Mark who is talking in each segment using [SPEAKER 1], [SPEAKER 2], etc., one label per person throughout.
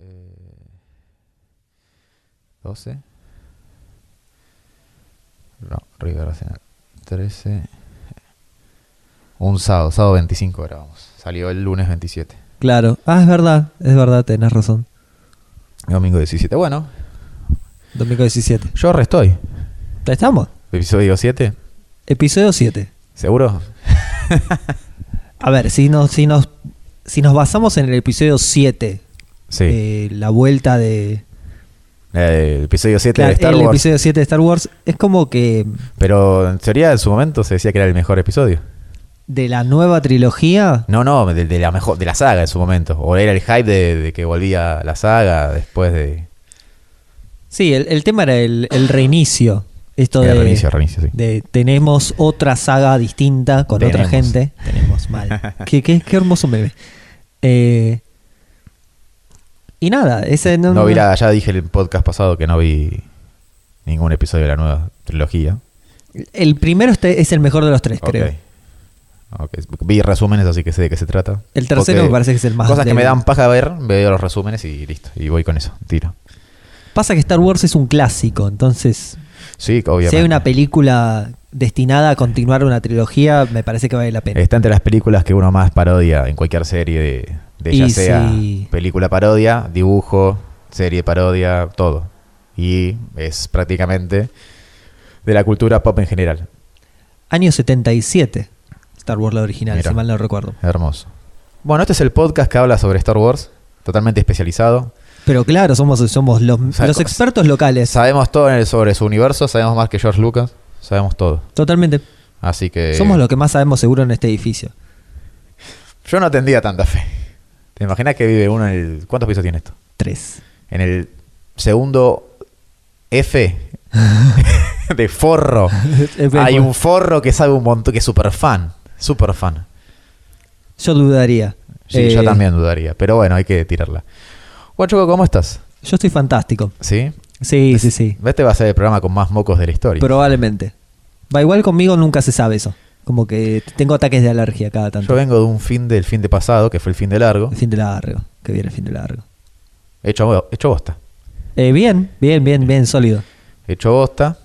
[SPEAKER 1] Eh, 12. No, River Arsenal. 13. Un sábado, sábado 25 grabamos. Salió el lunes 27.
[SPEAKER 2] Claro. Ah, es verdad, es verdad, tenés razón.
[SPEAKER 1] Domingo 17. Bueno,
[SPEAKER 2] Domingo 17.
[SPEAKER 1] yo restoy.
[SPEAKER 2] ¿Ya estamos?
[SPEAKER 1] Episodio 7.
[SPEAKER 2] Episodio 7.
[SPEAKER 1] ¿Seguro?
[SPEAKER 2] A ver, si nos, si nos, si nos basamos en el episodio 7,
[SPEAKER 1] Sí.
[SPEAKER 2] eh, la vuelta de...
[SPEAKER 1] Eh, el episodio 7 de
[SPEAKER 2] Claro,
[SPEAKER 1] Star
[SPEAKER 2] el
[SPEAKER 1] Wars.
[SPEAKER 2] episodio 7 de Star Wars, es como que
[SPEAKER 1] Pero en teoría en su momento se decía que era el mejor episodio.
[SPEAKER 2] de la nueva trilogía...
[SPEAKER 1] No, no, de, de la mejor, de la saga en su momento. O era el hype de, de que volvía la saga después de.
[SPEAKER 2] Sí, el, el tema era el, el reinicio. Esto
[SPEAKER 1] Era
[SPEAKER 2] de,
[SPEAKER 1] reinicio, reinicio, sí.
[SPEAKER 2] de tenemos otra saga distinta con otra
[SPEAKER 1] Tenemos.
[SPEAKER 2] gente. Tenemos mal. qué, qué- qué hermoso meme. Eh, y nada, ese no,
[SPEAKER 1] No vi la, ya dije en el podcast pasado que no vi ningún episodio de la nueva trilogía.
[SPEAKER 2] El primero este es el mejor de los tres, creo.
[SPEAKER 1] Ok. Ok, Vi resúmenes, así que sé de qué se trata.
[SPEAKER 2] El tercero
[SPEAKER 1] Porque
[SPEAKER 2] me parece que es el más
[SPEAKER 1] Cosas que
[SPEAKER 2] débil.
[SPEAKER 1] me dan paja ver, veo los resúmenes y listo. Y voy con eso, tiro.
[SPEAKER 2] Pasa que Star Wars es un clásico, entonces
[SPEAKER 1] Sí, obviamente.
[SPEAKER 2] si hay una película destinada a continuar una trilogía, me parece que vale la pena.
[SPEAKER 1] Está entre las películas que uno más parodia en cualquier serie de, de ya
[SPEAKER 2] Y
[SPEAKER 1] sea
[SPEAKER 2] sí.
[SPEAKER 1] película parodia, dibujo, serie parodia, todo. Y es prácticamente de la cultura pop en general.
[SPEAKER 2] Año 77, Star Wars la original,
[SPEAKER 1] Mira.
[SPEAKER 2] si mal no recuerdo.
[SPEAKER 1] Hermoso. Bueno, este es el podcast que habla sobre Star Wars, totalmente especializado.
[SPEAKER 2] Pero claro, somos, somos los,
[SPEAKER 1] sea,
[SPEAKER 2] los
[SPEAKER 1] co-
[SPEAKER 2] expertos locales.
[SPEAKER 1] Sabemos todo en el- sobre su universo, sabemos más que George Lucas, sabemos todo.
[SPEAKER 2] Totalmente.
[SPEAKER 1] Así que
[SPEAKER 2] Somos los que más sabemos seguro en este edificio.
[SPEAKER 1] yo no tendría tanta fe. ¿Te imaginas que vive uno en el... ¿Cuántos pisos tiene esto?
[SPEAKER 2] Tres.
[SPEAKER 1] En el segundo F de forro. Hay un forro que sabe un montón, que es super fan. Super fan.
[SPEAKER 2] Yo dudaría.
[SPEAKER 1] Sí,
[SPEAKER 2] Eh,
[SPEAKER 1] yo también dudaría. Pero bueno, hay que tirarla. Bueno, Choco, ¿cómo estás?
[SPEAKER 2] Yo estoy fantástico.
[SPEAKER 1] ¿Sí?
[SPEAKER 2] Sí, sí, sí.
[SPEAKER 1] Este va a ser el programa con más mocos de la historia.
[SPEAKER 2] Probablemente. Va igual conmigo, nunca se sabe eso. Como que tengo ataques de alergia cada tanto.
[SPEAKER 1] yo vengo de un fin del fin de pasado, que fue el fin de largo.
[SPEAKER 2] El fin de largo, que viene el fin de largo.
[SPEAKER 1] Hecho, bo- hecho bosta.
[SPEAKER 2] Eh, bien, bien, bien, bien, sólido.
[SPEAKER 1] Hecho bosta.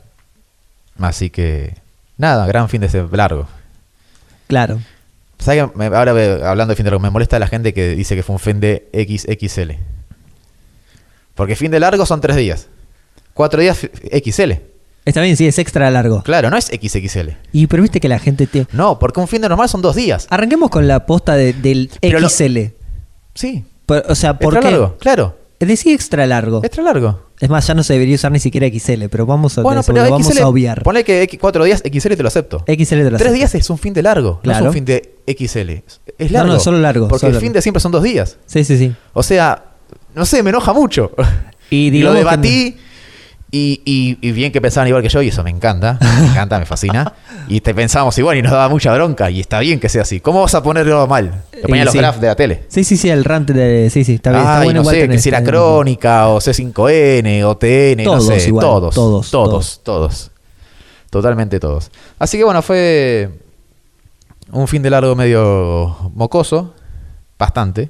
[SPEAKER 1] Así que. Nada, gran fin de se- largo.
[SPEAKER 2] Claro.
[SPEAKER 1] ¿Sabes que me- ahora ve- hablando de fin de largo, me molesta la gente que dice que fue un fin de XXL? Porque fin de largo son tres días. Cuatro días fi- XL.
[SPEAKER 2] Está bien, sí, es extra largo.
[SPEAKER 1] Claro, no es XXL.
[SPEAKER 2] Y pero viste que la gente te...
[SPEAKER 1] No, porque un fin de normal son dos días.
[SPEAKER 2] Arranquemos con la posta de- del
[SPEAKER 1] Pero lo-
[SPEAKER 2] XL.
[SPEAKER 1] Sí.
[SPEAKER 2] Por- o sea, Ah, ¿por
[SPEAKER 1] extra
[SPEAKER 2] qué?
[SPEAKER 1] largo, claro.
[SPEAKER 2] Decí extra largo.
[SPEAKER 1] Extra largo.
[SPEAKER 2] Es más, ya no se debería usar ni siquiera XL, pero vamos a,
[SPEAKER 1] Bueno,
[SPEAKER 2] eso
[SPEAKER 1] pero
[SPEAKER 2] lo vamos
[SPEAKER 1] XL,
[SPEAKER 2] a obviar.
[SPEAKER 1] Ponle que X- cuatro días XL te lo acepto.
[SPEAKER 2] XL te lo
[SPEAKER 1] Tres
[SPEAKER 2] acepto.
[SPEAKER 1] días es un fin de largo, no es
[SPEAKER 2] Claro.
[SPEAKER 1] un fin de XL. Es
[SPEAKER 2] No,
[SPEAKER 1] largo.
[SPEAKER 2] no, solo largo,
[SPEAKER 1] Porque
[SPEAKER 2] solo
[SPEAKER 1] el fin
[SPEAKER 2] largo.
[SPEAKER 1] de siempre son dos días.
[SPEAKER 2] Sí, sí, sí.
[SPEAKER 1] O sea, no sé, me enoja mucho.
[SPEAKER 2] Y
[SPEAKER 1] Y, lo
[SPEAKER 2] digamos que
[SPEAKER 1] debatí. Y, y- y bien que pensaban igual que yo, y eso me encanta, me encanta, me fascina. Y te pensábamos igual y nos daba mucha bronca, y está bien que sea así. ¿Cómo vas a ponerlo mal? Te ponían
[SPEAKER 2] Y
[SPEAKER 1] los
[SPEAKER 2] sí.
[SPEAKER 1] graphs de la tele.
[SPEAKER 2] Sí, sí, sí, el rant de... Sí, sí, está bien. está
[SPEAKER 1] Ay,
[SPEAKER 2] bueno
[SPEAKER 1] no
[SPEAKER 2] igual
[SPEAKER 1] sé,
[SPEAKER 2] tener-
[SPEAKER 1] que si era
[SPEAKER 2] tener-
[SPEAKER 1] Crónica o C5N o TN,
[SPEAKER 2] Todos
[SPEAKER 1] no sé,
[SPEAKER 2] igual,
[SPEAKER 1] todos,
[SPEAKER 2] todos,
[SPEAKER 1] todos,
[SPEAKER 2] todos.
[SPEAKER 1] todos, Totalmente todos. Así que bueno, fue un fin de largo medio mocoso, bastante,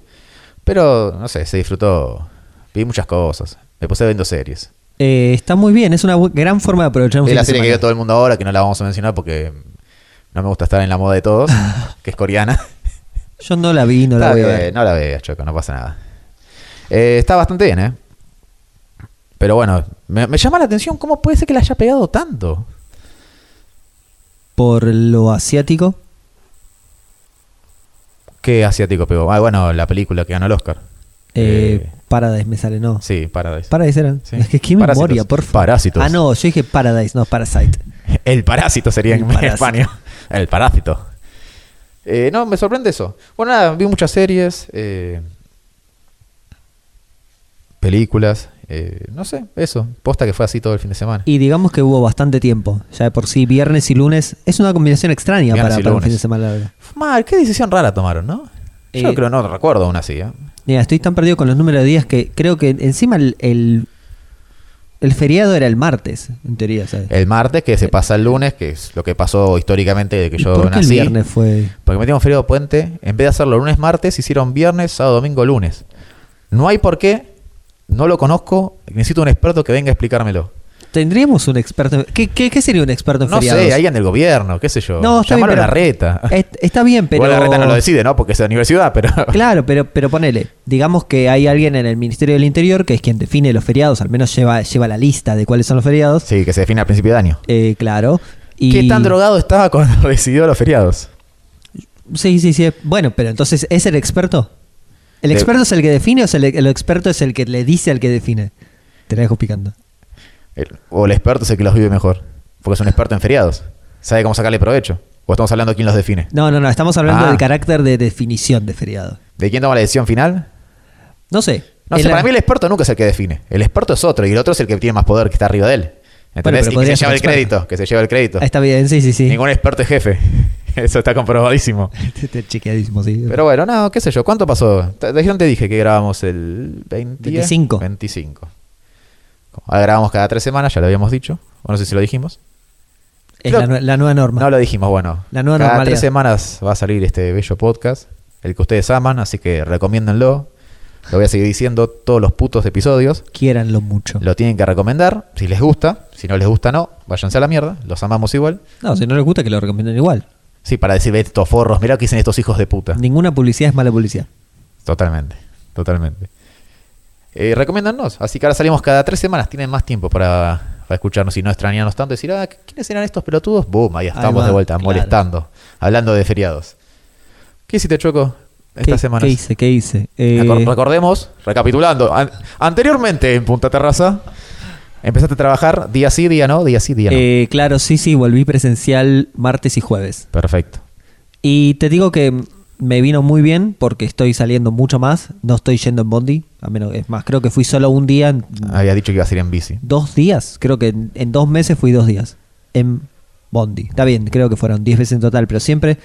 [SPEAKER 1] pero no sé, se disfrutó. Vi muchas cosas, me puse viendo series.
[SPEAKER 2] Eh, está muy bien, es una bu- gran forma de aprovechar un
[SPEAKER 1] Vi
[SPEAKER 2] fin
[SPEAKER 1] la
[SPEAKER 2] de
[SPEAKER 1] serie que
[SPEAKER 2] semana.
[SPEAKER 1] vio todo el mundo ahora, que no la vamos a mencionar porque no me gusta estar en la moda de todos, que es coreana.
[SPEAKER 2] Yo no la vi, no la
[SPEAKER 1] Está
[SPEAKER 2] voy a
[SPEAKER 1] bien,
[SPEAKER 2] ver.
[SPEAKER 1] No la veas, Choco, no pasa nada. Eh, está bastante bien, ¿eh? Pero bueno, me, me llama la atención cómo puede ser que la haya pegado tanto.
[SPEAKER 2] Por lo asiático.
[SPEAKER 1] ¿Qué asiático pegó? Ah, bueno, la película que ganó el Oscar.
[SPEAKER 2] Eh,
[SPEAKER 1] Eh,
[SPEAKER 2] Paradise me sale, no.
[SPEAKER 1] Sí, Paradise.
[SPEAKER 2] Paradise eran.
[SPEAKER 1] Sí.
[SPEAKER 2] Es que qué
[SPEAKER 1] Parásitos.
[SPEAKER 2] memoria, por favor.
[SPEAKER 1] Parásitos.
[SPEAKER 2] Ah, no, yo dije Paradise, no Parasite.
[SPEAKER 1] El parásito sería
[SPEAKER 2] El
[SPEAKER 1] en
[SPEAKER 2] parásito.
[SPEAKER 1] España. El parásito. Eh, no, me sorprende eso. Bueno, nada, vi muchas series, eh, películas, eh, no sé, eso. Posta que fue así todo el fin de semana.
[SPEAKER 2] Y digamos que hubo bastante tiempo. Ya de por sí, viernes y lunes. Es una combinación extraña
[SPEAKER 1] Viernes
[SPEAKER 2] para,
[SPEAKER 1] y
[SPEAKER 2] para un
[SPEAKER 1] lunes.
[SPEAKER 2] fin de semana largo.
[SPEAKER 1] Mal, qué decisión rara tomaron, ¿no? Yo
[SPEAKER 2] Eh,
[SPEAKER 1] creo, no recuerdo aún así, ¿eh?
[SPEAKER 2] Mira, estoy tan perdido con los números de días que creo que encima el, el, el feriado era el martes, en teoría, ¿sabes?
[SPEAKER 1] El martes, que se pasa el lunes, que es lo que pasó históricamente desde que
[SPEAKER 2] ¿Y
[SPEAKER 1] yo
[SPEAKER 2] ¿Por qué
[SPEAKER 1] nací.
[SPEAKER 2] el viernes fue?
[SPEAKER 1] Porque metimos feriado puente. En vez de hacerlo lunes, martes, hicieron viernes, sábado, domingo, lunes. No hay por qué No lo conozco, necesito un experto que venga a explicármelo.
[SPEAKER 2] Tendríamos un experto. ¿Qué, qué, qué sería un experto en
[SPEAKER 1] No
[SPEAKER 2] feriados?
[SPEAKER 1] sé, alguien del gobierno, qué sé yo.
[SPEAKER 2] No, está bien,
[SPEAKER 1] Llamarlo a la
[SPEAKER 2] pero-
[SPEAKER 1] reta.
[SPEAKER 2] Est- Está bien, pero.
[SPEAKER 1] Igual la reta no lo decide, ¿no? Porque es de la universidad, pero.
[SPEAKER 2] Claro, pero, pero ponele, digamos que hay alguien en el Ministerio del Interior que es quien define los feriados, al menos lleva, lleva la lista de cuáles son los feriados.
[SPEAKER 1] Sí, que se define al principio de año.
[SPEAKER 2] Eh, claro. Y...
[SPEAKER 1] ¿Qué tan drogado estaba cuando decidió los feriados?
[SPEAKER 2] Sí, sí, sí. Bueno, pero entonces, ¿es el experto? ¿El
[SPEAKER 1] De-
[SPEAKER 2] experto es el que define o es el, el experto es el que le dice al que define? Te la dejo picando.
[SPEAKER 1] El- o el experto es el que los vive mejor. Porque es un experto en feriados. Sabe cómo sacarle provecho. O estamos hablando de quién los define.
[SPEAKER 2] No, no, no, estamos hablando
[SPEAKER 1] Ah.
[SPEAKER 2] del carácter de definición de feriado.
[SPEAKER 1] ¿De quién toma la decisión final?
[SPEAKER 2] No sé.
[SPEAKER 1] No
[SPEAKER 2] El-
[SPEAKER 1] sé, para mí el experto nunca es el que define. El experto es otro y el otro es el que tiene más poder que está arriba de él. ¿Entendés?
[SPEAKER 2] pero
[SPEAKER 1] y que
[SPEAKER 2] podría
[SPEAKER 1] se
[SPEAKER 2] ser
[SPEAKER 1] lleva el
[SPEAKER 2] experto.
[SPEAKER 1] crédito, que se lleva el crédito.
[SPEAKER 2] Está bien, sí, sí, sí.
[SPEAKER 1] Ningún experto es jefe. Eso está comprobadísimo.
[SPEAKER 2] Está Chequeadísimo, este sí.
[SPEAKER 1] Pero bueno, no, qué sé yo. ¿Cuánto pasó? Te- de- te dije que grabamos el 20
[SPEAKER 2] 25.
[SPEAKER 1] 25. Como Ahora grabamos cada tres semanas, ya lo habíamos dicho. O no sé si lo dijimos.
[SPEAKER 2] es
[SPEAKER 1] creo-
[SPEAKER 2] la, nue- la nueva norma.
[SPEAKER 1] No lo dijimos, bueno.
[SPEAKER 2] La nueva
[SPEAKER 1] cada
[SPEAKER 2] normalidad.
[SPEAKER 1] tres semanas va a salir este bello podcast, el que ustedes aman, así que recomiéndenlo. Lo voy a seguir diciendo todos los putos episodios.
[SPEAKER 2] Quiéranlo mucho.
[SPEAKER 1] Lo tienen que recomendar, si les gusta. Si no les gusta, no. Váyanse a la mierda, los amamos igual.
[SPEAKER 2] No, si no les gusta, que lo recomienden igual.
[SPEAKER 1] Sí, para decir, "Ve estos forros, mirá que dicen estos hijos de puta.
[SPEAKER 2] Ninguna publicidad es mala publicidad.
[SPEAKER 1] Totalmente, totalmente. Eh, recomiéndanos. Así que ahora salimos cada tres semanas. Tienen más tiempo para, para escucharnos y no extrañarnos tanto. Decir, ah, ¿quiénes eran estos pelotudos? Boom, ahí estamos
[SPEAKER 2] va,
[SPEAKER 1] de vuelta,
[SPEAKER 2] claro.
[SPEAKER 1] molestando, hablando de feriados. ¿Qué hiciste, Choco,
[SPEAKER 2] ¿Qué,
[SPEAKER 1] estas semanas?
[SPEAKER 2] ¿Qué hice? ¿Qué hice? Eh,
[SPEAKER 1] Acor- Recordemos, recapitulando. an- anteriormente en Punta Terraza, empezaste a trabajar día sí, día no, día sí, día no.
[SPEAKER 2] eh, claro, sí, sí, volví presencial martes y jueves.
[SPEAKER 1] Perfecto.
[SPEAKER 2] Y te digo que me vino muy bien porque estoy saliendo mucho más. No estoy yendo en Bondi. A menos, es más, creo que fui solo un día, en
[SPEAKER 1] Mm. Había dicho que ibas a ir en bici.
[SPEAKER 2] dos días. Creo que en, en dos meses fui dos días en Bondi. Está bien, creo que fueron diez veces en total, pero siempre.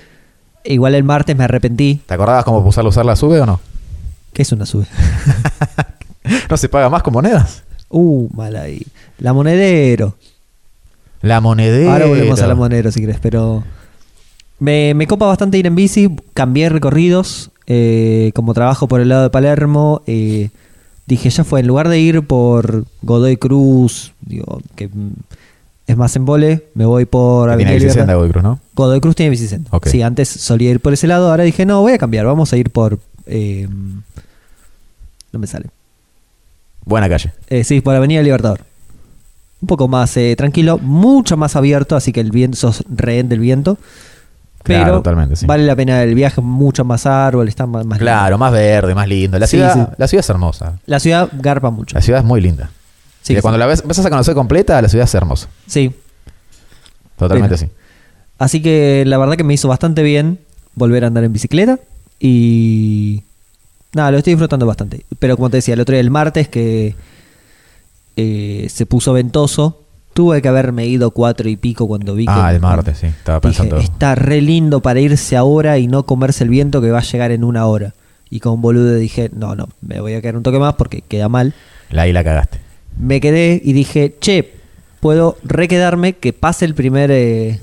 [SPEAKER 2] Igual el martes me arrepentí.
[SPEAKER 1] ¿Te acordabas cómo usar, usar la sube o no?
[SPEAKER 2] ¿Qué es una sube?
[SPEAKER 1] ¿No se paga más con monedas?
[SPEAKER 2] Uh, mal ahí. La monedero.
[SPEAKER 1] La monedera.
[SPEAKER 2] Ahora volvemos a la Monero si querés, pero me, me copa bastante ir en bici, cambié recorridos, eh, como trabajo por el lado de Palermo, eh, dije ya fue, en lugar de ir por Godoy Cruz, digo, que mm, es más embole, me voy por
[SPEAKER 1] Que
[SPEAKER 2] Avenida
[SPEAKER 1] Tiene licencia
[SPEAKER 2] Libertad.
[SPEAKER 1] de Godoy Cruz, ¿no?
[SPEAKER 2] Godoy Cruz tiene Vicente.
[SPEAKER 1] Ok.
[SPEAKER 2] Sí, antes solía ir por ese lado, ahora dije no, voy a cambiar, vamos a ir por... eh, no me sale.
[SPEAKER 1] Buena calle.
[SPEAKER 2] Eh, sí, por Avenida Libertador. Un poco más eh, tranquilo, mucho más abierto, así que el viento, sos rehén del viento. Pero
[SPEAKER 1] Claro, totalmente, sí.
[SPEAKER 2] vale la pena el viaje, mucho más árbol, está más, más
[SPEAKER 1] Claro, más verde, más lindo. La,
[SPEAKER 2] Sí,
[SPEAKER 1] ciudad,
[SPEAKER 2] sí.
[SPEAKER 1] la ciudad es hermosa.
[SPEAKER 2] La ciudad garpa mucho.
[SPEAKER 1] La ciudad es muy linda.
[SPEAKER 2] Sí,
[SPEAKER 1] Y
[SPEAKER 2] sí.
[SPEAKER 1] cuando la ves, empiezas a conocer completa, la ciudad es hermosa.
[SPEAKER 2] Sí.
[SPEAKER 1] Totalmente
[SPEAKER 2] Bien.
[SPEAKER 1] sí.
[SPEAKER 2] Así que la verdad que me hizo bastante bien volver a andar en bicicleta y nada, lo estoy disfrutando bastante. Pero como te decía, el otro día, el martes, que eh, se puso ventoso, tuve que haberme ido cuatro y pico cuando vi que...
[SPEAKER 1] Ah, el martes, sí. Estaba
[SPEAKER 2] Dije,
[SPEAKER 1] pensando.
[SPEAKER 2] está re lindo para irse ahora y no comerse el viento que va a llegar en una hora. Y con boludo dije, no, no, me voy a quedar un toque más porque queda mal.
[SPEAKER 1] La ahí la cagaste.
[SPEAKER 2] Me quedé y dije, che, puedo requedarme que pase el primer, eh,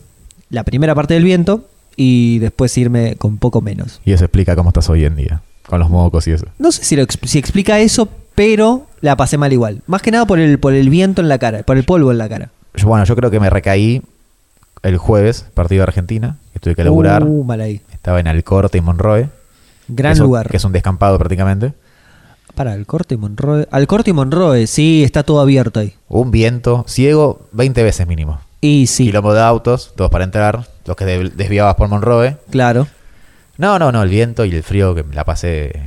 [SPEAKER 2] la primera parte del viento y después irme con poco menos.
[SPEAKER 1] Y eso explica cómo estás hoy en día. Con los mocos y eso.
[SPEAKER 2] No sé si, lo exp- si explica eso, pero la pasé mal igual. Más que nada por el, por el viento en la cara, por el polvo en la cara.
[SPEAKER 1] Yo, bueno, yo creo que me recaí el jueves, partido de Argentina. que Tuve que laburar.
[SPEAKER 2] Uh, mal ahí.
[SPEAKER 1] Estaba en Alcorte y Monroe.
[SPEAKER 2] Gran
[SPEAKER 1] que es un-
[SPEAKER 2] lugar.
[SPEAKER 1] Que es un descampado prácticamente.
[SPEAKER 2] Para, el corte y Monroe. Al corte y Monroe, sí, está todo abierto ahí.
[SPEAKER 1] Un viento ciego 20 veces mínimo.
[SPEAKER 2] Y sí,
[SPEAKER 1] Quilombo de autos, todos para entrar. Los que de- desviabas por Monroe.
[SPEAKER 2] claro.
[SPEAKER 1] No, no, no, el viento y el frío que la pasé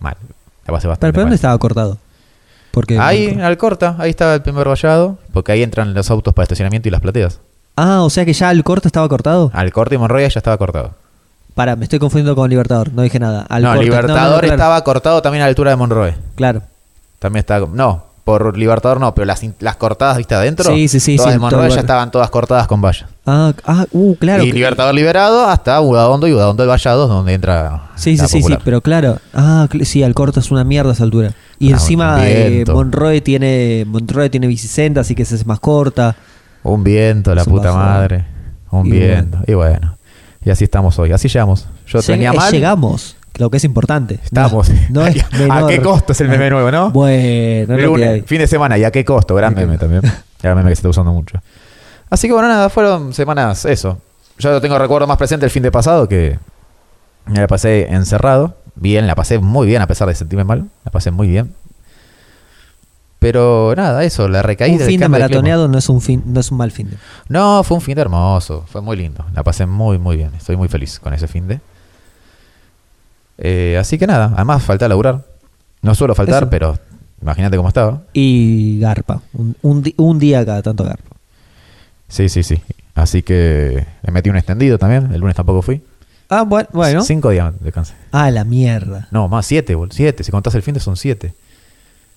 [SPEAKER 1] mal. La pasé bastante
[SPEAKER 2] Pero, ¿pero
[SPEAKER 1] mal.
[SPEAKER 2] dónde estaba cortado? Porque
[SPEAKER 1] Ahí, en Alcorta, ahí estaba el primer vallado, porque ahí entran los autos para estacionamiento y las plateas.
[SPEAKER 2] Ah, o sea que ya al corto estaba cortado.
[SPEAKER 1] Alcorta y Monroya ya estaba cortado.
[SPEAKER 2] Pará, me estoy confundiendo con Libertador, no dije nada. Al
[SPEAKER 1] no,
[SPEAKER 2] corte-
[SPEAKER 1] Libertador
[SPEAKER 2] claro,
[SPEAKER 1] estaba cortado también a la altura de Monroe.
[SPEAKER 2] Claro.
[SPEAKER 1] También estaba... No, por Libertador no, pero las, in- las cortadas, ¿viste? Adentro.
[SPEAKER 2] Sí, sí, sí,
[SPEAKER 1] Todas
[SPEAKER 2] sí,
[SPEAKER 1] de
[SPEAKER 2] en todo
[SPEAKER 1] Monroe ya
[SPEAKER 2] lugar.
[SPEAKER 1] estaban todas cortadas con vallas.
[SPEAKER 2] Ah, ah, uh, claro.
[SPEAKER 1] y
[SPEAKER 2] que-
[SPEAKER 1] Libertador liberado hasta Udaondo y Udaondo del Vallado, donde entra
[SPEAKER 2] Sí, sí,
[SPEAKER 1] la
[SPEAKER 2] sí, sí,
[SPEAKER 1] popular.
[SPEAKER 2] pero claro. Ah, cl- sí, al corto es una mierda esa altura. Y
[SPEAKER 1] Ah,
[SPEAKER 2] encima eh,
[SPEAKER 1] viento.
[SPEAKER 2] Monroe tiene Monroe tiene bicicenda, así que se hace más corta.
[SPEAKER 1] Un viento, la
[SPEAKER 2] Es un
[SPEAKER 1] puta
[SPEAKER 2] bajón.
[SPEAKER 1] madre. Un
[SPEAKER 2] Y
[SPEAKER 1] viento. Y bueno. Y así estamos hoy. Así llegamos. Yo
[SPEAKER 2] Lleg-
[SPEAKER 1] tenía
[SPEAKER 2] eh,
[SPEAKER 1] mal.
[SPEAKER 2] Llegamos. lo que es importante.
[SPEAKER 1] Estamos.
[SPEAKER 2] No, no es
[SPEAKER 1] ¿A
[SPEAKER 2] menor.
[SPEAKER 1] qué costo es el meme nuevo, no?
[SPEAKER 2] Bueno, es lo
[SPEAKER 1] Lunes,
[SPEAKER 2] que hay.
[SPEAKER 1] fin de semana, ¿y a qué costo? Gran
[SPEAKER 2] Hay que-
[SPEAKER 1] meme también. Gran meme que se está usando mucho. Así que bueno, nada, fueron semanas eso. Yo lo tengo recuerdo más presente el fin de pasado que me la pasé encerrado. Bien, la pasé muy bien a pesar de sentirme mal. La pasé muy bien. Pero nada, eso, la recaída
[SPEAKER 2] Un
[SPEAKER 1] del
[SPEAKER 2] fin de
[SPEAKER 1] cambio clima.
[SPEAKER 2] maratoneado no es un fin, no es un mal fin de.
[SPEAKER 1] No, fue un fin de hermoso, fue muy lindo, la pasé muy muy bien, estoy muy feliz con ese fin de. Eh, así que nada, además falta laburar. No suelo faltar,
[SPEAKER 2] Eso.
[SPEAKER 1] pero imagínate cómo estaba.
[SPEAKER 2] Y garpa. Un, un di- un día cada tanto garpa.
[SPEAKER 1] Sí, sí, sí. Así que le metí un extendido también, el lunes tampoco fui.
[SPEAKER 2] Ah, bueno. bueno.
[SPEAKER 1] Cinco días de descansé.
[SPEAKER 2] Ah, la mierda.
[SPEAKER 1] No, más siete, bol, siete. Si contás el fin de son siete.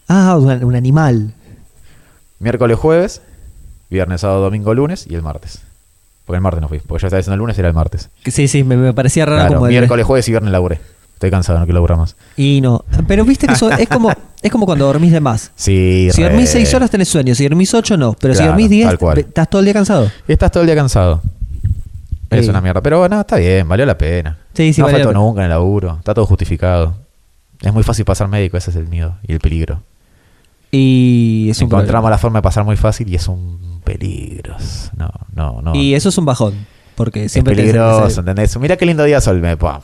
[SPEAKER 2] Ah, un, un animal.
[SPEAKER 1] Miércoles, jueves, viernes, sábado, domingo, lunes y el martes. Porque el martes no fui, porque yo estaba diciendo el lunes y era el martes.
[SPEAKER 2] Que Sí, sí, me, me parecía raro
[SPEAKER 1] Claro,
[SPEAKER 2] como el-
[SPEAKER 1] miércoles, jueves y viernes laburé. Estoy cansado, no quiero laburar más.
[SPEAKER 2] Y no. Pero viste que eso es como, es como cuando dormís de más.
[SPEAKER 1] Sí,
[SPEAKER 2] Si
[SPEAKER 1] re.
[SPEAKER 2] dormís 6 horas tenés sueño, si dormís 8 no, pero si
[SPEAKER 1] Claro,
[SPEAKER 2] dormís
[SPEAKER 1] tal
[SPEAKER 2] 10
[SPEAKER 1] cual.
[SPEAKER 2] estás todo el día cansado.
[SPEAKER 1] Y estás todo el día cansado. Es
[SPEAKER 2] Sí.
[SPEAKER 1] una mierda. Pero bueno, está bien, valió la pena.
[SPEAKER 2] Sí, sí,
[SPEAKER 1] no
[SPEAKER 2] valió la
[SPEAKER 1] faltó
[SPEAKER 2] pena.
[SPEAKER 1] nunca en el laburo. Está todo justificado. Es muy fácil pasar médico, ese es el miedo y el peligro.
[SPEAKER 2] Y es un
[SPEAKER 1] Encontramos
[SPEAKER 2] problema.
[SPEAKER 1] la forma de pasar muy fácil y es un peligro. No, no, no.
[SPEAKER 2] Y eso es un bajón, porque
[SPEAKER 1] es
[SPEAKER 2] siempre tenés que
[SPEAKER 1] peligroso,
[SPEAKER 2] hacer-
[SPEAKER 1] ¿entendés? Mira qué lindo día sol, me pa,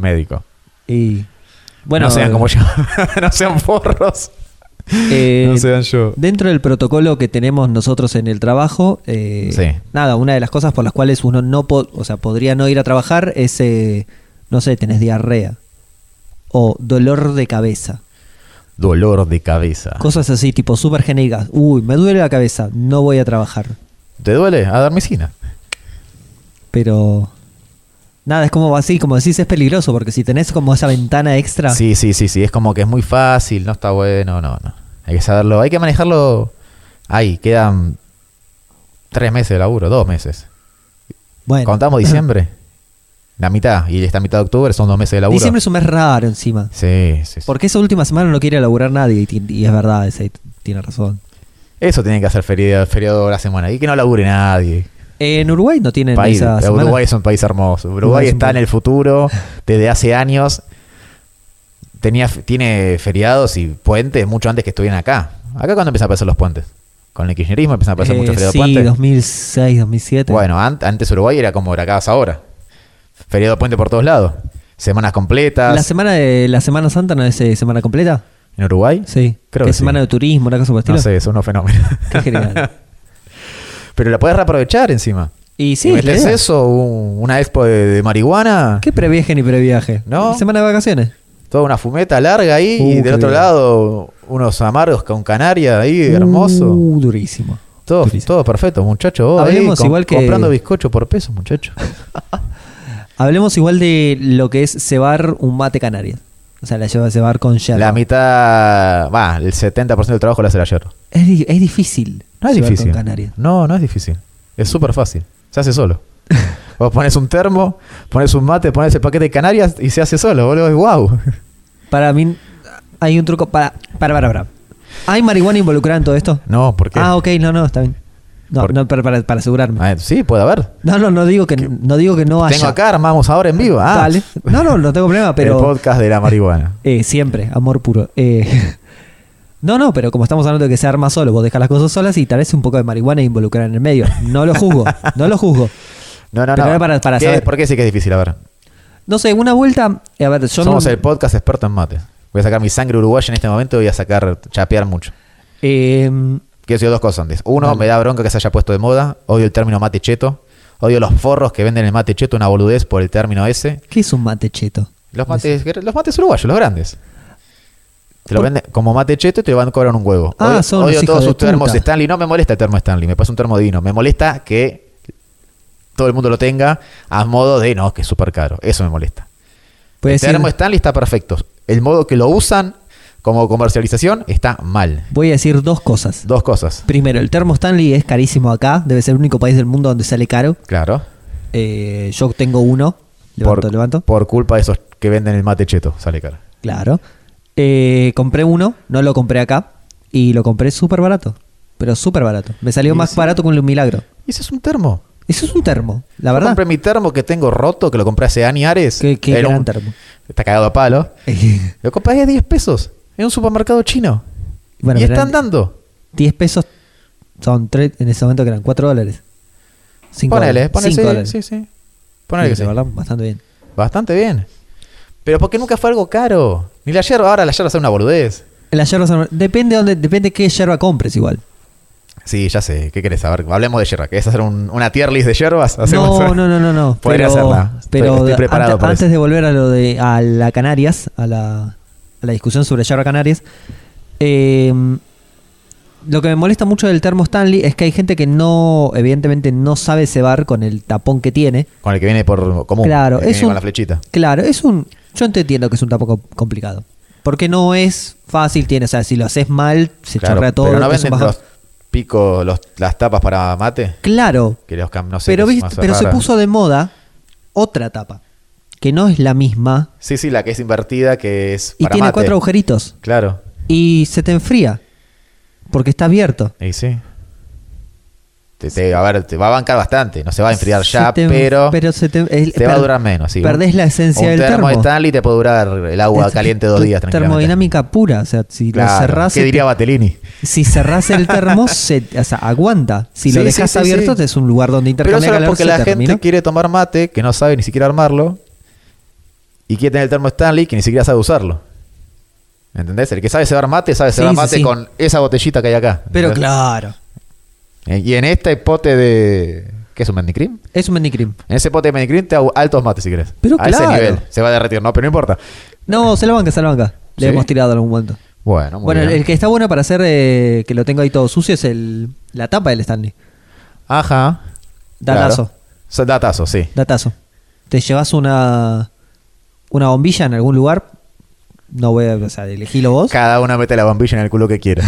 [SPEAKER 1] médico.
[SPEAKER 2] y bueno,
[SPEAKER 1] no sean como yo, no sean forros.
[SPEAKER 2] eh,
[SPEAKER 1] no sean yo.
[SPEAKER 2] Dentro del protocolo que tenemos nosotros en el trabajo, eh,
[SPEAKER 1] Sí.
[SPEAKER 2] nada, una de las cosas por las cuales uno no po- o sea, podría no ir a trabajar es, eh, no sé, tenés diarrea o dolor de cabeza.
[SPEAKER 1] Dolor de cabeza.
[SPEAKER 2] Cosas así, tipo súper genéricas. Uy, me duele la cabeza, no voy a trabajar.
[SPEAKER 1] ¿Te duele? A darmicina.
[SPEAKER 2] Pero. Nada, es como así, como decís, es peligroso, porque si tenés como esa ventana extra.
[SPEAKER 1] Sí, sí, sí, sí. Es como que es muy fácil, no está bueno, no, no. Hay que saberlo, hay que manejarlo. Ahí, quedan tres meses de laburo, dos meses.
[SPEAKER 2] bueno,
[SPEAKER 1] Contamos diciembre, la mitad, y esta mitad de octubre son dos meses de laburo.
[SPEAKER 2] diciembre es un mes raro encima.
[SPEAKER 1] Sí, sí, sí.
[SPEAKER 2] Porque esa última semana no quiere laburar nadie, y, ti- y es verdad, ese t- tiene razón.
[SPEAKER 1] Eso tienen que hacer feriado, feriado la semana. Y que no labure nadie.
[SPEAKER 2] En Uruguay no tienen
[SPEAKER 1] País- eh,
[SPEAKER 2] esa semana.
[SPEAKER 1] Uruguay es un país hermoso. Uruguay,
[SPEAKER 2] Uruguay es un
[SPEAKER 1] está en
[SPEAKER 2] país-
[SPEAKER 1] el futuro desde hace años. Tenía, tiene feriados y puentes mucho antes que estuvieran acá. Acá cuando empiezan a aparecer los puentes. Con el kirchnerismo empiezan a aparecer
[SPEAKER 2] Eh,
[SPEAKER 1] muchos feriados
[SPEAKER 2] sí,
[SPEAKER 1] puentes.
[SPEAKER 2] 2006, 2007.
[SPEAKER 1] Bueno, an- antes Uruguay era como Huracás ahora. Feriado puente por todos lados. Semanas completas.
[SPEAKER 2] ¿La semana, de, ¿La Semana Santa no es eh, semana completa?
[SPEAKER 1] ¿En Uruguay?
[SPEAKER 2] Sí.
[SPEAKER 1] Creo
[SPEAKER 2] Que
[SPEAKER 1] que
[SPEAKER 2] es
[SPEAKER 1] sí.
[SPEAKER 2] semana de turismo, una cosa por el
[SPEAKER 1] No
[SPEAKER 2] estilo.
[SPEAKER 1] sé, son unos fenómenos.
[SPEAKER 2] Qué genial.
[SPEAKER 1] Pero la podés reaprovechar encima.
[SPEAKER 2] Y sí,
[SPEAKER 1] Si
[SPEAKER 2] es la
[SPEAKER 1] metes
[SPEAKER 2] idea.
[SPEAKER 1] eso, un- una expo de, de marihuana,
[SPEAKER 2] ¿Qué previaje ni previaje?
[SPEAKER 1] No.
[SPEAKER 2] Semana de vacaciones.
[SPEAKER 1] toda una fumeta larga ahí,
[SPEAKER 2] Uh,
[SPEAKER 1] y
[SPEAKER 2] qué
[SPEAKER 1] del otro
[SPEAKER 2] bien.
[SPEAKER 1] lado unos amargos con canaria ahí, hermoso.
[SPEAKER 2] Uh, durísimo.
[SPEAKER 1] Todo,
[SPEAKER 2] durísimo.
[SPEAKER 1] todo perfecto, muchachos. Vos ahí,
[SPEAKER 2] Hablemos
[SPEAKER 1] com-
[SPEAKER 2] igual que-
[SPEAKER 1] Comprando bizcocho por peso, muchachos.
[SPEAKER 2] Hablemos igual de lo que es cebar un mate canario. O sea, la lleva a cebar con yerba.
[SPEAKER 1] La mitad, va, el 70% del trabajo lo hace el ayer.
[SPEAKER 2] Es, di- es difícil.
[SPEAKER 1] No es
[SPEAKER 2] cebar
[SPEAKER 1] difícil.
[SPEAKER 2] Con canario.
[SPEAKER 1] No, no es difícil. Es súper fácil. Se hace solo. Vos pones un termo, pones un mate, pones el paquete de Canarias y se hace solo, boludo. Es wow.
[SPEAKER 2] Para mí hay un truco para, para, para, para. ¿Hay marihuana involucrada en todo esto?
[SPEAKER 1] No, porque.
[SPEAKER 2] Ah, ok, no, no, está bien. No,
[SPEAKER 1] Por-
[SPEAKER 2] no, para, para- para asegurarme.
[SPEAKER 1] Ah, sí, puede haber.
[SPEAKER 2] No, no, no digo que no digo que no haya.
[SPEAKER 1] Tengo acá, armamos ahora en vivo. Ah,
[SPEAKER 2] Ah, Dale. No, no, no tengo problema,
[SPEAKER 1] El
[SPEAKER 2] pero
[SPEAKER 1] podcast de la marihuana.
[SPEAKER 2] eh, siempre, amor puro. Eh, no, no, pero como estamos hablando de que se arma solo, vos dejas las cosas solas y tal vez un poco de marihuana involucrada en el medio. No lo juzgo, no lo juzgo.
[SPEAKER 1] No, no, no.
[SPEAKER 2] Pero era para- para
[SPEAKER 1] ¿Qué-
[SPEAKER 2] saber.
[SPEAKER 1] ¿Por qué sí que es difícil? A ver.
[SPEAKER 2] No sé, una vuelta. eh, A ver, yo
[SPEAKER 1] Somos
[SPEAKER 2] no-
[SPEAKER 1] el podcast experto en mate. Voy a sacar mi sangre uruguaya en este momento y voy a sacar, chapear mucho.
[SPEAKER 2] eh,
[SPEAKER 1] Quiero decir dos cosas antes. Uno, me da bronca que se haya puesto de moda. Odio el término mate cheto. Odio los forros que venden el mate cheto, una boludez por el término ese.
[SPEAKER 2] ¿Qué es un mate cheto?
[SPEAKER 1] Los mates, los mates uruguayos, los grandes. Te lo
[SPEAKER 2] Por-
[SPEAKER 1] venden como mate cheto y te van a cobrar un huevo.
[SPEAKER 2] Ah,
[SPEAKER 1] odio
[SPEAKER 2] son
[SPEAKER 1] odio
[SPEAKER 2] los hijos
[SPEAKER 1] todos
[SPEAKER 2] de
[SPEAKER 1] sus termos
[SPEAKER 2] puta.
[SPEAKER 1] Stanley. No me molesta el termo Stanley, me pasa un termo divino. Me molesta que todo el mundo lo tenga a modo de no, que es súper caro. Eso me molesta.
[SPEAKER 2] Puede
[SPEAKER 1] el
[SPEAKER 2] decir,
[SPEAKER 1] termo Stanley Este está perfecto. El modo que lo usan como comercialización está mal.
[SPEAKER 2] voy a decir dos cosas.
[SPEAKER 1] Dos cosas.
[SPEAKER 2] Primero, el termo Stanley es carísimo acá. Debe ser el único país del mundo donde sale caro.
[SPEAKER 1] Claro.
[SPEAKER 2] Eh, yo tengo uno. Levanto,
[SPEAKER 1] por,
[SPEAKER 2] levanto.
[SPEAKER 1] por culpa de esos que venden el mate cheto, sale caro.
[SPEAKER 2] Claro. Eh, compré uno, no lo compré acá. Y lo compré súper barato. Pero súper barato. Me salió
[SPEAKER 1] Y
[SPEAKER 2] más
[SPEAKER 1] sí.
[SPEAKER 2] barato que un milagro.
[SPEAKER 1] Y ese es un termo.
[SPEAKER 2] Eso es un termo, la
[SPEAKER 1] Yo
[SPEAKER 2] verdad.
[SPEAKER 1] compré mi termo que tengo roto, que lo compré hace años y Ares.
[SPEAKER 2] Qué, qué
[SPEAKER 1] Era
[SPEAKER 2] gran
[SPEAKER 1] un-
[SPEAKER 2] termo.
[SPEAKER 1] Está cagado a palo. Lo compré a 10 pesos en un supermercado chino.
[SPEAKER 2] Bueno,
[SPEAKER 1] y
[SPEAKER 2] pero
[SPEAKER 1] están
[SPEAKER 2] eran
[SPEAKER 1] dando.
[SPEAKER 2] 10 pesos son tres, en ese momento que eran 4 dólares. 5
[SPEAKER 1] Ponele,
[SPEAKER 2] dólares.
[SPEAKER 1] ponele.
[SPEAKER 2] Cinco
[SPEAKER 1] sí,
[SPEAKER 2] dólares.
[SPEAKER 1] Sí, sí. Ponele
[SPEAKER 2] Sí,
[SPEAKER 1] que sí.
[SPEAKER 2] la verdad, bastante bien.
[SPEAKER 1] Bastante bien. Pero porque nunca fue algo caro. Ni la yerba, ahora la yerba es una boludez.
[SPEAKER 2] La yerba son- depende dónde, depende qué yerba compres igual.
[SPEAKER 1] Sí, ya sé. ¿Qué querés saber? Hablemos de yerba. ¿Querés hacer un- una tier list de yerbas? Hacemos
[SPEAKER 2] No,
[SPEAKER 1] una-
[SPEAKER 2] no, no, no, no.
[SPEAKER 1] Podría
[SPEAKER 2] pero,
[SPEAKER 1] hacerla. Estoy-
[SPEAKER 2] pero
[SPEAKER 1] estoy preparado
[SPEAKER 2] ante-
[SPEAKER 1] para
[SPEAKER 2] antes
[SPEAKER 1] eso.
[SPEAKER 2] de volver a lo de a la Canarias, a la, a la discusión sobre yerba Canarias, eh, lo que me molesta mucho del termo Stanley es que hay gente que no, evidentemente, no sabe cebar con el tapón que tiene.
[SPEAKER 1] Con el que viene por común.
[SPEAKER 2] Claro,
[SPEAKER 1] el que
[SPEAKER 2] es
[SPEAKER 1] viene
[SPEAKER 2] un-
[SPEAKER 1] con la flechita.
[SPEAKER 2] Claro, es un. Yo te entiendo que es un tapón com- complicado. Porque no es fácil, tiene, o sea, si lo haces mal, se
[SPEAKER 1] Claro,
[SPEAKER 2] chorrea todo.
[SPEAKER 1] Pero no
[SPEAKER 2] es un
[SPEAKER 1] venden
[SPEAKER 2] bajón.
[SPEAKER 1] los picos, los- las tapas para mate.
[SPEAKER 2] Claro,
[SPEAKER 1] Que los cam- no sé,
[SPEAKER 2] pero,
[SPEAKER 1] que es
[SPEAKER 2] viste-
[SPEAKER 1] más
[SPEAKER 2] pero se
[SPEAKER 1] rara.
[SPEAKER 2] puso de moda otra tapa, que no es la misma
[SPEAKER 1] Sí, sí, la que es invertida, que es
[SPEAKER 2] y
[SPEAKER 1] para
[SPEAKER 2] tiene
[SPEAKER 1] mate.
[SPEAKER 2] cuatro agujeritos
[SPEAKER 1] Claro.
[SPEAKER 2] y se te enfría porque está abierto.
[SPEAKER 1] Y sí. Te, te- a ver, te va a bancar bastante. No se va a enfriar
[SPEAKER 2] Se
[SPEAKER 1] ya,
[SPEAKER 2] te-
[SPEAKER 1] pero,
[SPEAKER 2] se te, el-
[SPEAKER 1] te va a
[SPEAKER 2] per-
[SPEAKER 1] durar menos. Sí.
[SPEAKER 2] Perdés la esencia
[SPEAKER 1] un
[SPEAKER 2] del termo.
[SPEAKER 1] termo Stanley te puede durar el agua
[SPEAKER 2] Es-
[SPEAKER 1] caliente dos
[SPEAKER 2] tu
[SPEAKER 1] días tranquilamente.
[SPEAKER 2] Termodinámica pura, o sea, si lo
[SPEAKER 1] Claro.
[SPEAKER 2] cerrás,
[SPEAKER 1] ¿Qué
[SPEAKER 2] se
[SPEAKER 1] diría
[SPEAKER 2] te-
[SPEAKER 1] Batellini?
[SPEAKER 2] si cerrás el termo, se, o sea, aguanta. Si lo
[SPEAKER 1] Sí,
[SPEAKER 2] dejas
[SPEAKER 1] sí, sí,
[SPEAKER 2] abierto,
[SPEAKER 1] sí.
[SPEAKER 2] es un lugar donde
[SPEAKER 1] Pero
[SPEAKER 2] intercambia
[SPEAKER 1] eso es
[SPEAKER 2] calor.
[SPEAKER 1] porque
[SPEAKER 2] se
[SPEAKER 1] la
[SPEAKER 2] terminó.
[SPEAKER 1] gente quiere tomar mate, que no sabe ni siquiera armarlo, y quiere tener el termo Stanley, que ni siquiera sabe usarlo. ¿Entendés? El que sabe cebar mate, sabe cebar
[SPEAKER 2] Sí, sí,
[SPEAKER 1] mate
[SPEAKER 2] sí.
[SPEAKER 1] con esa botellita que hay acá.
[SPEAKER 2] Pero
[SPEAKER 1] ¿entendés?
[SPEAKER 2] claro,
[SPEAKER 1] Eh, Y en este pote de... ¿Qué es un mendicrim?
[SPEAKER 2] es un mendicrim.
[SPEAKER 1] En ese pote de mendicrim te hago altos mates, si querés.
[SPEAKER 2] Pero
[SPEAKER 1] A ese
[SPEAKER 2] claro.
[SPEAKER 1] nivel. Se va a derretir, ¿no? Pero no importa.
[SPEAKER 2] No, se la banca, se la banca. Le
[SPEAKER 1] ¿Sí?
[SPEAKER 2] hemos tirado en algún momento.
[SPEAKER 1] Bueno, muy
[SPEAKER 2] bueno, el-
[SPEAKER 1] bien.
[SPEAKER 2] el que está bueno para hacer eh, que lo tenga ahí todo sucio es el, la tapa del Stanley.
[SPEAKER 1] Ajá.
[SPEAKER 2] Datazo.
[SPEAKER 1] Claro. O sea, Datazo, sí.
[SPEAKER 2] Datazo. Te llevas una una bombilla en algún lugar. No voy a, o sea, elegílo vos.
[SPEAKER 1] Cada uno mete la bombilla en el culo que quiera.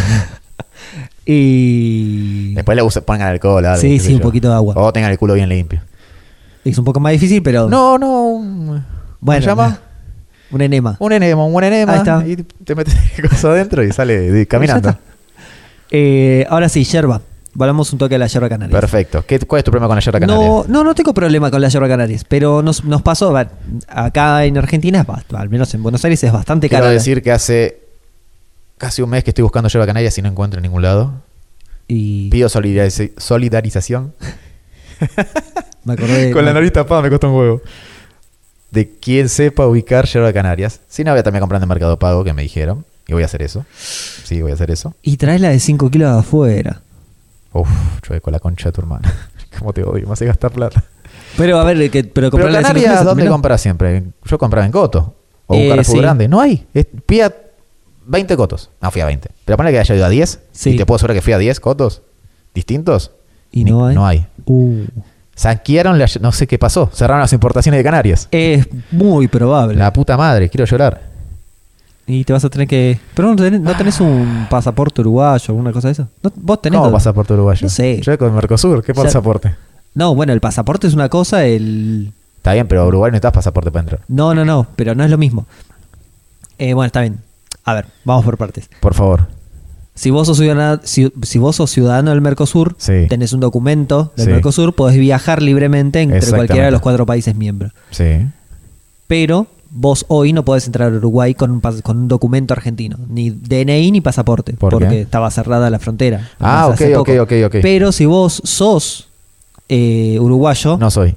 [SPEAKER 2] Y
[SPEAKER 1] Después le usa- pongan alcohol. algo,
[SPEAKER 2] Sí,
[SPEAKER 1] qué
[SPEAKER 2] sí,
[SPEAKER 1] sé
[SPEAKER 2] un
[SPEAKER 1] yo.
[SPEAKER 2] poquito de agua.
[SPEAKER 1] O tengan el culo bien limpio.
[SPEAKER 2] es un poco más difícil, pero
[SPEAKER 1] No, no. Un,
[SPEAKER 2] Oh. bueno,
[SPEAKER 1] ¿cómo se llama?
[SPEAKER 2] un enema.
[SPEAKER 1] Un enema, un enema.
[SPEAKER 2] Ahí está.
[SPEAKER 1] Y te metes el coso adentro y sale di-
[SPEAKER 2] Ya
[SPEAKER 1] caminando.
[SPEAKER 2] está. Eh, ahora sí, yerba. Volvamos un toque a la yerba canaria.
[SPEAKER 1] Perfecto. ¿Qué, ¿Cuál es tu problema con la yerba canaria?
[SPEAKER 2] No, no, no tengo problema con la yerba canarias, pero nos, nos pasó, va, acá en Argentina, es bas- al menos en Buenos Aires, es bastante
[SPEAKER 1] Quiero
[SPEAKER 2] cara.
[SPEAKER 1] decir que hace casi un mes que estoy buscando yerba canaria y no encuentro en ningún lado.
[SPEAKER 2] Y
[SPEAKER 1] Pido solidariz- solidarización.
[SPEAKER 2] me acordé de-
[SPEAKER 1] Con la nariz tapada me costó un huevo. De quien sepa ubicar yerba canarias. Si no, voy a también comprando en Mercado Pago, que me dijeron. Y voy a hacer eso. Sí, voy a hacer eso.
[SPEAKER 2] Y traes la de 5 kilos de afuera.
[SPEAKER 1] Uf, chueco, la concha de tu hermana. ¿Cómo te odio? Me hace gastar plata.
[SPEAKER 2] Pero a ver, que,
[SPEAKER 1] Pero
[SPEAKER 2] pero comprar la de 5
[SPEAKER 1] Canarias,
[SPEAKER 2] kilos
[SPEAKER 1] ¿dónde
[SPEAKER 2] terminó.
[SPEAKER 1] compras siempre? Yo compraba en Coto. O un
[SPEAKER 2] Eh,
[SPEAKER 1] Carrefour
[SPEAKER 2] sí.
[SPEAKER 1] grande. No hay. Es- Fui a 20 Cotos. No, fui a 20. Pero ponle que haya ido a 10.
[SPEAKER 2] Sí.
[SPEAKER 1] Y te puedo asegurar que fui a 10 Cotos distintos.
[SPEAKER 2] Y
[SPEAKER 1] Ni-
[SPEAKER 2] no hay.
[SPEAKER 1] No hay.
[SPEAKER 2] Uh.
[SPEAKER 1] Saquearon, la, no sé qué pasó. Cerraron las importaciones de Canarias.
[SPEAKER 2] Es muy probable.
[SPEAKER 1] La puta madre, quiero llorar.
[SPEAKER 2] Y te vas a tener que. Pero no tenés, no tenés un pasaporte uruguayo, alguna cosa de eso. No, vos tenés.
[SPEAKER 1] ¿Cómo
[SPEAKER 2] dónde-
[SPEAKER 1] pasaporte uruguayo?
[SPEAKER 2] No sé.
[SPEAKER 1] Yo con Mercosur, ¿qué
[SPEAKER 2] Ya-
[SPEAKER 1] pasaporte?
[SPEAKER 2] No, bueno, el pasaporte es una cosa, el.
[SPEAKER 1] Está bien, pero Uruguay no necesitas pasaporte para entrar.
[SPEAKER 2] No, no, no, pero no es lo mismo. Eh, bueno, está bien. A ver, vamos por partes.
[SPEAKER 1] Por favor.
[SPEAKER 2] Si vos sos ciudadano, si, si vos sos ciudadano del Mercosur,
[SPEAKER 1] Sí.
[SPEAKER 2] tenés un documento del
[SPEAKER 1] Sí.
[SPEAKER 2] Mercosur, podés viajar libremente entre
[SPEAKER 1] Exactamente.
[SPEAKER 2] cualquiera de los cuatro países miembros.
[SPEAKER 1] Sí.
[SPEAKER 2] Pero vos hoy no podés entrar a Uruguay con un, pas- con un documento argentino, ni DNI ni pasaporte,
[SPEAKER 1] ¿Por
[SPEAKER 2] porque
[SPEAKER 1] qué?
[SPEAKER 2] estaba cerrada la frontera.
[SPEAKER 1] Ah,
[SPEAKER 2] Además,
[SPEAKER 1] ok,
[SPEAKER 2] hace
[SPEAKER 1] ok,
[SPEAKER 2] poco.
[SPEAKER 1] ok, ok.
[SPEAKER 2] Pero si vos sos eh, uruguayo,
[SPEAKER 1] No soy.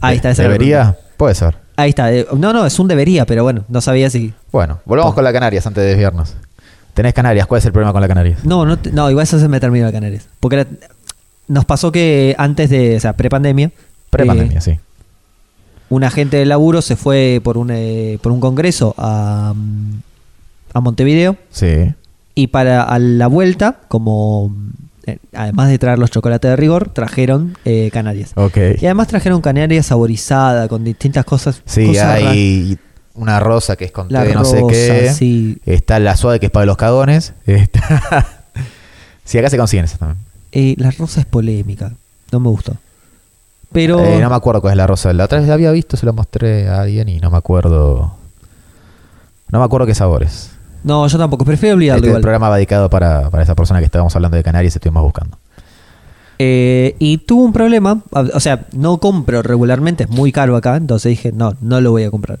[SPEAKER 2] ahí está. esa era la
[SPEAKER 1] ¿Debería?
[SPEAKER 2] pregunta.
[SPEAKER 1] Puede ser.
[SPEAKER 2] Ahí está. eh, No, no, es un debería, pero bueno, no sabía si...
[SPEAKER 1] Bueno, volvamos con la Canarias antes de desviarnos. Tenés Canarias, ¿cuál es el problema con la Canarias?
[SPEAKER 2] No, no, te- no igual se me terminó de Canarias. Porque era- nos pasó que antes de, o sea, prepandemia,
[SPEAKER 1] Prepandemia,
[SPEAKER 2] eh,
[SPEAKER 1] sí.
[SPEAKER 2] un agente de laburo se fue por un, eh, por un congreso a, mm, a Montevideo.
[SPEAKER 1] Sí.
[SPEAKER 2] Y para a la vuelta, como eh, además de traer los chocolates de rigor, trajeron eh, canarias.
[SPEAKER 1] Ok.
[SPEAKER 2] Y además trajeron canarias saborizada con distintas cosas.
[SPEAKER 1] Sí,
[SPEAKER 2] cosas raras.
[SPEAKER 1] hay una rosa que es con té
[SPEAKER 2] La
[SPEAKER 1] de no sé
[SPEAKER 2] rosa,
[SPEAKER 1] qué.
[SPEAKER 2] sí.
[SPEAKER 1] Está la suave que es para los cagones. Está... sí, acá se consiguen esas también.
[SPEAKER 2] Eh, la rosa es polémica. No me gustó. Pero
[SPEAKER 1] Eh, no me acuerdo cuál es la rosa. La otra vez la había visto, se la mostré a alguien y no me acuerdo. No me acuerdo qué sabores.
[SPEAKER 2] no, yo tampoco. Prefiero olvidarlo
[SPEAKER 1] Este
[SPEAKER 2] igual.
[SPEAKER 1] programa va dedicado para, para esa persona que estábamos hablando de Canarias y estuvimos buscando.
[SPEAKER 2] Eh, y tuvo un problema, a- o sea, no compro regularmente, es muy caro acá, entonces dije, no, no lo voy a comprar.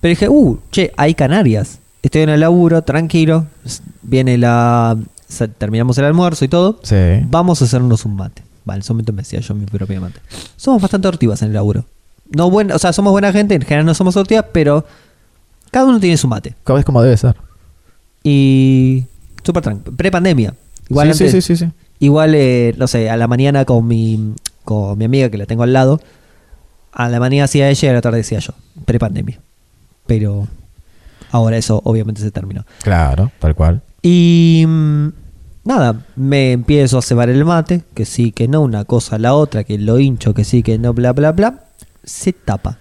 [SPEAKER 2] Pero dije, uh, che, hay Canarias. Estoy en el laburo, tranquilo, s- viene la... sa- Terminamos el almuerzo y todo.
[SPEAKER 1] Sí.
[SPEAKER 2] Vamos a hacernos un mate. Vale, en ese momento me decía yo mi propio mate. Somos bastante hortivas en el laburo. No buen, o sea, somos buena gente, en general no somos hortivas, pero cada uno tiene su mate.
[SPEAKER 1] Cada vez como debe ser.
[SPEAKER 2] Y súper tranquilo. Pre-pandemia. Igual
[SPEAKER 1] sí,
[SPEAKER 2] antes-
[SPEAKER 1] sí, sí, sí, sí.
[SPEAKER 2] Igual, eh, no sé, a la mañana con mi, con mi amiga que la tengo al lado, a la mañana hacía ella y a la tarde hacía yo, prepandemia. Pero ahora eso obviamente se terminó.
[SPEAKER 1] Claro, tal cual.
[SPEAKER 2] Y mm, nada, me empiezo a cebar el mate, que sí, que no, una cosa, la otra, que lo hincho, que sí, que no, bla, bla, bla. Se tapa.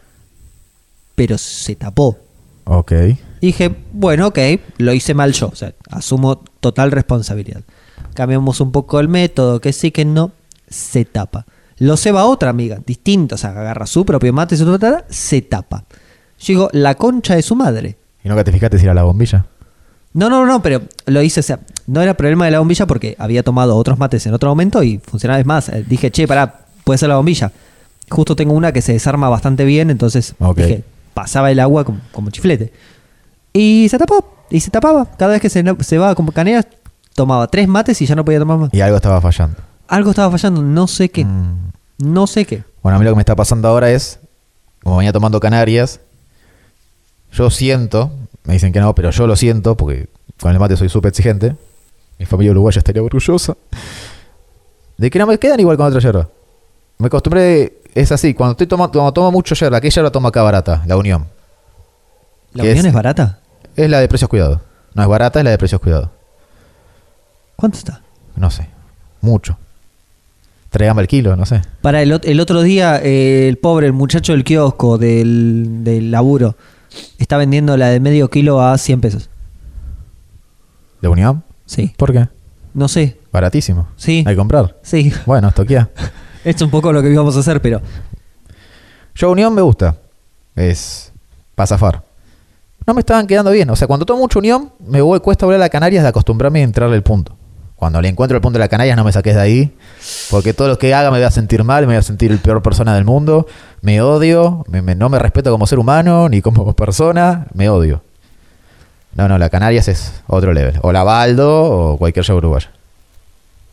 [SPEAKER 2] Pero se tapó.
[SPEAKER 1] Ok.
[SPEAKER 2] Y dije, bueno, ok, lo hice mal yo, o sea, asumo total responsabilidad. Cambiamos un poco el método, que sí, que no, se tapa. Lo ceba otra amiga, distinta, o sea, agarra su propio mate, su propia tara, se tapa. Yo digo, la concha de su madre.
[SPEAKER 1] ¿Y nunca te fijaste si era la bombilla?
[SPEAKER 2] No, no, no, pero lo hice, o sea, no era problema de la bombilla porque había tomado otros mates en otro momento y funcionaba es más. Eh, Dije, che, pará, puede ser la bombilla. Justo tengo una que se desarma bastante bien, entonces
[SPEAKER 1] Ok.
[SPEAKER 2] dije, pasaba el agua como, como chiflete. Y se tapó, y se tapaba. Cada vez que se, se va como canea, tomaba tres mates y ya no podía tomar más.
[SPEAKER 1] Y algo estaba fallando.
[SPEAKER 2] Algo estaba fallando, no sé qué,
[SPEAKER 1] Mm.
[SPEAKER 2] no sé qué.
[SPEAKER 1] Bueno, a mí lo que me está pasando ahora es, como venía tomando Canarias, yo siento, me dicen que no, pero yo lo siento, porque con el mate soy súper exigente, mi familia uruguaya estaría orgullosa, de que no me quedan igual con otra yerba. Me acostumbré, es así, cuando, estoy tomando, cuando tomo mucho yerba, ¿qué yerba tomo acá barata? La Unión.
[SPEAKER 2] ¿La
[SPEAKER 1] ¿Qué
[SPEAKER 2] unión
[SPEAKER 1] es?
[SPEAKER 2] es? barata?
[SPEAKER 1] Es la de precios cuidados. No es barata, es la de precios cuidados.
[SPEAKER 2] ¿Cuánto está?
[SPEAKER 1] No sé, mucho. Tregame el kilo, no sé.
[SPEAKER 2] Para el, ot- el otro día, eh, el pobre, el muchacho del kiosco, del, del laburo, está vendiendo la de medio kilo a 100 pesos.
[SPEAKER 1] ¿De Unión?
[SPEAKER 2] Sí.
[SPEAKER 1] ¿Por qué?
[SPEAKER 2] No sé.
[SPEAKER 1] Baratísimo.
[SPEAKER 2] Sí.
[SPEAKER 1] Hay que comprar.
[SPEAKER 2] Sí.
[SPEAKER 1] Bueno, estoquea.
[SPEAKER 2] Esto es un poco lo que íbamos a hacer, pero.
[SPEAKER 1] Yo Unión me gusta. Es para zafar. No me estaban quedando bien. O sea, cuando tomo mucho Unión, me voy, cuesta volver a la Canarias de acostumbrarme a entrarle el punto. Cuando le encuentro el punto de la Canarias, no me saques de ahí. Porque todo lo que haga me voy a sentir mal, me voy a sentir el peor persona del mundo. Me odio, me- me- no me respeto como ser humano, ni como persona. Me odio. No, no, la Canarias es otro level. O la Baldo o cualquier show uruguayo.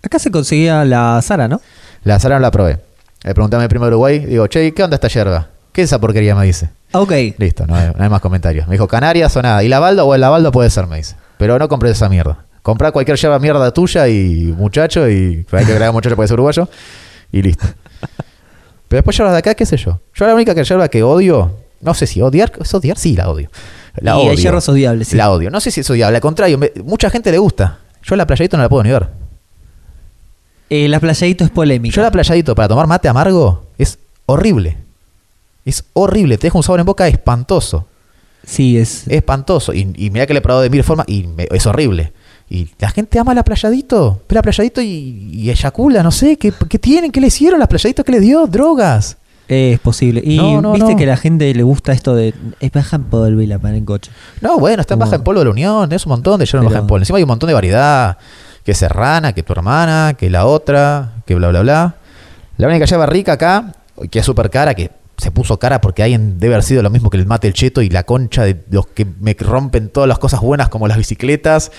[SPEAKER 2] Acá se conseguía la Sara, ¿no?
[SPEAKER 1] La Sara no la probé. Le pregunté a mi primo de Uruguay, digo, che, ¿qué onda esta yerba? ¿Qué es esa porquería? Me dice.
[SPEAKER 2] Ah, Ok.
[SPEAKER 1] Listo, no hay, no hay más comentarios. Me dijo, Canarias o nada. Y la balda o el balda puede ser, me dice. Pero no compré esa mierda. Comprá cualquier yerba mierda tuya y muchacho y hay que agregar muchacho porque es uruguayo. Y listo. Pero después yerbas de acá, qué sé yo. Yo la única que yerba que odio, no sé si odiar, ¿es odiar? Sí, la odio. La
[SPEAKER 2] y
[SPEAKER 1] odio.
[SPEAKER 2] hay hierbas odiables, sí.
[SPEAKER 1] La odio. No sé si es odiable, al contrario, me- mucha gente le gusta. Yo la playadito no la puedo ni ver.
[SPEAKER 2] Eh, la playadito es polémica.
[SPEAKER 1] Yo la playadito para tomar mate amargo es horrible. Es horrible, te deja un sabor en boca espantoso.
[SPEAKER 2] Sí, es.
[SPEAKER 1] Es espantoso. Y, y mira que le he probado de mil formas y me- es horrible. Y la gente ama la playadito. Pero la playadito y, y eyacula, no sé. ¿qué, qué tienen? ¿Qué le hicieron? ¿La playadito que le dio? Drogas.
[SPEAKER 2] eh, es posible. Y
[SPEAKER 1] No, no,
[SPEAKER 2] viste
[SPEAKER 1] no.
[SPEAKER 2] que la gente le gusta esto de. Es baja en polvo y la pan en coche.
[SPEAKER 1] No, bueno, está en baja
[SPEAKER 2] No.
[SPEAKER 1] en polvo de la Unión. Es un montón de yerba en
[SPEAKER 2] Pero-
[SPEAKER 1] baja en polvo. Encima hay un montón de variedad. Que serrana, que tu hermana, que la otra, que bla, bla, bla. La única yerba rica acá, que es súper cara, que se puso cara porque alguien debe haber sido lo mismo que el mate el cheto y la concha de los que me rompen todas las cosas buenas como las bicicletas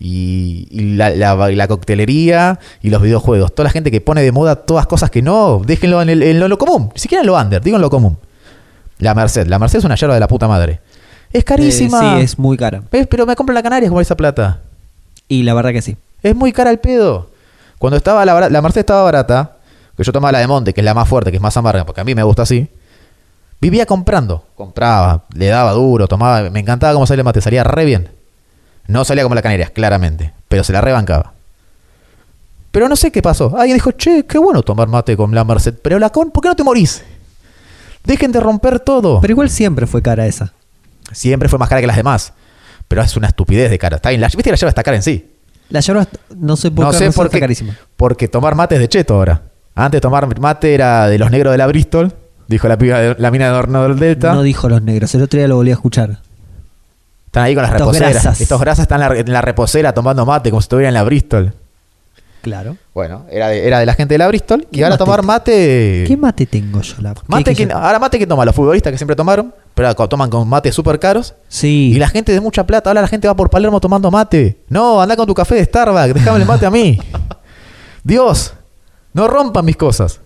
[SPEAKER 1] y, y la, la- la coctelería y los videojuegos. Toda la gente que pone de moda todas cosas que no, déjenlo en, el- en lo, lo común. Ni siquiera en lo under, digo en lo común. La Merced. La Merced es una yerba de la puta madre. Es carísima.
[SPEAKER 2] Eh, sí, es muy cara.
[SPEAKER 1] ¿Ves? Pero me compro la Canarias con esa plata.
[SPEAKER 2] Y la verdad que sí.
[SPEAKER 1] Es muy cara el pedo. Cuando estaba la, bara- la Merced estaba barata, que yo tomaba la de Monte, que es la más fuerte, que es más amarga, porque a mí me gusta así. Vivía comprando. Compraba, le daba duro, tomaba. Me encantaba cómo salía el mate, salía re bien. No salía como la Canarias, claramente, pero se la rebancaba. Pero no sé qué pasó. Alguien dijo, che, qué bueno tomar mate con la Merced, pero la con, ¿por qué no te morís? Dejen de romper todo.
[SPEAKER 2] Pero igual siempre fue cara esa.
[SPEAKER 1] Siempre fue más cara que las demás. Pero es una estupidez de cara. Está bien, la, viste que la lleva está cara en sí.
[SPEAKER 2] La yerba, no sé por
[SPEAKER 1] No
[SPEAKER 2] qué
[SPEAKER 1] sé
[SPEAKER 2] razón
[SPEAKER 1] por
[SPEAKER 2] está
[SPEAKER 1] qué.
[SPEAKER 2] carísima.
[SPEAKER 1] Porque tomar mate es de cheto ahora. Antes tomar mate era de los negros de la Bristol, dijo la piba de la mina de Horno del Delta.
[SPEAKER 2] No dijo los negros, el otro día lo volví a escuchar.
[SPEAKER 1] están ahí con las
[SPEAKER 2] Estos
[SPEAKER 1] reposeras.
[SPEAKER 2] grasas.
[SPEAKER 1] Estos grasas están en la, en la reposera tomando mate como si estuvieran en la Bristol.
[SPEAKER 2] Claro.
[SPEAKER 1] Bueno, era de, era de la gente de la Bristol y
[SPEAKER 2] ¿Qué
[SPEAKER 1] ahora a
[SPEAKER 2] mate
[SPEAKER 1] tomar
[SPEAKER 2] te-
[SPEAKER 1] mate.
[SPEAKER 2] ¿Qué mate tengo yo? La...
[SPEAKER 1] mate
[SPEAKER 2] ¿Qué- qué-
[SPEAKER 1] que, ahora mate que toman los futbolistas que siempre tomaron, pero ahora co- toman con mates súper caros.
[SPEAKER 2] Sí.
[SPEAKER 1] Y la gente de mucha plata, ahora la gente va por Palermo tomando mate. No, anda con tu café de Starbucks, déjame el mate a mí. Dios, no rompan mis cosas.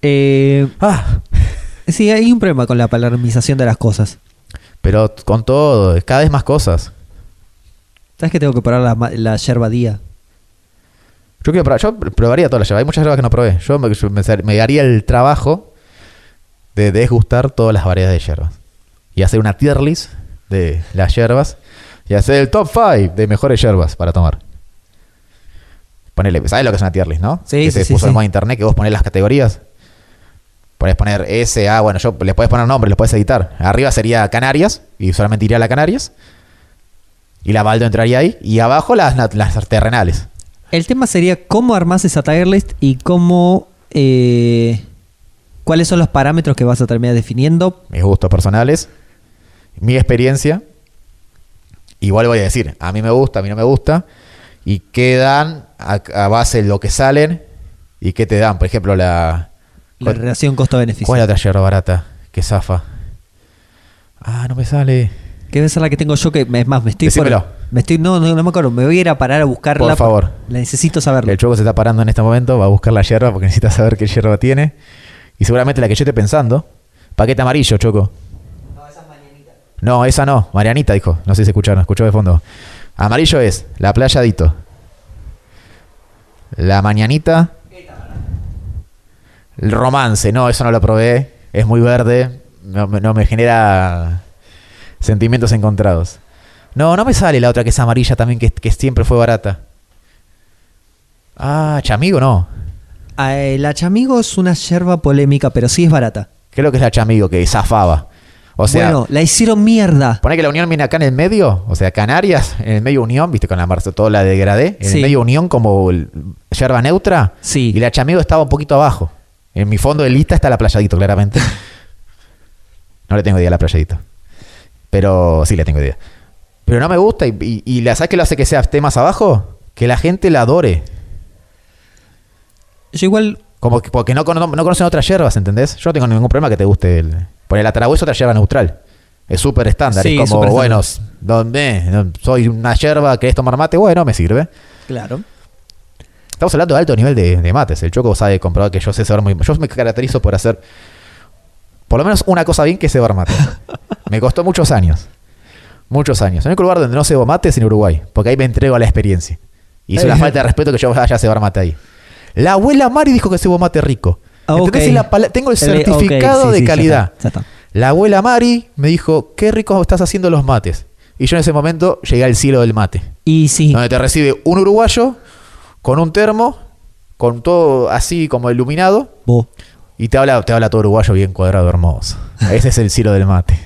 [SPEAKER 2] Eh,
[SPEAKER 1] Ah,
[SPEAKER 2] sí, hay un problema con la palermización de las cosas.
[SPEAKER 1] pero t- con todo, cada vez más cosas.
[SPEAKER 2] ¿Sabes que tengo que parar la, ma- la yerba día?
[SPEAKER 1] Yo, quiero probar- yo pr- probaría todas las hierbas. Hay muchas hierbas que no probé. Yo me, yo me sar- me daría el trabajo de desgustar todas las variedades de hierbas. Y hacer una tier list de las hierbas. Y hacer el top 5 de mejores hierbas para tomar. Ponele, ¿sabes lo que es una tier list, no?
[SPEAKER 2] Sí,
[SPEAKER 1] que
[SPEAKER 2] sí,
[SPEAKER 1] se
[SPEAKER 2] sí,
[SPEAKER 1] puso
[SPEAKER 2] sí.
[SPEAKER 1] en modo internet que vos ponés las categorías. Podés poner S, A, bueno, yo le podés poner nombre, le podés editar. Arriba sería Canarias, y solamente iría a la Canarias. Y la Baldo entraría ahí. Y abajo las, nat- las terrenales.
[SPEAKER 2] El tema sería cómo armás esa tier list y cómo. eh, ¿Cuáles son los parámetros que vas a terminar definiendo?
[SPEAKER 1] mis gustos personales, mi experiencia. Igual voy a decir, a mí me gusta, a mí no me gusta. Y qué dan a, a base de lo que salen y qué te dan. Por ejemplo, la.
[SPEAKER 2] La
[SPEAKER 1] ¿Cuál,
[SPEAKER 2] relación costo-beneficio.
[SPEAKER 1] cuál es la otra yerba barata que zafa? Ah, no me sale.
[SPEAKER 2] Que debe ser la que tengo yo que me- es más, me estoy
[SPEAKER 1] Decímelo.
[SPEAKER 2] por- me estoy, no, no, no me acuerdo, me voy a ir a parar a buscarla.
[SPEAKER 1] Por favor.
[SPEAKER 2] La necesito saberlo.
[SPEAKER 1] El chueco se está parando en este momento, va a buscar la yerba porque necesita saber qué yerba tiene. Y seguramente la que yo esté pensando. Paquete amarillo, choco. No, esa no. Marianita dijo. No sé si escucharon, escuchó de fondo. Amarillo es la playadito. La mañanita. El romance. No, eso no lo probé. Es muy verde. No, me- no me genera sentimientos encontrados. No, no me sale la otra que es amarilla también, que, que siempre fue barata. Ah, chamigo no.
[SPEAKER 2] Ah, eh, La chamigo es una yerba polémica, pero sí es barata.
[SPEAKER 1] Creo que es la chamigo que zafaba. O sea,
[SPEAKER 2] bueno, la hicieron mierda.
[SPEAKER 1] Pone que la Unión viene acá en el medio, o sea, Canarias, en el medio Unión, viste, con la marzo toda la degradé, en
[SPEAKER 2] Sí.
[SPEAKER 1] el medio Unión como el- yerba neutra,
[SPEAKER 2] Sí.
[SPEAKER 1] y la Chamigo estaba un poquito abajo. En mi fondo de lista está la Playadito, claramente. no le tengo idea a la Playadito. Pero sí le tengo idea. Pero no me gusta, y, y, y la sabes que lo hace que sea esté más abajo, que la gente la adore.
[SPEAKER 2] Yo igual,
[SPEAKER 1] Como que, porque no, cono- no conocen otras hierbas, ¿entendés? Yo no tengo ningún problema que te guste el. Por el ataragüe es otra hierba neutral. Es súper estándar.
[SPEAKER 2] Sí,
[SPEAKER 1] es como,
[SPEAKER 2] súper
[SPEAKER 1] bueno, ¿dónde? No, Soy una hierba, ¿querés tomar mate? Bueno, me sirve.
[SPEAKER 2] claro.
[SPEAKER 1] Estamos hablando de alto nivel de, de mates. El Choco sabe comprobar que yo sé saber muy Yo me caracterizo por hacer por lo menos una cosa bien que es cebar mate. me costó muchos años. Muchos años. El único lugar donde no cebo mate es en Uruguay, porque ahí me entrego a la experiencia. Y
[SPEAKER 2] Eh.
[SPEAKER 1] es una falta de respeto que yo vaya a cebar mate ahí. La abuela Mari dijo que cebo mate rico.
[SPEAKER 2] Ah,
[SPEAKER 1] Entonces
[SPEAKER 2] ok.
[SPEAKER 1] la pala- tengo el
[SPEAKER 2] Eh, ok,
[SPEAKER 1] certificado
[SPEAKER 2] sí,
[SPEAKER 1] de
[SPEAKER 2] sí, ya
[SPEAKER 1] calidad.
[SPEAKER 2] está, ya está.
[SPEAKER 1] La abuela Mari me dijo, qué rico estás haciendo los mates. Y yo en ese momento llegué al cielo del mate
[SPEAKER 2] Y sí,
[SPEAKER 1] donde te recibe un uruguayo con un termo, con todo así como iluminado,
[SPEAKER 2] vos.
[SPEAKER 1] y te habla, te habla todo uruguayo bien cuadrado, hermoso. Ese es el cielo del mate.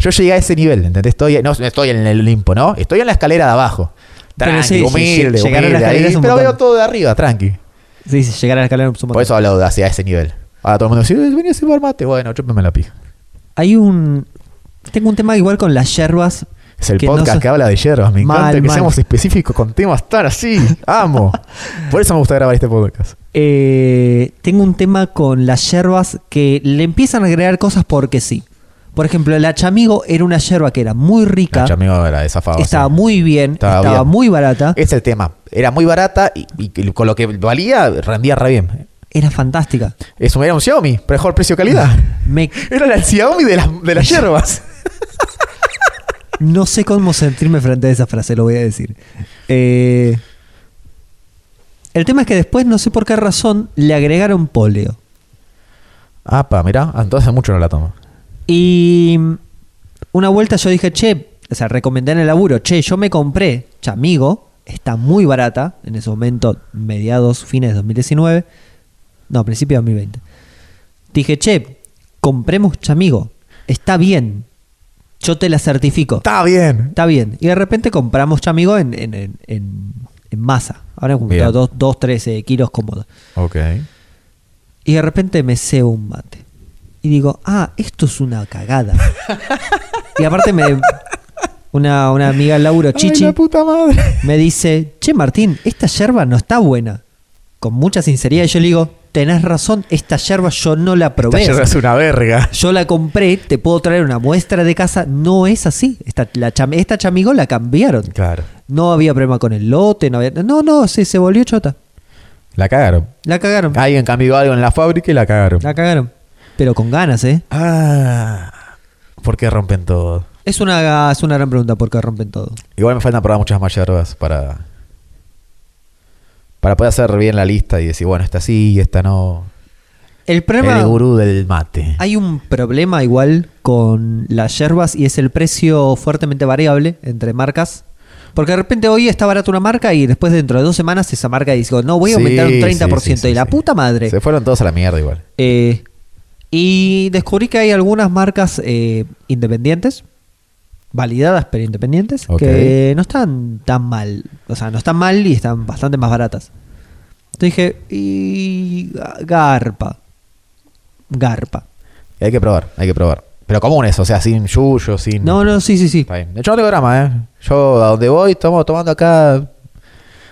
[SPEAKER 1] Yo llegué a ese nivel, ¿entendés? Estoy, no no estoy en el Olimpo, ¿no? Estoy en la escalera de abajo.
[SPEAKER 2] Pero
[SPEAKER 1] Tranqui,
[SPEAKER 2] sí, sí,
[SPEAKER 1] humilde,
[SPEAKER 2] sí, llegar a la
[SPEAKER 1] humilde ahí,
[SPEAKER 2] escalera es un
[SPEAKER 1] pero
[SPEAKER 2] montón.
[SPEAKER 1] veo todo de arriba, tranqui.
[SPEAKER 2] Sí, sí, llegar a la escalera es un
[SPEAKER 1] Por
[SPEAKER 2] montón.
[SPEAKER 1] eso hablo hacia ese nivel. Ahora todo el mundo dice, "Eh, vení a cebar mate. Bueno, chúpeme la pija.
[SPEAKER 2] Hay un. Tengo un tema igual con las yerbas.
[SPEAKER 1] Es el
[SPEAKER 2] que no
[SPEAKER 1] podcast
[SPEAKER 2] son-
[SPEAKER 1] que habla de hierbas. Me encanta
[SPEAKER 2] Mal,
[SPEAKER 1] que
[SPEAKER 2] mal.
[SPEAKER 1] seamos específicos con temas tan así. Amo. Por eso me gusta grabar este podcast.
[SPEAKER 2] Eh, tengo un tema con las yerbas que le empiezan a agregar cosas porque sí. Por ejemplo, el achamigo era una yerba que era muy rica,
[SPEAKER 1] Nacho, amigo, era desafado,
[SPEAKER 2] estaba
[SPEAKER 1] sí.
[SPEAKER 2] muy bien,
[SPEAKER 1] Estaba
[SPEAKER 2] estaba,
[SPEAKER 1] bien.
[SPEAKER 2] muy barata,
[SPEAKER 1] Es el tema. Era muy barata y, y con lo que valía, rendía re bien.
[SPEAKER 2] era fantástica.
[SPEAKER 1] Es un, era un Xiaomi, mejor precio-calidad.
[SPEAKER 2] Me,
[SPEAKER 1] Era el Xiaomi de, las- de las hierbas.
[SPEAKER 2] no sé cómo sentirme frente a esa frase, lo voy a decir. Eh, el tema es que después, no sé por qué razón, le agregaron polio.
[SPEAKER 1] Apa, mirá, entonces mucho no la tomo.
[SPEAKER 2] Y una vuelta yo dije, che, o sea, recomendé en el laburo, che, yo me compré Chamigo, está muy barata, en ese momento, mediados, fines de 2019, no, principio de 2020. Dije, che, compremos Chamigo, está bien, yo te la certifico,
[SPEAKER 1] Está bien.
[SPEAKER 2] está bien. Y de repente compramos Chamigo en, en, en, en- en masa, ahora he
[SPEAKER 1] Bien.
[SPEAKER 2] comprado 2-13 kilos cómodos.
[SPEAKER 1] Ok.
[SPEAKER 2] Y de repente me cebo un mate. Y digo, ah, esto es una cagada. y aparte me. Una, una amiga Lauro Chichi
[SPEAKER 1] puta madre.
[SPEAKER 2] me dice, che Martín, esta yerba no está buena. con mucha sinceridad y yo le digo, tenés razón, esta yerba yo no la probé.
[SPEAKER 1] Esta yerba es una verga.
[SPEAKER 2] Yo la compré, te puedo traer una muestra de casa. No es así. Esta, la cham- esta chamigo la cambiaron.
[SPEAKER 1] Claro.
[SPEAKER 2] No había problema con el lote, no había... No, no, se, se volvió chota.
[SPEAKER 1] La cagaron.
[SPEAKER 2] La cagaron.
[SPEAKER 1] Alguien cambió algo en la fábrica y la cagaron.
[SPEAKER 2] La cagaron. Pero con ganas, ¿eh?
[SPEAKER 1] Ah. ¿Por qué rompen todo?
[SPEAKER 2] Es una, es una gran pregunta porque rompen todo.
[SPEAKER 1] Igual me faltan probar muchas más yerbas para. Para poder hacer bien la lista y decir, bueno, esta sí, esta no.
[SPEAKER 2] El
[SPEAKER 1] El
[SPEAKER 2] problema...
[SPEAKER 1] gurú del mate.
[SPEAKER 2] Hay un problema igual con las yerbas y es el precio fuertemente variable entre marcas. Porque de repente hoy está barata una marca y después dentro de dos semanas esa marca dice, no, voy a aumentar
[SPEAKER 1] Sí,
[SPEAKER 2] un
[SPEAKER 1] sí,
[SPEAKER 2] 30%.
[SPEAKER 1] sí, sí,
[SPEAKER 2] y la
[SPEAKER 1] sí.
[SPEAKER 2] puta madre.
[SPEAKER 1] Se fueron todos a la mierda igual.
[SPEAKER 2] Eh, y descubrí que hay algunas marcas eh, independientes, validadas pero independientes,
[SPEAKER 1] Ok.
[SPEAKER 2] que no están tan mal. O sea, no están mal y están bastante más baratas. Entonces dije, y ga- garpa. Garpa.
[SPEAKER 1] Y hay que probar, hay que probar. Pero comunes, o sea, sin yuyo, sin.
[SPEAKER 2] No, no, sí, sí, sí.
[SPEAKER 1] Está bien. Yo no tengo drama, ¿eh? Yo a donde voy, tomo, tomando acá.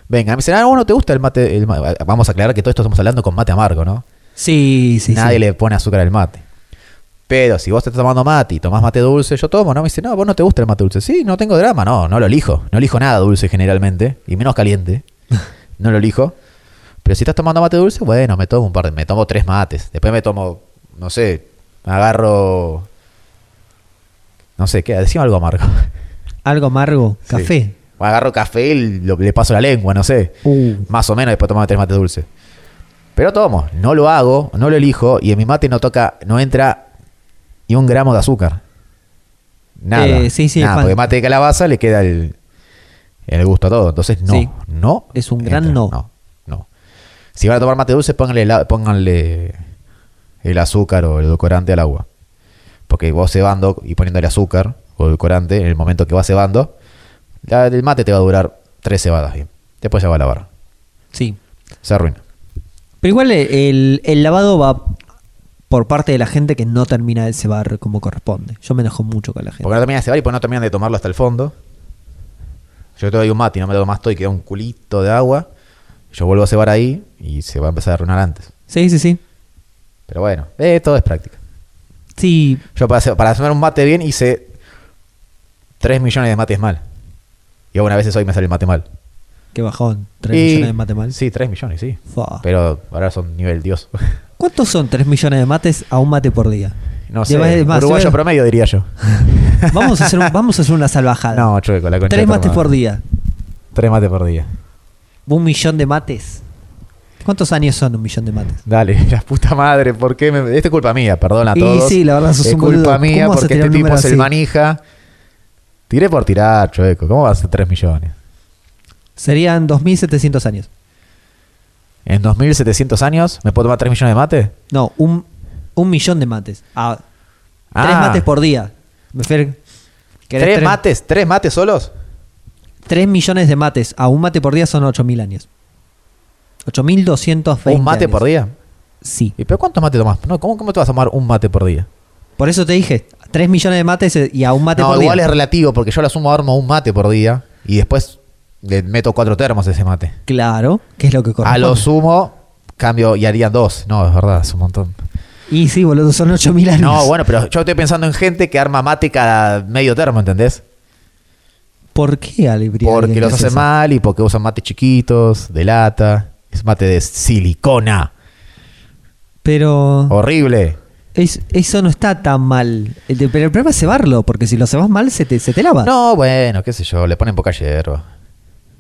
[SPEAKER 1] Venga, me dicen, ah, vos no te gusta el mate. el ma-". Vamos a aclarar que todo esto estamos hablando con mate amargo, ¿no?
[SPEAKER 2] Sí, sí,
[SPEAKER 1] Nadie
[SPEAKER 2] sí.
[SPEAKER 1] le pone azúcar al mate. Pero si vos te estás tomando mate y tomás mate dulce, yo tomo, ¿no? Me dice, no, vos no te gusta el mate dulce. Sí, no tengo drama, no, no lo elijo. No elijo nada dulce generalmente, y menos caliente. No lo elijo. Pero si estás tomando mate dulce, bueno, me tomo un par de, me tomo tres mates. Después me tomo, no sé, agarro. No sé, ¿qué? Decime algo amargo.
[SPEAKER 2] Algo amargo. Café.
[SPEAKER 1] Sí. O Agarro café y lo- le paso la lengua, no sé.
[SPEAKER 2] Uh.
[SPEAKER 1] Más o menos después tomamos tres mates dulces. Pero tomo, no lo hago, no lo elijo y en mi mate no toca, no entra ni un gramo de azúcar. Nada.
[SPEAKER 2] Eh, sí, sí,
[SPEAKER 1] nada,
[SPEAKER 2] fan-
[SPEAKER 1] porque mate de calabaza le queda el, el gusto a todo. Entonces, no,
[SPEAKER 2] Sí.
[SPEAKER 1] no.
[SPEAKER 2] Es un gran no.
[SPEAKER 1] No, no. Si van a tomar mate dulce, pónganle, el a- pónganle el azúcar o el edulcorante al agua. Porque vos cebando y poniéndole azúcar o edulcorante, en el momento que vas cebando, la- el mate te va a durar tres cebadas bien. Después ya va a lavar.
[SPEAKER 2] Sí.
[SPEAKER 1] Se arruina.
[SPEAKER 2] Pero igual eh, el, el lavado va por parte de la gente que no termina de cebar como corresponde. Yo me enojo mucho con la gente.
[SPEAKER 1] Porque no terminan de cebar y pues no terminan de tomarlo hasta el fondo. Yo te doy un mate y no me lo tomas todo y queda un culito de agua. Yo vuelvo a cebar ahí y se va a empezar a arruinar antes.
[SPEAKER 2] Sí, sí, sí.
[SPEAKER 1] Pero bueno, eh, todo es práctica.
[SPEAKER 2] Sí,
[SPEAKER 1] Yo para, hacer- para hacer un mate bien hice 3 millones de mates mal. Y algunas veces hoy me sale el mate mal.
[SPEAKER 2] qué bajón. 3
[SPEAKER 1] Y-
[SPEAKER 2] millones de mates mal. Ah.
[SPEAKER 1] Sí, 3 millones, sí.
[SPEAKER 2] Fa.
[SPEAKER 1] Pero ahora son nivel dios.
[SPEAKER 2] ¿Cuántos son 3 millones de mates a un mate por día?
[SPEAKER 1] No sé,
[SPEAKER 2] Lleva- es más,
[SPEAKER 1] uruguayo
[SPEAKER 2] lleva-
[SPEAKER 1] promedio diría yo.
[SPEAKER 2] Vamos a hacer, un- vamos a hacer una salvajada.
[SPEAKER 1] No, chueco, la concha
[SPEAKER 2] Tres mates por día.
[SPEAKER 1] 3 mates por día.
[SPEAKER 2] Un millón de mates. ¿Cuántos años son un millón de mates?
[SPEAKER 1] Dale, la puta madre, ¿por qué? Me... Esta es culpa mía, perdón a
[SPEAKER 2] Y
[SPEAKER 1] todos.
[SPEAKER 2] sí, la verdad, sos
[SPEAKER 1] Es
[SPEAKER 2] un boludo.
[SPEAKER 1] culpa
[SPEAKER 2] ¿Cómo
[SPEAKER 1] mía
[SPEAKER 2] vas a
[SPEAKER 1] porque este
[SPEAKER 2] tirar un
[SPEAKER 1] tipo
[SPEAKER 2] número
[SPEAKER 1] es el
[SPEAKER 2] así?
[SPEAKER 1] manija. Tiré por tirar, chueco. ¿Cómo vas a hacer 3 millones?
[SPEAKER 2] Serían 2.700 años.
[SPEAKER 1] ¿En 2700 años me puedo tomar 3 millones de mate?
[SPEAKER 2] No, un, un millón de mates. Ah, Tres
[SPEAKER 1] Ah.
[SPEAKER 2] mates por día. Me fer-
[SPEAKER 1] ¿Tres,
[SPEAKER 2] ¿querés
[SPEAKER 1] mates? ¿Tres mates solos?
[SPEAKER 2] Tres millones de mates. A un mate por día son 8.000 años. 8.220
[SPEAKER 1] ¿Un mate
[SPEAKER 2] años.
[SPEAKER 1] por día?
[SPEAKER 2] Sí.
[SPEAKER 1] ¿Y pero cuántos mates tomás? No, ¿cómo, ¿Cómo te vas a tomar un mate por día?
[SPEAKER 2] Por eso te dije, 3 millones de mates eh, y a un mate
[SPEAKER 1] no,
[SPEAKER 2] por
[SPEAKER 1] igual
[SPEAKER 2] día.
[SPEAKER 1] es relativo porque yo la sumo armo un mate por día y después le meto cuatro termos a ese mate.
[SPEAKER 2] Claro, que es lo que corresponde.
[SPEAKER 1] A lo sumo cambio y haría dos. No, es verdad, es un montón.
[SPEAKER 2] Y sí, boludo, son 8.000 años.
[SPEAKER 1] No, bueno, pero yo estoy pensando en gente que arma mate cada medio termo, ¿entendés?
[SPEAKER 2] ¿Por qué, Ale? Brian,
[SPEAKER 1] Porque
[SPEAKER 2] que
[SPEAKER 1] los
[SPEAKER 2] haces
[SPEAKER 1] hace
[SPEAKER 2] eso?
[SPEAKER 1] mal y porque usan mates chiquitos, de lata. Es mate de silicona.
[SPEAKER 2] Pero
[SPEAKER 1] Horrible.
[SPEAKER 2] es- eso no está tan mal. El de- Pero el problema es cebarlo, porque si lo cebas mal se te, se te lava.
[SPEAKER 1] No, bueno, qué sé yo, le ponen poca hierba.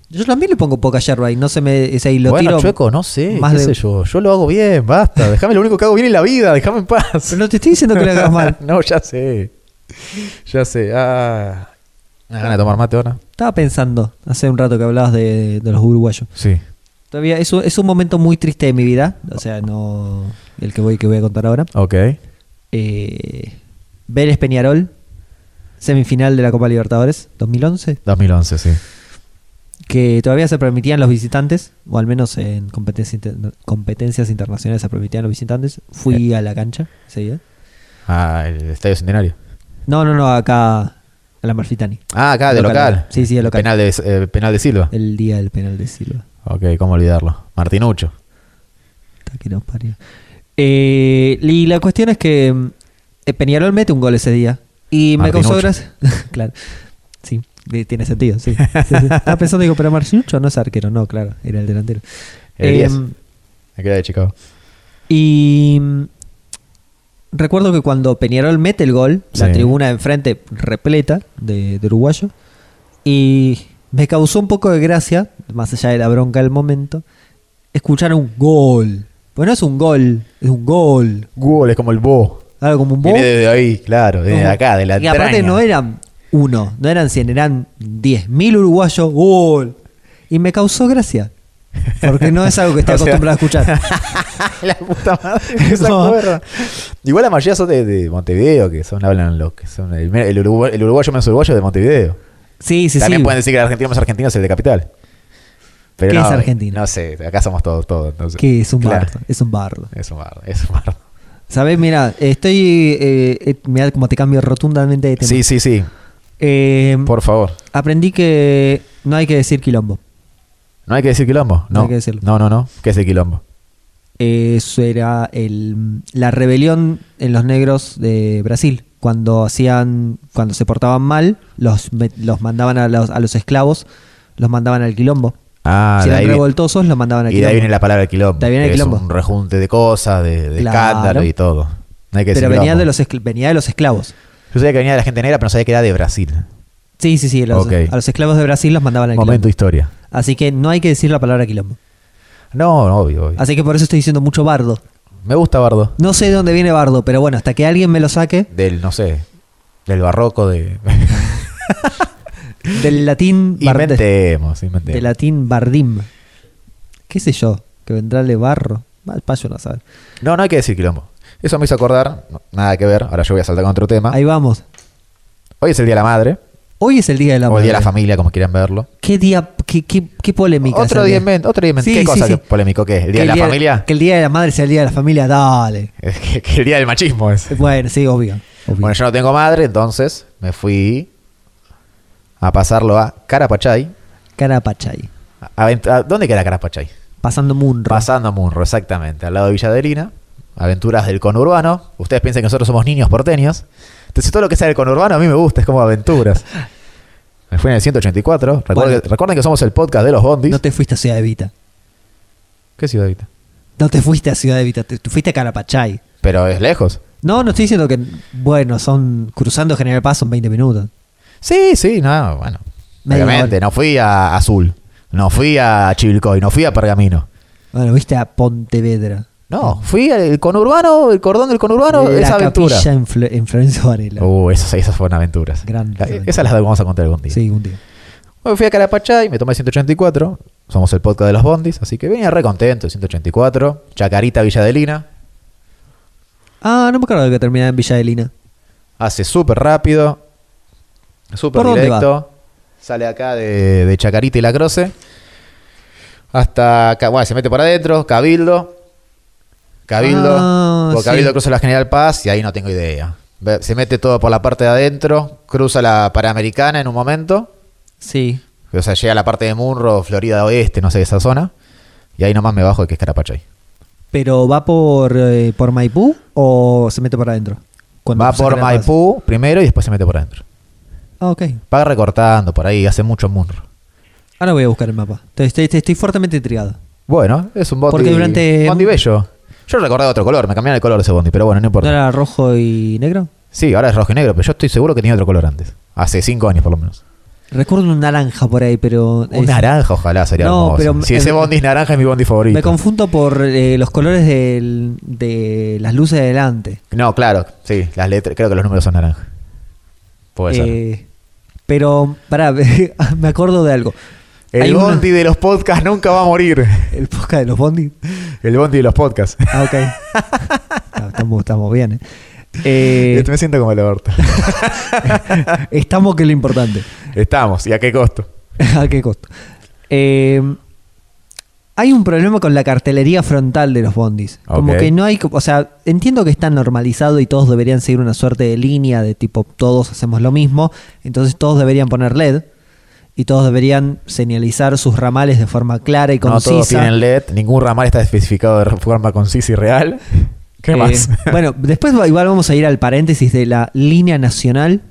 [SPEAKER 2] Yo también le pongo poca yerba y no se me... Es ahí, lo
[SPEAKER 1] bueno,
[SPEAKER 2] tiro
[SPEAKER 1] chueco, no sé,
[SPEAKER 2] más
[SPEAKER 1] qué
[SPEAKER 2] de-
[SPEAKER 1] sé yo. Yo lo hago bien, basta. Déjame lo único que hago bien en la vida, déjame en paz.
[SPEAKER 2] Pero no te estoy diciendo que lo hagas mal.
[SPEAKER 1] no, ya sé. Ya sé. Ah. ¿Una gana de tomar mate ahora?
[SPEAKER 2] Estaba pensando hace un rato que hablabas de, de los uruguayos.
[SPEAKER 1] Sí.
[SPEAKER 2] Todavía es un, es un momento muy triste de mi vida. O sea, no el que voy que voy a contar ahora.
[SPEAKER 1] Ok.
[SPEAKER 2] Eh, Vélez Peñarol, semifinal de la Copa Libertadores 2011,
[SPEAKER 1] 2011, sí.
[SPEAKER 2] que todavía se permitían los visitantes, o al menos en competencia inter- competencias internacionales se permitían los visitantes. Fui a la cancha ese día.
[SPEAKER 1] Ah, el Estadio Centenario.
[SPEAKER 2] No, no, no, acá a la Marfitani,
[SPEAKER 1] Ah, acá, de
[SPEAKER 2] Local,
[SPEAKER 1] local.
[SPEAKER 2] local. Sí, sí, de local.
[SPEAKER 1] Penal de, eh, penal de Silva.
[SPEAKER 2] el día del penal de Silva.
[SPEAKER 1] Ok, cómo olvidarlo. Martinucho.
[SPEAKER 2] Puta que nos parió. Eh, y la cuestión es que eh, Peñarol mete un gol ese día. Y me
[SPEAKER 1] Martín
[SPEAKER 2] causó
[SPEAKER 1] Ocho.
[SPEAKER 2] gracia. claro. Sí, eh, tiene sentido, sí. Sí, sí. Estaba pensando, digo, pero Marcinucho no es arquero, no, claro, era el delantero.
[SPEAKER 1] El 10.
[SPEAKER 2] Em,
[SPEAKER 1] Aquella de Chicago.
[SPEAKER 2] y mm, recuerdo que cuando Peñarol mete el gol, la
[SPEAKER 1] Sí.
[SPEAKER 2] tribuna de enfrente repleta de, de uruguayo, y me causó un poco de gracia, más allá de la bronca del momento, escuchar un gol. Bueno, es un gol, es un gol.
[SPEAKER 1] Google es como el bo.
[SPEAKER 2] Algo como un
[SPEAKER 1] Viene
[SPEAKER 2] bo-
[SPEAKER 1] desde ahí, claro, desde
[SPEAKER 2] como-
[SPEAKER 1] acá, de la
[SPEAKER 2] Y aparte
[SPEAKER 1] entraña.
[SPEAKER 2] no eran uno, no eran 100, eran 10.000 uruguayos, gol. Y me causó gracia. Porque no es algo que esté
[SPEAKER 1] O sea,
[SPEAKER 2] acostumbrado a escuchar.
[SPEAKER 1] la puta madre, que
[SPEAKER 2] No.
[SPEAKER 1] se acuerda. Igual la mayoría son de, de Montevideo, que son hablan lo que son. El, el uruguayo, el uruguayo menos uruguayo es de Montevideo.
[SPEAKER 2] Sí, sí,
[SPEAKER 1] También
[SPEAKER 2] sí.
[SPEAKER 1] pueden decir que el argentino más argentino es el de capital. Pero
[SPEAKER 2] ¿Qué
[SPEAKER 1] no,
[SPEAKER 2] es argentino?
[SPEAKER 1] No sé, acá somos todos, todos. entonces.
[SPEAKER 2] Que es un
[SPEAKER 1] Claro,
[SPEAKER 2] bardo, es un bardo.
[SPEAKER 1] Es un bardo, es un bardo.
[SPEAKER 2] ¿Sabes? Mira, estoy. Eh, eh, mira cómo te cambio rotundamente de tema.
[SPEAKER 1] Sí, sí, sí.
[SPEAKER 2] Eh,
[SPEAKER 1] Por favor.
[SPEAKER 2] Aprendí que no hay que decir quilombo.
[SPEAKER 1] No hay que decir quilombo. No,
[SPEAKER 2] hay que decirlo.
[SPEAKER 1] No, no, no. ¿Qué es el quilombo?
[SPEAKER 2] Eso era el, la rebelión en los negros de Brasil. Cuando hacían, cuando se portaban mal, los, me- los mandaban a los, a los esclavos, los mandaban al quilombo.
[SPEAKER 1] Ah,
[SPEAKER 2] si
[SPEAKER 1] de
[SPEAKER 2] eran
[SPEAKER 1] ahí, vi-
[SPEAKER 2] revoltosos, los mandaban al
[SPEAKER 1] y de
[SPEAKER 2] quilombo.
[SPEAKER 1] ahí viene la palabra quilombo.
[SPEAKER 2] De ahí viene
[SPEAKER 1] que
[SPEAKER 2] el quilombo.
[SPEAKER 1] Es un rejunte de cosas, de, de
[SPEAKER 2] Claro.
[SPEAKER 1] escándalo y todo. No hay que decir
[SPEAKER 2] pero venía
[SPEAKER 1] quilombo.
[SPEAKER 2] de, los, escl- venía de los esclavos.
[SPEAKER 1] Yo sabía que venía de la gente negra, pero no sabía que era de Brasil.
[SPEAKER 2] Sí, sí, sí. los-
[SPEAKER 1] Ok.
[SPEAKER 2] A los esclavos de Brasil los mandaban al
[SPEAKER 1] Momento
[SPEAKER 2] quilombo.
[SPEAKER 1] historia.
[SPEAKER 2] Así que no hay que decir la palabra quilombo.
[SPEAKER 1] No, no, obvio, obvio.
[SPEAKER 2] Así que por eso estoy diciendo mucho bardo.
[SPEAKER 1] Me gusta Bardo.
[SPEAKER 2] No sé de dónde viene bardo, pero bueno, hasta que alguien me lo saque
[SPEAKER 1] Del, no sé, del barroco de...
[SPEAKER 2] del latín barde-
[SPEAKER 1] inventemos, inventemos.
[SPEAKER 2] De latín bardim. ¿Qué sé yo? Que vendrá de barro. Mal payo no sabe.
[SPEAKER 1] No, no hay que decir quilombo. Eso me hizo acordar, no, nada que ver, ahora yo voy a saltar con otro tema.
[SPEAKER 2] Ahí vamos.
[SPEAKER 1] Hoy es el Día de la Madre,
[SPEAKER 2] Hoy es el día de la
[SPEAKER 1] o el Día de la
[SPEAKER 2] madre.
[SPEAKER 1] Familia, como quieran verlo.
[SPEAKER 2] ¿Qué día? ¿Qué, qué, qué polémica?
[SPEAKER 1] Otro día
[SPEAKER 2] esa día?
[SPEAKER 1] invento, otro día invento.
[SPEAKER 2] Sí,
[SPEAKER 1] ¿Qué
[SPEAKER 2] sí,
[SPEAKER 1] cosa
[SPEAKER 2] sí.
[SPEAKER 1] que polémico que es? ¿El
[SPEAKER 2] Que
[SPEAKER 1] Día de la Familia?
[SPEAKER 2] Que el día de la madre sea el día de la familia. Dale.
[SPEAKER 1] Es que, que el Día del Machismo es.
[SPEAKER 2] Bueno, sí, obvio. obvio.
[SPEAKER 1] Bueno, yo no tengo madre, entonces me fui a pasarlo a Carapachay.
[SPEAKER 2] Carapachay.
[SPEAKER 1] A- avent- a- ¿Dónde queda Carapachay?
[SPEAKER 2] Pasando Munro.
[SPEAKER 1] Pasando a Munro, exactamente, al lado de Villaderina. Aventuras del conurbano. Ustedes piensan que nosotros somos niños porteños. Entonces todo lo que sea del conurbano a mí me gusta, es como aventuras. Me fui en el 184. Recuerden,
[SPEAKER 2] Bueno.
[SPEAKER 1] que, recuerden que somos el podcast de los bondis.
[SPEAKER 2] no te fuiste a Ciudad Evita.
[SPEAKER 1] ¿Qué ciudad ahorita?
[SPEAKER 2] No te fuiste a Ciudad Evita. Te, te fuiste a Carapachay.
[SPEAKER 1] Pero es lejos.
[SPEAKER 2] No, no estoy diciendo que. Bueno, son. Cruzando General Paz son 20 minutos.
[SPEAKER 1] Sí, sí, no, bueno.
[SPEAKER 2] Media
[SPEAKER 1] Obviamente,
[SPEAKER 2] hora.
[SPEAKER 1] no fui a Azul. No fui a Chivilcoy, no fui a Pergamino.
[SPEAKER 2] Bueno, viste a Pontevedra.
[SPEAKER 1] No, fui al conurbano, el cordón del conurbano,
[SPEAKER 2] la
[SPEAKER 1] esa aventura.
[SPEAKER 2] capilla en, Flo- en Florencio Varela.
[SPEAKER 1] Uh, esas, esas fueron aventuras.
[SPEAKER 2] Grandes
[SPEAKER 1] La-
[SPEAKER 2] aventuras.
[SPEAKER 1] esas las vamos a contar algún día.
[SPEAKER 2] Sí, un día.
[SPEAKER 1] Bueno, fui a Carapachay, me tomé el 184. Somos el podcast de los bondis, así que venía re contento, el 184. Chacarita Villadelina.
[SPEAKER 2] Ah, no me acuerdo de que terminaba en Villa de Lina.
[SPEAKER 1] Hace súper rápido. Súper
[SPEAKER 2] ¿Por dónde
[SPEAKER 1] directo. Sale acá de, de Chacarita y La Croce. Hasta acá, bueno, se mete por adentro, Cabildo. Cabildo.
[SPEAKER 2] Ah,
[SPEAKER 1] porque Cabildo
[SPEAKER 2] sí.
[SPEAKER 1] cruza la General Paz y ahí no tengo idea. Ve- Se mete todo por la parte de adentro, cruza la Panamericana en un momento.
[SPEAKER 2] Sí.
[SPEAKER 1] O sea, llega a la parte de Munro, Florida Oeste, no sé, esa zona. Y ahí nomás me bajo que es Carapachay.
[SPEAKER 2] ¿Pero va por, eh, por Maipú o se mete para adentro? Cuando
[SPEAKER 1] Va
[SPEAKER 2] cruza
[SPEAKER 1] por
[SPEAKER 2] General Paz.
[SPEAKER 1] Maipú primero y después se mete por adentro.
[SPEAKER 2] Ah, ok.
[SPEAKER 1] Va recortando por ahí, hace mucho Munro.
[SPEAKER 2] Ahora voy a buscar el mapa. Estoy, estoy- estoy- estoy fuertemente intrigado.
[SPEAKER 1] Bueno, es un bondi.
[SPEAKER 2] Porque durante-
[SPEAKER 1] Bondi bello. Yo recordaba otro color, me cambiaron el color de ese bondi, pero bueno, no
[SPEAKER 2] ¿No
[SPEAKER 1] importa.
[SPEAKER 2] era rojo y negro?
[SPEAKER 1] Sí, ahora es rojo y negro, pero yo estoy seguro que tenía otro color antes. Hace cinco años por lo menos.
[SPEAKER 2] Recuerdo un naranja por ahí, pero...
[SPEAKER 1] Un
[SPEAKER 2] es-
[SPEAKER 1] naranja, ojalá, sería hermoso.
[SPEAKER 2] No, pero-
[SPEAKER 1] si ese bondi es naranja, es mi bondi favorito.
[SPEAKER 2] Me confundo por eh, los colores del- de las luces de delante.
[SPEAKER 1] No, claro, sí, las letras, creo que los números son naranja. Puede ser.
[SPEAKER 2] Eh, pero, pará, me acuerdo de algo. hay
[SPEAKER 1] El
[SPEAKER 2] una-
[SPEAKER 1] bondi de los podcasts nunca va a morir.
[SPEAKER 2] El podcast de los bondis.
[SPEAKER 1] El bondi de los podcasts.
[SPEAKER 2] Ah, ok. Ah, estamos, estamos bien, ¿eh? Eh,
[SPEAKER 1] Este, Me siento como el aborto.
[SPEAKER 2] estamos que es lo importante.
[SPEAKER 1] Estamos, ¿y a qué costo?
[SPEAKER 2] ¿A Ah, qué costo? Eh, hay un problema con la cartelería frontal de los bondis. Como
[SPEAKER 1] Ok.
[SPEAKER 2] que no hay... co- O sea, entiendo que está normalizado y todos deberían seguir una suerte de línea de tipo todos hacemos lo mismo. Entonces todos deberían poner LED. y todos deberían señalizar sus ramales de forma clara y
[SPEAKER 1] No todos
[SPEAKER 2] concisa.
[SPEAKER 1] tienen LED, ningún ramal está especificado de forma concisa y real. ¿Qué
[SPEAKER 2] Eh,
[SPEAKER 1] más?
[SPEAKER 2] bueno, después va- igual vamos a ir al paréntesis de la línea nacional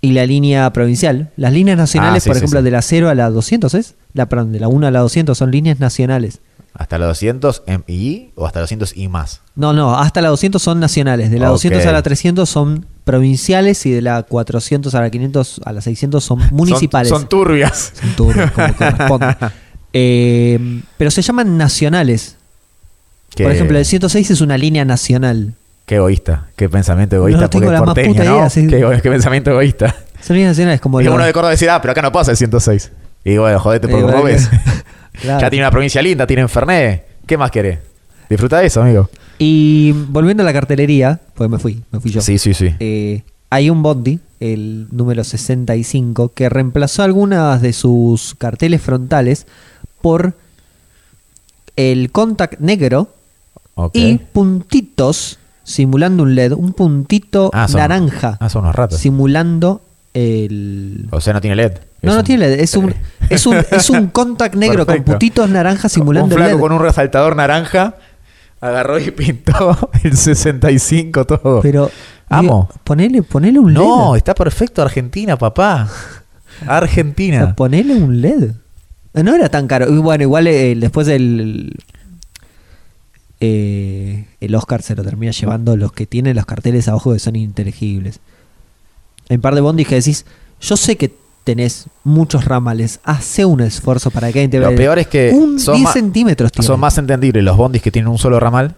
[SPEAKER 2] y la línea provincial. Las líneas nacionales,
[SPEAKER 1] Ah, sí,
[SPEAKER 2] por
[SPEAKER 1] sí,
[SPEAKER 2] ejemplo,
[SPEAKER 1] sí.
[SPEAKER 2] de la 0 a la 200, ¿es? La, perdón, de la 1 a la 200 son líneas nacionales.
[SPEAKER 1] ¿Hasta los 200 em- y o hasta los 200 y más?
[SPEAKER 2] No, no, hasta la 200 son nacionales. De la
[SPEAKER 1] Ok.
[SPEAKER 2] 200 a la 300 son provinciales y de la 400 a la 500 a la 600 son municipales.
[SPEAKER 1] Son, son turbias.
[SPEAKER 2] Son turbios, como corresponde. Eh, pero se llaman nacionales.
[SPEAKER 1] Qué-
[SPEAKER 2] Por ejemplo, el 106 es una línea nacional.
[SPEAKER 1] Qué egoísta, qué pensamiento egoísta.
[SPEAKER 2] No tengo
[SPEAKER 1] porque
[SPEAKER 2] la
[SPEAKER 1] es
[SPEAKER 2] más
[SPEAKER 1] porteño,
[SPEAKER 2] puta
[SPEAKER 1] ¿no?
[SPEAKER 2] idea, sí.
[SPEAKER 1] Qué, ego- qué pensamiento egoísta.
[SPEAKER 2] Son líneas nacionales como
[SPEAKER 1] Y
[SPEAKER 2] los-
[SPEAKER 1] uno de Córdoba dice, ah, pero acá no pasa el 106. Y bueno, jodete
[SPEAKER 2] Eh,
[SPEAKER 1] porque vos
[SPEAKER 2] bueno,
[SPEAKER 1] ves.
[SPEAKER 2] claro.
[SPEAKER 1] Ya tiene una provincia linda, tiene Fernet. ¿Qué más querés? Disfruta de eso, amigo.
[SPEAKER 2] Y volviendo a la cartelería, porque me fui, me fui yo.
[SPEAKER 1] Sí, sí, sí.
[SPEAKER 2] Eh, hay un bondi, el número 65, que reemplazó algunas de sus carteles frontales por el contact negro
[SPEAKER 1] Ok.
[SPEAKER 2] y puntitos simulando un LED, un puntito
[SPEAKER 1] Ah, son-
[SPEAKER 2] naranja
[SPEAKER 1] Ah, son unos ratos.
[SPEAKER 2] simulando el...
[SPEAKER 1] O sea, no tiene LED.
[SPEAKER 2] No,
[SPEAKER 1] Es
[SPEAKER 2] no
[SPEAKER 1] un- Eh,
[SPEAKER 2] tiene LED, es un, es un, es un contact negro
[SPEAKER 1] Perfecto.
[SPEAKER 2] con puntitos naranjas simulando
[SPEAKER 1] un
[SPEAKER 2] el
[SPEAKER 1] flaco
[SPEAKER 2] LED.
[SPEAKER 1] con un resaltador naranja agarró y pintó el 65 todo.
[SPEAKER 2] Pero,
[SPEAKER 1] Amo.
[SPEAKER 2] digo, ponele, ponele un LED.
[SPEAKER 1] no, está perfecto Argentina, papá.
[SPEAKER 2] O
[SPEAKER 1] Argentina.
[SPEAKER 2] sea, ponele un LED. Eh, No era tan caro. Y bueno, igual eh, después el. eh, el Oscar se lo termina llevando los que tienen los carteles abajo que son inteligibles. En par de bondis que decís, yo sé que tenés muchos ramales, hace un esfuerzo para que alguien te
[SPEAKER 1] Lo
[SPEAKER 2] vea.
[SPEAKER 1] peor es que
[SPEAKER 2] un
[SPEAKER 1] son
[SPEAKER 2] 10
[SPEAKER 1] más-
[SPEAKER 2] centímetros tiene.
[SPEAKER 1] Son más entendibles los bondis que tienen un solo ramal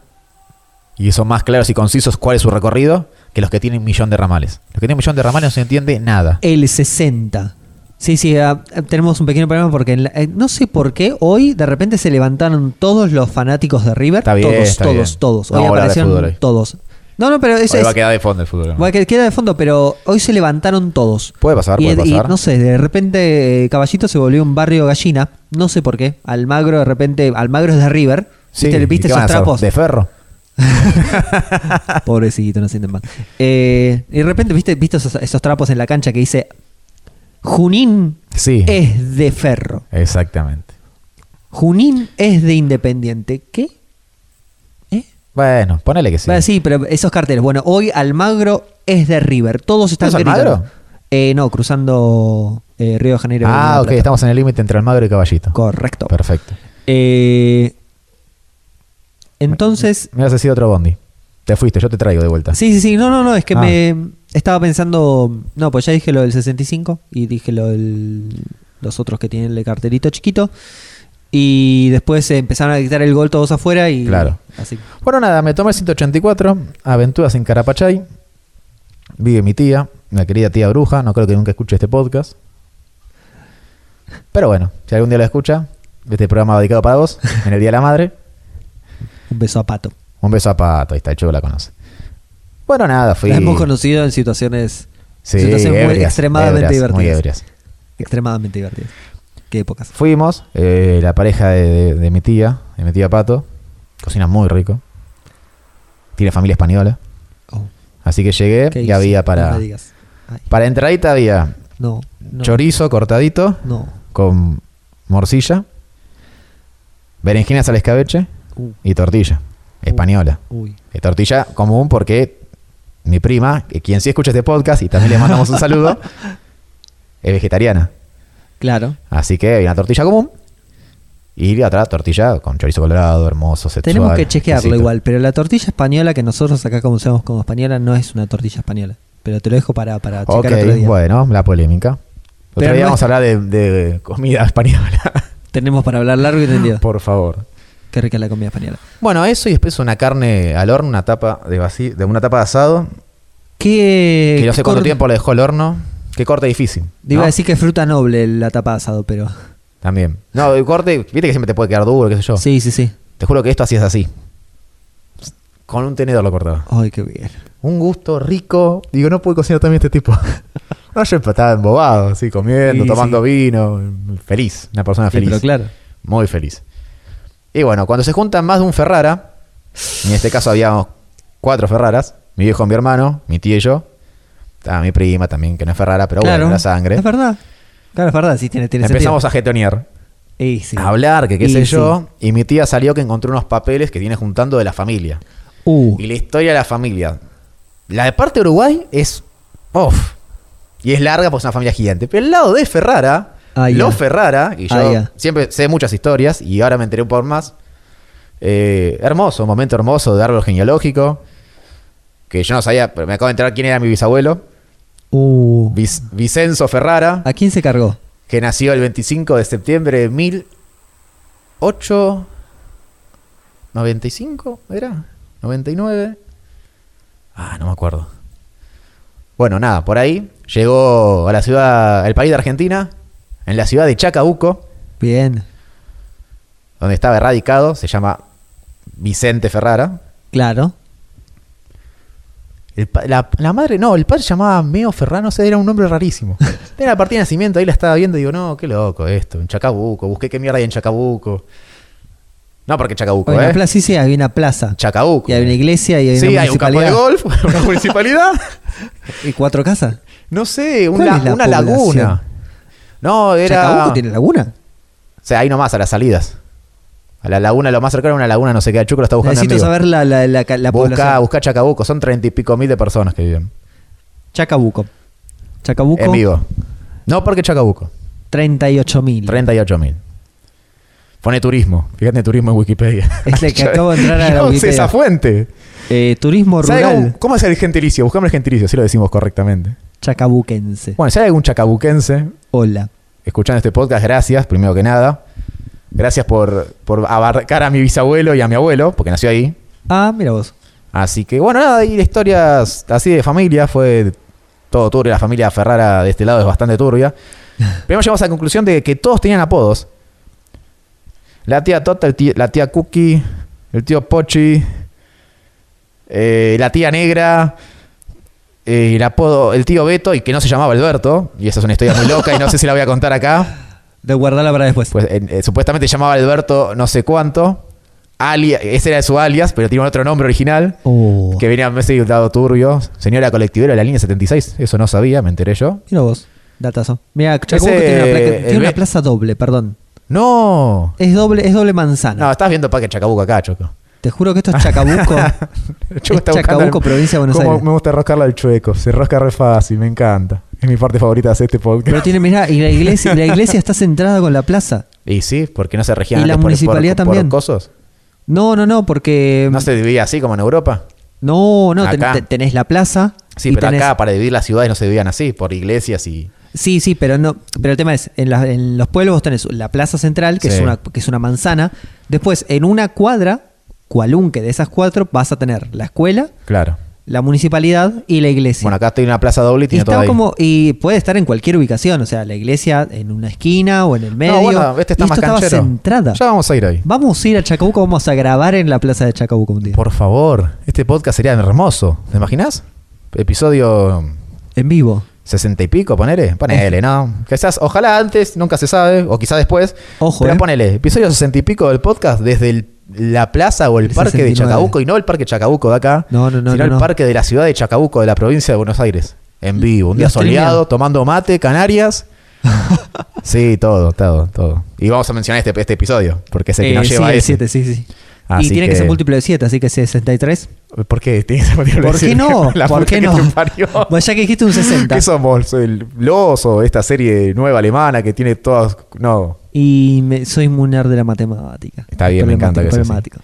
[SPEAKER 1] y son más claros y concisos cuál es su recorrido que los que tienen un millón de ramales. Los que tienen un millón de ramales no se entiende nada.
[SPEAKER 2] El 60. Sí, sí, ah, ah, tenemos un pequeño problema porque en la- eh, no sé por qué hoy de repente se levantaron todos los fanáticos de River.
[SPEAKER 1] Está bien,
[SPEAKER 2] todos,
[SPEAKER 1] está
[SPEAKER 2] todos,
[SPEAKER 1] bien.
[SPEAKER 2] todos.
[SPEAKER 1] No vamos
[SPEAKER 2] Hoy
[SPEAKER 1] a hablar de
[SPEAKER 2] aparecieron
[SPEAKER 1] fútbol hoy.
[SPEAKER 2] todos. No, no, pero eso
[SPEAKER 1] Hoy
[SPEAKER 2] es.
[SPEAKER 1] va a quedar de fondo el fútbol. ¿no?
[SPEAKER 2] va a que- queda de fondo, pero hoy se levantaron todos.
[SPEAKER 1] Puede pasar,
[SPEAKER 2] y,
[SPEAKER 1] puede
[SPEAKER 2] y
[SPEAKER 1] pasar.
[SPEAKER 2] no sé, de repente eh, Caballito se volvió un barrio gallina. No sé por qué. Almagro de repente. Almagro es de River.
[SPEAKER 1] Sí,
[SPEAKER 2] ¿Viste,
[SPEAKER 1] ¿y
[SPEAKER 2] ¿viste
[SPEAKER 1] qué van
[SPEAKER 2] esos
[SPEAKER 1] a hacer?
[SPEAKER 2] trapos?
[SPEAKER 1] De ferro.
[SPEAKER 2] Pobrecito, no sienten mal. Eh, y de repente, ¿viste, viste esos, esos trapos en la cancha que dice Junín
[SPEAKER 1] Sí.
[SPEAKER 2] es de ferro.
[SPEAKER 1] Exactamente.
[SPEAKER 2] Junín es de independiente. ¿Qué? ¿Eh?
[SPEAKER 1] Bueno, ponele que sí.
[SPEAKER 2] Bueno, sí, pero esos carteles. Bueno, hoy Almagro es de River. Todos están
[SPEAKER 1] ¿No es
[SPEAKER 2] gritando.
[SPEAKER 1] Almagro?
[SPEAKER 2] Eh, no, cruzando eh, Río de Janeiro. y Mar
[SPEAKER 1] ah,
[SPEAKER 2] del
[SPEAKER 1] ok,
[SPEAKER 2] Plata.
[SPEAKER 1] estamos en el límite entre Almagro y Caballito.
[SPEAKER 2] Correcto.
[SPEAKER 1] Perfecto.
[SPEAKER 2] Eh, entonces,
[SPEAKER 1] Me has sido otro bondi. Te fuiste, yo te traigo de vuelta.
[SPEAKER 2] Sí, sí, sí. No, no, no. Es que
[SPEAKER 1] Ah.
[SPEAKER 2] me estaba pensando. No, pues ya dije lo del 65 y dije lo del. Los otros que tienen el carterito chiquito. Y después eh, empezaron a dictar el gol todos afuera y.
[SPEAKER 1] Claro.
[SPEAKER 2] Así.
[SPEAKER 1] Bueno, nada, me tomé el 184, aventuras en Carapachay. Vive mi tía, la querida tía bruja, no creo que nunca escuche este podcast. Pero bueno, si algún día lo escucha, este programa va dedicado para vos, en el Día de la Madre.
[SPEAKER 2] Un beso a pato.
[SPEAKER 1] Un beso a Pato, ahí está, el chico la conoce. Bueno, nada, fui...
[SPEAKER 2] La hemos conocido en situaciones.
[SPEAKER 1] Sí,
[SPEAKER 2] situaciones muy
[SPEAKER 1] ebrias,
[SPEAKER 2] extremadamente
[SPEAKER 1] ebrias,
[SPEAKER 2] divertidas.
[SPEAKER 1] Muy ebrias.
[SPEAKER 2] Extremadamente divertidas. Qué épocas.
[SPEAKER 1] Fuimos, eh, la pareja de, de- de mi tía, de mi tía Pato, cocina muy rico. Tiene familia española.
[SPEAKER 2] Oh,
[SPEAKER 1] Así que llegué
[SPEAKER 2] ¿qué
[SPEAKER 1] y
[SPEAKER 2] hice?
[SPEAKER 1] había
[SPEAKER 2] No
[SPEAKER 1] para...
[SPEAKER 2] me digas. Ay,
[SPEAKER 1] Para entradita había
[SPEAKER 2] no, no,
[SPEAKER 1] chorizo cortadito
[SPEAKER 2] No.
[SPEAKER 1] con morcilla, berenjenas al escabeche
[SPEAKER 2] Uh,
[SPEAKER 1] y tortilla española.
[SPEAKER 2] uy.
[SPEAKER 1] Eh, Tortilla común porque mi prima, que quien sí escucha este podcast y también le mandamos un saludo, es vegetariana.
[SPEAKER 2] Claro.
[SPEAKER 1] Así que hay una tortilla común y la otra tortilla con chorizo colorado, hermoso, sexual.
[SPEAKER 2] Tenemos que chequearlo
[SPEAKER 1] exquisito.
[SPEAKER 2] igual, pero la tortilla española que nosotros acá conocemos como española no es una tortilla española. Pero te lo dejo para, para checar
[SPEAKER 1] Ok,
[SPEAKER 2] otro día.
[SPEAKER 1] bueno, la polémica. Otro
[SPEAKER 2] Pero
[SPEAKER 1] día
[SPEAKER 2] no
[SPEAKER 1] vamos a hablar de, de comida española.
[SPEAKER 2] Tenemos para hablar largo y tendido.
[SPEAKER 1] Por favor.
[SPEAKER 2] Qué rica la comida española.
[SPEAKER 1] Bueno, eso y después una carne al horno, una tapa de vaci- de una tapa de asado.
[SPEAKER 2] ¿Qué
[SPEAKER 1] que no sé cuánto
[SPEAKER 2] cor-
[SPEAKER 1] tiempo le dejó el horno. Qué corte difícil.
[SPEAKER 2] Iba
[SPEAKER 1] ¿no?
[SPEAKER 2] a decir que es fruta noble la tapa de asado, pero.
[SPEAKER 1] También. No, el corte, viste que siempre te puede quedar duro, qué sé yo.
[SPEAKER 2] Sí, sí, sí.
[SPEAKER 1] Te juro que esto así es así. Con un tenedor lo cortaba.
[SPEAKER 2] Ay, qué bien.
[SPEAKER 1] Un gusto rico. Digo, no puede cocinar también este tipo. no, yo estaba embobado, así, comiendo,
[SPEAKER 2] Sí,
[SPEAKER 1] tomando
[SPEAKER 2] sí.
[SPEAKER 1] vino. Feliz, una persona
[SPEAKER 2] Sí,
[SPEAKER 1] Ah, feliz.
[SPEAKER 2] pero claro.
[SPEAKER 1] Muy feliz. Y bueno, cuando se juntan más de un Ferrara, y en este caso habíamos cuatro Ferraras, mi viejo, mi hermano, mi tío y yo, estaba mi prima también, que no es Ferrara, pero
[SPEAKER 2] claro.
[SPEAKER 1] bueno, la sangre.
[SPEAKER 2] Es verdad. Claro, es verdad, sí, tiene, tiene
[SPEAKER 1] Empezamos a jetonear.
[SPEAKER 2] sentido. Y sí.
[SPEAKER 1] A hablar, que qué
[SPEAKER 2] Y
[SPEAKER 1] sé
[SPEAKER 2] sí.
[SPEAKER 1] yo. Y mi tía salió que encontró unos papeles que viene juntando de la familia.
[SPEAKER 2] Uh,
[SPEAKER 1] Y la historia de la familia. La de parte de Uruguay es. Off. Y es larga porque es una familia gigante. Pero el lado de Ferrara.
[SPEAKER 2] Ah, ya.
[SPEAKER 1] Los Ferrara. Y yo
[SPEAKER 2] Ah, ya.
[SPEAKER 1] siempre sé muchas historias. Y ahora me enteré un poco más. Eh, hermoso, momento hermoso de árbol genealógico. Que yo no sabía. Pero me acabo de enterar quién era mi bisabuelo.
[SPEAKER 2] uh.
[SPEAKER 1] Vis- Vicenzo Ferrara.
[SPEAKER 2] ¿A quién se cargó?
[SPEAKER 1] Que nació el 25 de septiembre de 1895, ¿era? ¿99? Ah, no me acuerdo. Bueno, nada, por ahí llegó a la ciudad, al país de Argentina, en la ciudad de Chacabuco,
[SPEAKER 2] Bien.
[SPEAKER 1] donde estaba erradicado, se llama Vicente Ferrara.
[SPEAKER 2] Claro.
[SPEAKER 1] El pa- la, la madre, no, el padre se llamaba Meo Ferrano, o sea, era un nombre rarísimo. Tenía la partida de nacimiento, ahí la estaba viendo y digo, no, qué loco esto, en Chacabuco, busqué qué mierda hay en Chacabuco. No, porque Chacabuco,
[SPEAKER 2] Hay una
[SPEAKER 1] ¿eh?
[SPEAKER 2] plaza, sí, sí, había una plaza.
[SPEAKER 1] Chacabuco.
[SPEAKER 2] Y hay una iglesia y hay una
[SPEAKER 1] sí, hay un campo de
[SPEAKER 2] municipalidad.
[SPEAKER 1] golf, una municipalidad,
[SPEAKER 2] ¿Y cuatro casas?
[SPEAKER 1] no sé,
[SPEAKER 2] ¿Cuál
[SPEAKER 1] una,
[SPEAKER 2] es la
[SPEAKER 1] una
[SPEAKER 2] población?
[SPEAKER 1] laguna. No, era...
[SPEAKER 2] ¿Chacabuco tiene laguna?
[SPEAKER 1] O sea, ahí nomás, a las salidas. A la laguna, lo más cercano era una laguna, no sé qué, el Chuco lo está buscando
[SPEAKER 2] Necesito
[SPEAKER 1] en vivo.
[SPEAKER 2] saber la, la, la,
[SPEAKER 1] busca,
[SPEAKER 2] la población.
[SPEAKER 1] busca Chacabuco, son treinta y pico mil de personas que viven.
[SPEAKER 2] Chacabuco. Chacabuco.
[SPEAKER 1] En vivo. No, porque Chacabuco.
[SPEAKER 2] 38.000.
[SPEAKER 1] 38.000. Pone turismo. Fíjate turismo en Wikipedia.
[SPEAKER 2] Es la que acabo de entrar a la
[SPEAKER 1] No sé
[SPEAKER 2] Wikipedia.
[SPEAKER 1] esa fuente.
[SPEAKER 2] Eh, turismo
[SPEAKER 1] ¿Sabe
[SPEAKER 2] rural
[SPEAKER 1] cómo, cómo es el gentilicio? Buscame el gentilicio, si lo decimos correctamente.
[SPEAKER 2] chacabuquense.
[SPEAKER 1] Bueno, si hay algún chacabuquense
[SPEAKER 2] Hola.
[SPEAKER 1] escuchando este podcast, gracias, primero que nada. Gracias por, por abarcar a mi bisabuelo y a mi abuelo, porque nació ahí.
[SPEAKER 2] Ah, mira vos.
[SPEAKER 1] Así que, bueno, nada, y historias así de familia fue todo turbio. La familia Ferrara de este lado es bastante turbia. Primero llegamos a la conclusión de que todos tenían apodos. La tía Tota, el tío- la tía Cookie, el tío Pochi, eh, la tía Negra, eh, el apodo, el tío Beto, y que no se llamaba Alberto. Y esa es una historia muy loca y no sé si la voy a contar acá.
[SPEAKER 2] De guardarla para después.
[SPEAKER 1] Pues en- eh, supuestamente se llamaba Alberto no sé cuánto. Ali- ese era su alias, pero tiene otro nombre original.
[SPEAKER 2] Oh.
[SPEAKER 1] Que venía Messi de un lado turbio. Señora colectivera de la línea 76. Eso no sabía, me enteré yo.
[SPEAKER 2] Mira vos. Datazo. Mira, Chacabuco
[SPEAKER 1] Ese-
[SPEAKER 2] tiene, una, placa-
[SPEAKER 1] el
[SPEAKER 2] tiene una
[SPEAKER 1] ve-
[SPEAKER 2] plaza doble, perdón.
[SPEAKER 1] ¡No!
[SPEAKER 2] Es doble, es doble manzana.
[SPEAKER 1] No, estás viendo Paque Chacabuco acá, Choco.
[SPEAKER 2] Te juro que esto es Chacabuco.
[SPEAKER 1] Choco
[SPEAKER 2] Es Chacabuco, provincia de Buenos
[SPEAKER 1] Cómo
[SPEAKER 2] Aires.
[SPEAKER 1] Me gusta roscarla al chueco. Se rosca re fácil, me encanta. Es mi parte favorita de hacer este
[SPEAKER 2] pero
[SPEAKER 1] podcast.
[SPEAKER 2] tiene, mirá, y la iglesia, la iglesia está centrada con la plaza.
[SPEAKER 1] Y sí, porque no se regían
[SPEAKER 2] Y la
[SPEAKER 1] antes por-
[SPEAKER 2] municipalidad
[SPEAKER 1] por- por
[SPEAKER 2] también. Em,
[SPEAKER 1] cosos?
[SPEAKER 2] No, no, no, porque.
[SPEAKER 1] No se dividía así como en Europa.
[SPEAKER 2] No, no, ten-
[SPEAKER 1] Acá.
[SPEAKER 2] te- tenés la plaza.
[SPEAKER 1] Sí,
[SPEAKER 2] y
[SPEAKER 1] pero
[SPEAKER 2] tenés-
[SPEAKER 1] acá para dividir las ciudades no se dividían así, por iglesias y.
[SPEAKER 2] Sí, sí, pero no. Pero el tema es, en, la- en los pueblos vos tenés la plaza central, que, es
[SPEAKER 1] Sí.
[SPEAKER 2] una, que es una manzana. Después, en una cuadra, cualunque de esas cuatro, vas a tener la escuela,
[SPEAKER 1] Claro.
[SPEAKER 2] la municipalidad y la iglesia.
[SPEAKER 1] Bueno, acá estoy en una plaza doble y
[SPEAKER 2] y,
[SPEAKER 1] tiene todo
[SPEAKER 2] está
[SPEAKER 1] ahí.
[SPEAKER 2] como, y puede estar en cualquier ubicación, o sea, la iglesia en una esquina o en el medio.
[SPEAKER 1] No, bueno, este está
[SPEAKER 2] y
[SPEAKER 1] más
[SPEAKER 2] esto estaba
[SPEAKER 1] canchero.
[SPEAKER 2] centrada.
[SPEAKER 1] Ya vamos a ir ahí.
[SPEAKER 2] Vamos a ir a Chacabuco, vamos a grabar en la plaza de Chacabuco un día.
[SPEAKER 1] Por favor, este podcast sería hermoso. ¿Te imaginas? Episodio
[SPEAKER 2] En vivo.
[SPEAKER 1] sesenta y pico, ponele. Ponele, ¿no? Quizás, ojalá antes, nunca se sabe, o quizás después.
[SPEAKER 2] Ojo,
[SPEAKER 1] Pero
[SPEAKER 2] eh.
[SPEAKER 1] ponele, episodio sesenta y pico del podcast desde el- la plaza o el,
[SPEAKER 2] El
[SPEAKER 1] parque
[SPEAKER 2] 69.
[SPEAKER 1] de Chacabuco, y no el parque Chacabuco de acá,
[SPEAKER 2] No, no, no,
[SPEAKER 1] sino
[SPEAKER 2] no,
[SPEAKER 1] el
[SPEAKER 2] no.
[SPEAKER 1] parque de la ciudad de Chacabuco, de la provincia de Buenos Aires. En vivo, un día
[SPEAKER 2] Los
[SPEAKER 1] soleado,
[SPEAKER 2] streamean.
[SPEAKER 1] tomando mate, Canarias. sí, todo, todo, todo. Y vamos a mencionar este, este episodio, porque es el que
[SPEAKER 2] Eh,
[SPEAKER 1] nos lleva
[SPEAKER 2] sí,
[SPEAKER 1] a
[SPEAKER 2] el
[SPEAKER 1] ese.
[SPEAKER 2] siete, sí, sí.
[SPEAKER 1] Así
[SPEAKER 2] y tiene que...
[SPEAKER 1] que-
[SPEAKER 2] ser múltiplo de 7, así que 63.
[SPEAKER 1] ¿Por qué? Tiene que ser múltiple
[SPEAKER 2] ¿Por
[SPEAKER 1] de
[SPEAKER 2] qué
[SPEAKER 1] siete.
[SPEAKER 2] no?
[SPEAKER 1] La
[SPEAKER 2] ¿Por
[SPEAKER 1] puta
[SPEAKER 2] qué
[SPEAKER 1] que
[SPEAKER 2] no?
[SPEAKER 1] te parió.
[SPEAKER 2] Bueno, ya que dijiste un 60.
[SPEAKER 1] ¿Qué somos? ¿El Loso? Esta serie nueva alemana que tiene todas. No.
[SPEAKER 2] Y me- soy muy nerd de la matemática.
[SPEAKER 1] Está bien, me encanta que seas así.
[SPEAKER 2] Problemática.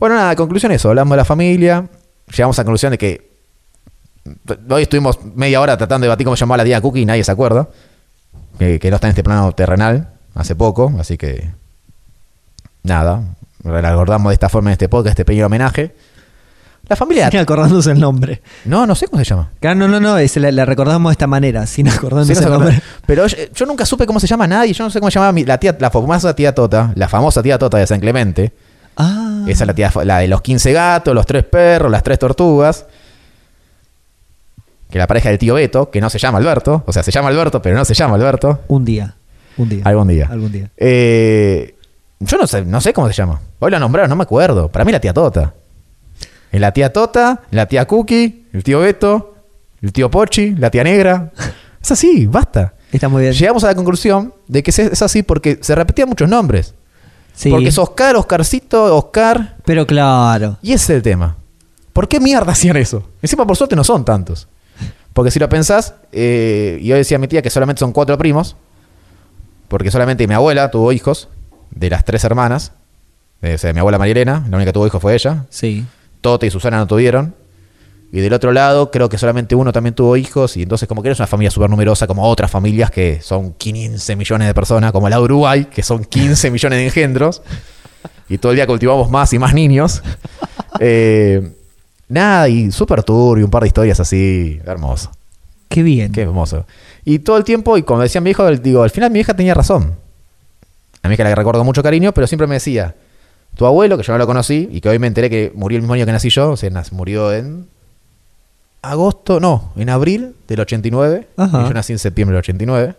[SPEAKER 1] Bueno, nada, conclusión eso. Hablamos de la familia. Llegamos a la conclusión de que. Hoy estuvimos media hora tratando de debatir cómo se llamaba la tía Cookie y nadie se acuerda. Que, que no está en este plano terrenal hace poco, así que. Nada. La abordamos de esta forma en este podcast, este pequeño homenaje. La familia.
[SPEAKER 2] Sin acordándose el nombre.
[SPEAKER 1] No, no sé cómo se llama.
[SPEAKER 2] Claro, no, no, no, es- la, la recordamos de esta manera, sin
[SPEAKER 1] Sí,
[SPEAKER 2] acordándose
[SPEAKER 1] no sé
[SPEAKER 2] el
[SPEAKER 1] cómo-
[SPEAKER 2] nombre.
[SPEAKER 1] Pero yo, yo nunca supe cómo se llama nadie. Yo no sé cómo se llamaba mi- la tía, la famosa tía Tota, la famosa tía Tota de San Clemente.
[SPEAKER 2] Ah,
[SPEAKER 1] Esa es la tía, fa- la de los 15 gatos, los tres perros, las tres tortugas. Que la pareja del tío Beto, que no se llama Alberto. O sea, se llama Alberto, pero no se llama Alberto.
[SPEAKER 2] un día. Un día.
[SPEAKER 1] Algún día.
[SPEAKER 2] Algún día.
[SPEAKER 1] Eh, yo no sé, no sé cómo se llama. Hoy la nombraron, no me acuerdo. Para mí la tía Tota. Es la tía Tota, la tía Cookie, el tío Beto, el tío Pochi, la tía Negra. Es así, basta.
[SPEAKER 2] Está muy bien.
[SPEAKER 1] Llegamos a la conclusión de que es así porque se repetían muchos nombres.
[SPEAKER 2] Sí.
[SPEAKER 1] Porque es Oscar, Oscarcito, Oscar.
[SPEAKER 2] Pero claro.
[SPEAKER 1] Y ese es el tema. ¿Por qué mierda hacían eso? Encima, por suerte, no son tantos. Porque si lo pensás, eh, yo decía a mi tía que solamente son cuatro primos. Porque solamente mi abuela tuvo hijos de las tres hermanas. Eh, o sea, mi abuela María Elena, la única que tuvo hijos fue ella.
[SPEAKER 2] Sí.
[SPEAKER 1] Tote y Susana no tuvieron. Y del otro lado, creo que solamente uno también tuvo hijos. Y entonces, como que no es una familia súper numerosa, como otras familias que son 15 millones de personas, como la Uruguay, que son 15 millones de engendros. Y todo el día cultivamos más y más niños. Eh, nada, y súper turbio, un par de historias así. Hermoso.
[SPEAKER 2] Qué bien.
[SPEAKER 1] Qué hermoso. Y todo el tiempo, y como decía mi hijo, digo, al final mi hija tenía razón. A mi hija la recuerdo mucho cariño, pero siempre me decía, tu abuelo, que yo no lo conocí, y que hoy me enteré que murió el mismo año que nací yo, o sea, nas- murió en agosto, no, en abril del 89,
[SPEAKER 2] Ajá.
[SPEAKER 1] y yo nací en septiembre del 89,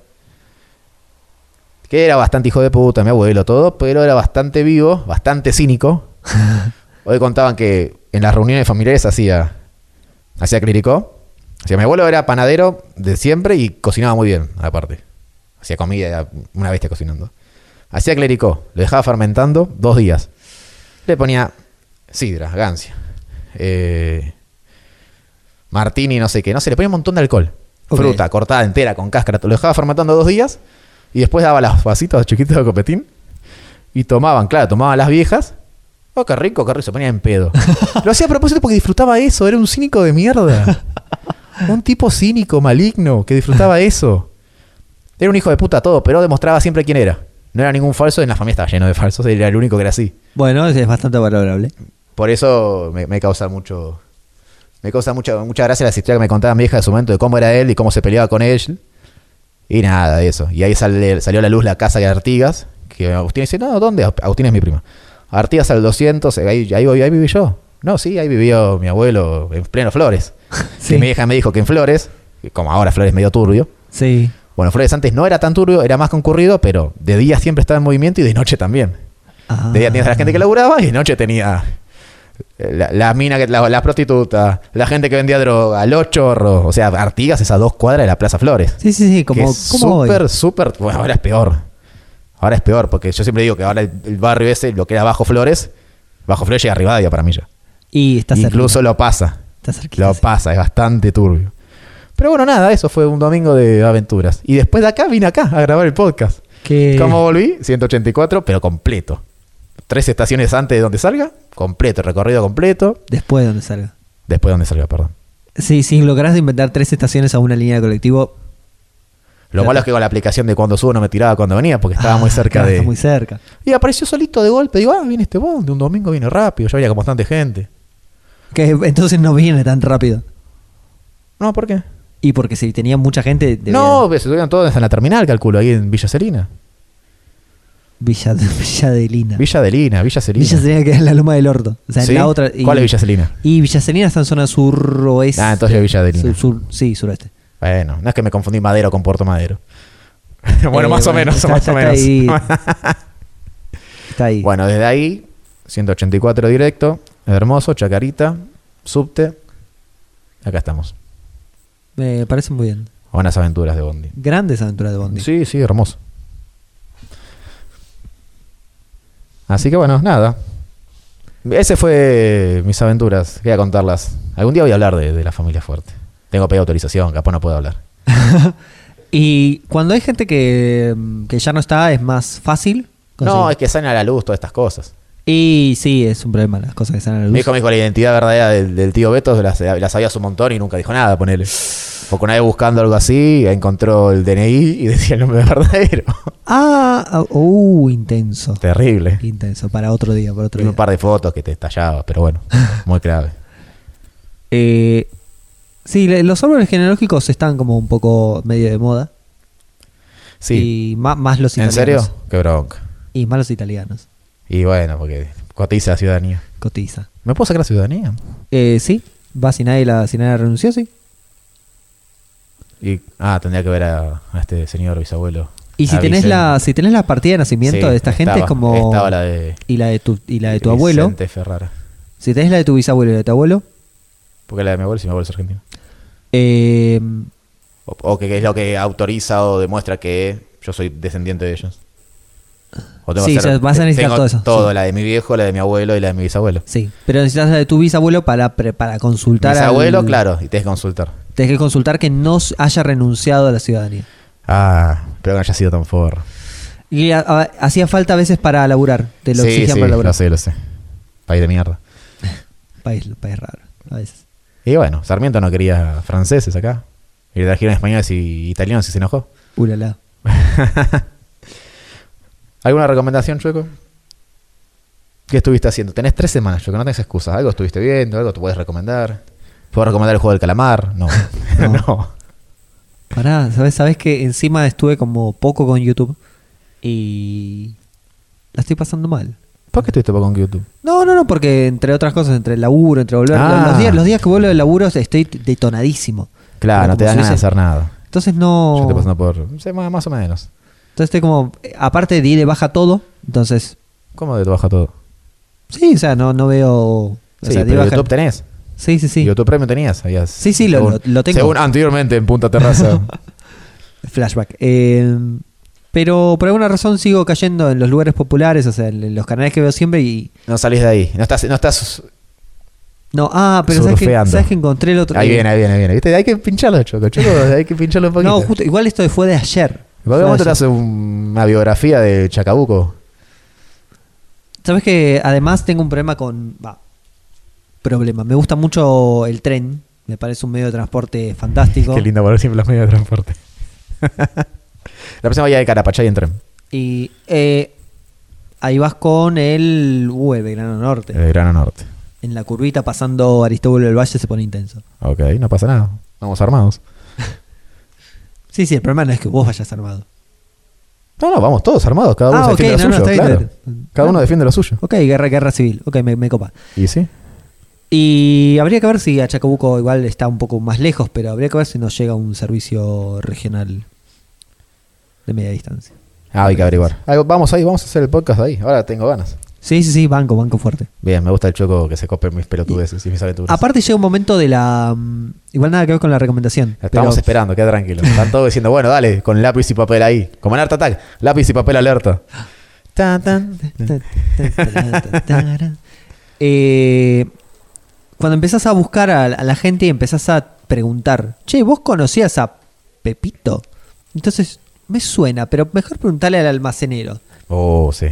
[SPEAKER 1] que era bastante hijo de puta, mi abuelo, todo, pero era bastante vivo, bastante cínico. hoy contaban que en las reuniones familiares hacía, hacía clericó, o sea, mi abuelo era panadero de siempre y cocinaba muy bien, aparte. Hacía comida, era una bestia cocinando. Hacía clericó, lo dejaba fermentando dos días. Le ponía sidra, gancia, eh, martini, no sé qué, no sé, le ponía un montón de alcohol.
[SPEAKER 2] Ok.
[SPEAKER 1] Fruta cortada entera con cáscara, lo dejaba fermentando dos días y después daba los vasitos chiquitos de copetín y tomaban, claro, tomaban las viejas. Oh, qué rico, qué rico, se ponía en pedo. Lo hacía a propósito porque disfrutaba eso, era un cínico de mierda. Un tipo cínico, maligno, que disfrutaba eso. Era un hijo de puta todo, pero demostraba siempre quién era. No era ningún falso, en la familia estaba lleno de falsos, era el único que era así.
[SPEAKER 2] Bueno, es- es bastante valorable.
[SPEAKER 1] Por eso me, me causa mucho. Me causa mucha, mucha gracia las historias que me contaba mi hija de su momento de cómo era él y cómo se peleaba con él. Y nada, de eso. Y ahí sale- salió a la luz la casa de Artigas. Que Agustín dice: No, ¿dónde? Agustín es mi prima. Artigas al 200, ahí, ahí, voy- ahí viví yo. No, sí, ahí vivió mi abuelo en pleno Flores.
[SPEAKER 2] Sí.
[SPEAKER 1] Y mi hija me dijo que en Flores, como ahora Flores medio turbio.
[SPEAKER 2] Sí.
[SPEAKER 1] Bueno, Flores antes no era tan turbio, era más concurrido, pero de día siempre estaba en movimiento y de noche también.
[SPEAKER 2] Ah.
[SPEAKER 1] De día tenías a la gente que laburaba y de noche tenía eh, la, la mina, que, la, la prostituta, la gente que vendía droga, los chorros. O sea, Artigas es a dos cuadras de la Plaza Flores.
[SPEAKER 2] Sí, sí, sí. Como,
[SPEAKER 1] Que es
[SPEAKER 2] como hoy.
[SPEAKER 1] súper, súper. Bueno, ahora es peor. Ahora es peor, porque yo siempre digo que ahora el, el barrio ese, lo que era Bajo Flores, Bajo Flores llega a Rivadavia para mí ya.
[SPEAKER 2] Y está cerca.
[SPEAKER 1] Incluso lo pasa.
[SPEAKER 2] Está cerquita,
[SPEAKER 1] Lo
[SPEAKER 2] sí.
[SPEAKER 1] pasa, es bastante turbio. Pero bueno, nada, eso fue un domingo de aventuras. Y después de acá vine acá a grabar el podcast.
[SPEAKER 2] Que-
[SPEAKER 1] ¿Cómo volví? 184, pero completo. Tres estaciones antes de donde salga, completo, recorrido completo.
[SPEAKER 2] Después de donde salga.
[SPEAKER 1] Después de donde salga, perdón.
[SPEAKER 2] Sí, si lográs inventar tres estaciones a una línea de colectivo.
[SPEAKER 1] Lo
[SPEAKER 2] Claro.
[SPEAKER 1] malo es que con la aplicación de cuando subo no me tiraba cuando venía, porque estaba muy
[SPEAKER 2] Ah,
[SPEAKER 1] cerca
[SPEAKER 2] claro,
[SPEAKER 1] de.
[SPEAKER 2] Está muy cerca.
[SPEAKER 1] Y apareció solito de golpe. Digo, ah, viene este bond, de un domingo viene rápido, ya había con bastante gente.
[SPEAKER 2] Que entonces no viene tan rápido.
[SPEAKER 1] No, ¿por qué?
[SPEAKER 2] Y porque si tenía mucha gente. debía-
[SPEAKER 1] No, pues, se subieron todos en la terminal, calculo, ahí en Villa Selina.
[SPEAKER 2] Villa, Villa Delina. Villa,
[SPEAKER 1] Villa Delina, Villa Selina.
[SPEAKER 2] Selina que es la loma del orto. O sea, en
[SPEAKER 1] ¿Sí?
[SPEAKER 2] la otra. y-
[SPEAKER 1] ¿Cuál es Villa Selina?
[SPEAKER 2] Y Villa Selina está en zona suroeste.
[SPEAKER 1] Ah, entonces Villa Delina.
[SPEAKER 2] Sur- sur- sí, suroeste.
[SPEAKER 1] Bueno, no es que me confundí Madero con Puerto Madero. bueno,
[SPEAKER 2] Eh,
[SPEAKER 1] más o
[SPEAKER 2] bueno,
[SPEAKER 1] menos,
[SPEAKER 2] está-
[SPEAKER 1] más
[SPEAKER 2] está-
[SPEAKER 1] o
[SPEAKER 2] está
[SPEAKER 1] menos.
[SPEAKER 2] ahí. Está ahí.
[SPEAKER 1] Bueno, desde ahí, 184 directo, hermoso, Chacarita, subte. Acá estamos.
[SPEAKER 2] Me parece muy bien.
[SPEAKER 1] Buenas aventuras de Bondi.
[SPEAKER 2] Grandes aventuras de Bondi.
[SPEAKER 1] Sí, sí, hermoso. Así que bueno, nada. Ese fue mis aventuras. Quería contarlas. Algún día voy a hablar de, de la familia fuerte. Tengo pedido autorización, capaz no puedo hablar.
[SPEAKER 2] Y cuando hay gente que, mm, que ya no está, es más fácil.
[SPEAKER 1] No,
[SPEAKER 2] conseguir.
[SPEAKER 1] es que salen a la luz todas estas cosas.
[SPEAKER 2] Y sí, es un problema las cosas que salen a la luz.
[SPEAKER 1] Mi hijo me dijo la identidad verdadera del, del tío Beto, la, la sabía hace un montón y nunca dijo nada, ponele. Porque una vez buscando algo así, encontró el DNI y decía el nombre verdadero.
[SPEAKER 2] Ah, ah, uh, intenso.
[SPEAKER 1] Terrible.
[SPEAKER 2] Intenso, para otro día, para otro
[SPEAKER 1] Tuve
[SPEAKER 2] día.
[SPEAKER 1] un par de fotos que te estallaba, pero bueno, muy grave.
[SPEAKER 2] Eh, sí, le- los árboles genealógicos están como un poco medio de moda.
[SPEAKER 1] Sí.
[SPEAKER 2] Y ma- más los
[SPEAKER 1] ¿En
[SPEAKER 2] italianos.
[SPEAKER 1] serio? Qué bronca.
[SPEAKER 2] Y más los italianos.
[SPEAKER 1] Y bueno, porque cotiza la ciudadanía.
[SPEAKER 2] Cotiza.
[SPEAKER 1] ¿Me puedo sacar la ciudadanía?
[SPEAKER 2] Eh, sí, va sin nadie, la, si nadie renunció, sí.
[SPEAKER 1] Y, ah, tendría que ver a, a este señor bisabuelo.
[SPEAKER 2] Y si
[SPEAKER 1] A
[SPEAKER 2] tenés, la,
[SPEAKER 1] Vicente.
[SPEAKER 2] si tenés la partida de nacimiento
[SPEAKER 1] Sí,
[SPEAKER 2] de esta gente,
[SPEAKER 1] estaba-
[SPEAKER 2] es como.
[SPEAKER 1] Estaba la de.
[SPEAKER 2] Y la de tu, y la de tu abuelo.
[SPEAKER 1] Vicente Ferrara.
[SPEAKER 2] Si tenés la de tu bisabuelo y la de tu abuelo,
[SPEAKER 1] Porque la de mi abuelo, si mi abuelo es argentino.
[SPEAKER 2] eh,
[SPEAKER 1] O, o que, que es lo que autoriza o demuestra que yo soy descendiente de ellos. O
[SPEAKER 2] Sí,
[SPEAKER 1] que hacer-
[SPEAKER 2] ya vas a necesitar
[SPEAKER 1] tengo
[SPEAKER 2] todo eso, sí.
[SPEAKER 1] la de mi viejo, la de mi abuelo y la de mi bisabuelo.
[SPEAKER 2] Sí, pero necesitas la de tu bisabuelo para, pre- para consultar. al-
[SPEAKER 1] Bisabuelo, claro, y tienes que consultar.
[SPEAKER 2] Tenés que consultar que no s- haya renunciado a la ciudadanía.
[SPEAKER 1] Ah, espero que no haya sido tan forro.
[SPEAKER 2] Y a- a- hacía falta a veces para laburar. Te lo
[SPEAKER 1] sí,
[SPEAKER 2] exigían
[SPEAKER 1] sí,
[SPEAKER 2] para laburar.
[SPEAKER 1] lo sé, lo sé. País de mierda.
[SPEAKER 2] País, país raro, a veces.
[SPEAKER 1] Y bueno, Sarmiento no quería franceses acá. Y le trajeron españoles y italianos y se enojó.
[SPEAKER 2] Ulala.
[SPEAKER 1] ¿Alguna recomendación, Chueco? ¿Qué estuviste haciendo? Tenés tres semanas, Chueco, no tenés excusas. Algo estuviste viendo, algo te puedes recomendar. ¿Puedo recomendar el juego del calamar? No. no.
[SPEAKER 2] No. Pará, ¿sabes? ¿Sabes que encima estuve como poco con YouTube? Y. La estoy pasando mal.
[SPEAKER 1] ¿Por qué estuviste poco con YouTube?
[SPEAKER 2] No, no, no, porque entre otras cosas, entre el laburo, entre volver.
[SPEAKER 1] Ah.
[SPEAKER 2] Los, días, los días que vuelvo del laburo estoy detonadísimo.
[SPEAKER 1] Claro, no
[SPEAKER 2] Como
[SPEAKER 1] te dan
[SPEAKER 2] si
[SPEAKER 1] ganas de
[SPEAKER 2] hubiese-
[SPEAKER 1] hacer nada.
[SPEAKER 2] Entonces
[SPEAKER 1] Yo
[SPEAKER 2] no.
[SPEAKER 1] estoy pasando por. sí, más más o menos.
[SPEAKER 2] Entonces estoy como. eh, Aparte di de baja todo. Entonces.
[SPEAKER 1] ¿Cómo de tu baja todo?
[SPEAKER 2] Sí, o sea, no, no veo. o
[SPEAKER 1] Sí,
[SPEAKER 2] sea, di
[SPEAKER 1] pero
[SPEAKER 2] baja-
[SPEAKER 1] YouTube tenés.
[SPEAKER 2] Sí, sí, sí.
[SPEAKER 1] YouTube Premium tenías. habías-
[SPEAKER 2] Sí, sí, lo-
[SPEAKER 1] según-
[SPEAKER 2] lo- lo tengo.
[SPEAKER 1] Según anteriormente en Punta Terraza.
[SPEAKER 2] Flashback. Eh, pero por alguna razón sigo cayendo en los lugares populares, o sea, en los canales que veo siempre y.
[SPEAKER 1] no salís de ahí. No estás. No estás
[SPEAKER 2] No, ah, pero ¿sabes que,
[SPEAKER 1] Surfeando.
[SPEAKER 2] ¿sabes que encontré el otro
[SPEAKER 1] ahí viene, ahí viene, ahí viene. ¿Viste? Hay que pincharlo, Choco. Choco, hay que pincharlo un poquito.
[SPEAKER 2] No, justo, igual esto fue de ayer.
[SPEAKER 1] En cualquier
[SPEAKER 2] Fue
[SPEAKER 1] momento
[SPEAKER 2] de
[SPEAKER 1] te
[SPEAKER 2] ayer.
[SPEAKER 1] hace un- una biografía de Chacabuco.
[SPEAKER 2] Sabes que además tengo un problema con. Va. Problema. Me gusta mucho el tren. Me parece un medio de transporte fantástico.
[SPEAKER 1] Qué lindo poner siempre los medios de transporte. La próxima vaya de Carapachay en tren.
[SPEAKER 2] Y eh, ahí vas con el V, Belgrano Norte.
[SPEAKER 1] De Grano Norte.
[SPEAKER 2] En la curvita pasando Aristóbulo del Valle se pone intenso.
[SPEAKER 1] Ok, no pasa nada. Vamos armados.
[SPEAKER 2] Sí, sí, el problema no es que vos vayas armado.
[SPEAKER 1] No, no, vamos todos armados. Cada uno
[SPEAKER 2] Ah, ok,
[SPEAKER 1] defiende lo
[SPEAKER 2] no, no,
[SPEAKER 1] suyo.
[SPEAKER 2] está bien,
[SPEAKER 1] claro.
[SPEAKER 2] está bien.
[SPEAKER 1] Cada uno
[SPEAKER 2] Ah.
[SPEAKER 1] defiende lo suyo.
[SPEAKER 2] Ok, guerra, guerra civil. Ok, me, me copa.
[SPEAKER 1] Y sí.
[SPEAKER 2] Y habría que ver si a Chacabuco igual está un poco más lejos, pero habría que ver si nos llega un servicio regional de media distancia.
[SPEAKER 1] Ah, hay que averiguar. Ah, vamos ahí, vamos a hacer el podcast ahí. Ahora tengo ganas.
[SPEAKER 2] Sí, sí, sí, banco, banco fuerte.
[SPEAKER 1] Bien, me gusta el choco que se cope mis pelotudeces y mis aventuras.
[SPEAKER 2] Aparte llega un momento de la... mm, Igual nada que ver con la recomendación.
[SPEAKER 1] Estamos
[SPEAKER 2] pero-
[SPEAKER 1] esperando, queda tranquilo. Están todos diciendo, bueno, dale, con lápiz y papel ahí. Como en Art Attack, lápiz y papel alerta. Tan, tan.
[SPEAKER 2] Eh, cuando empezás a buscar a, a la gente y empezás a preguntar, che, ¿vos conocías a Pepito? Entonces, me suena, pero mejor preguntarle al almacenero.
[SPEAKER 1] Oh, sí.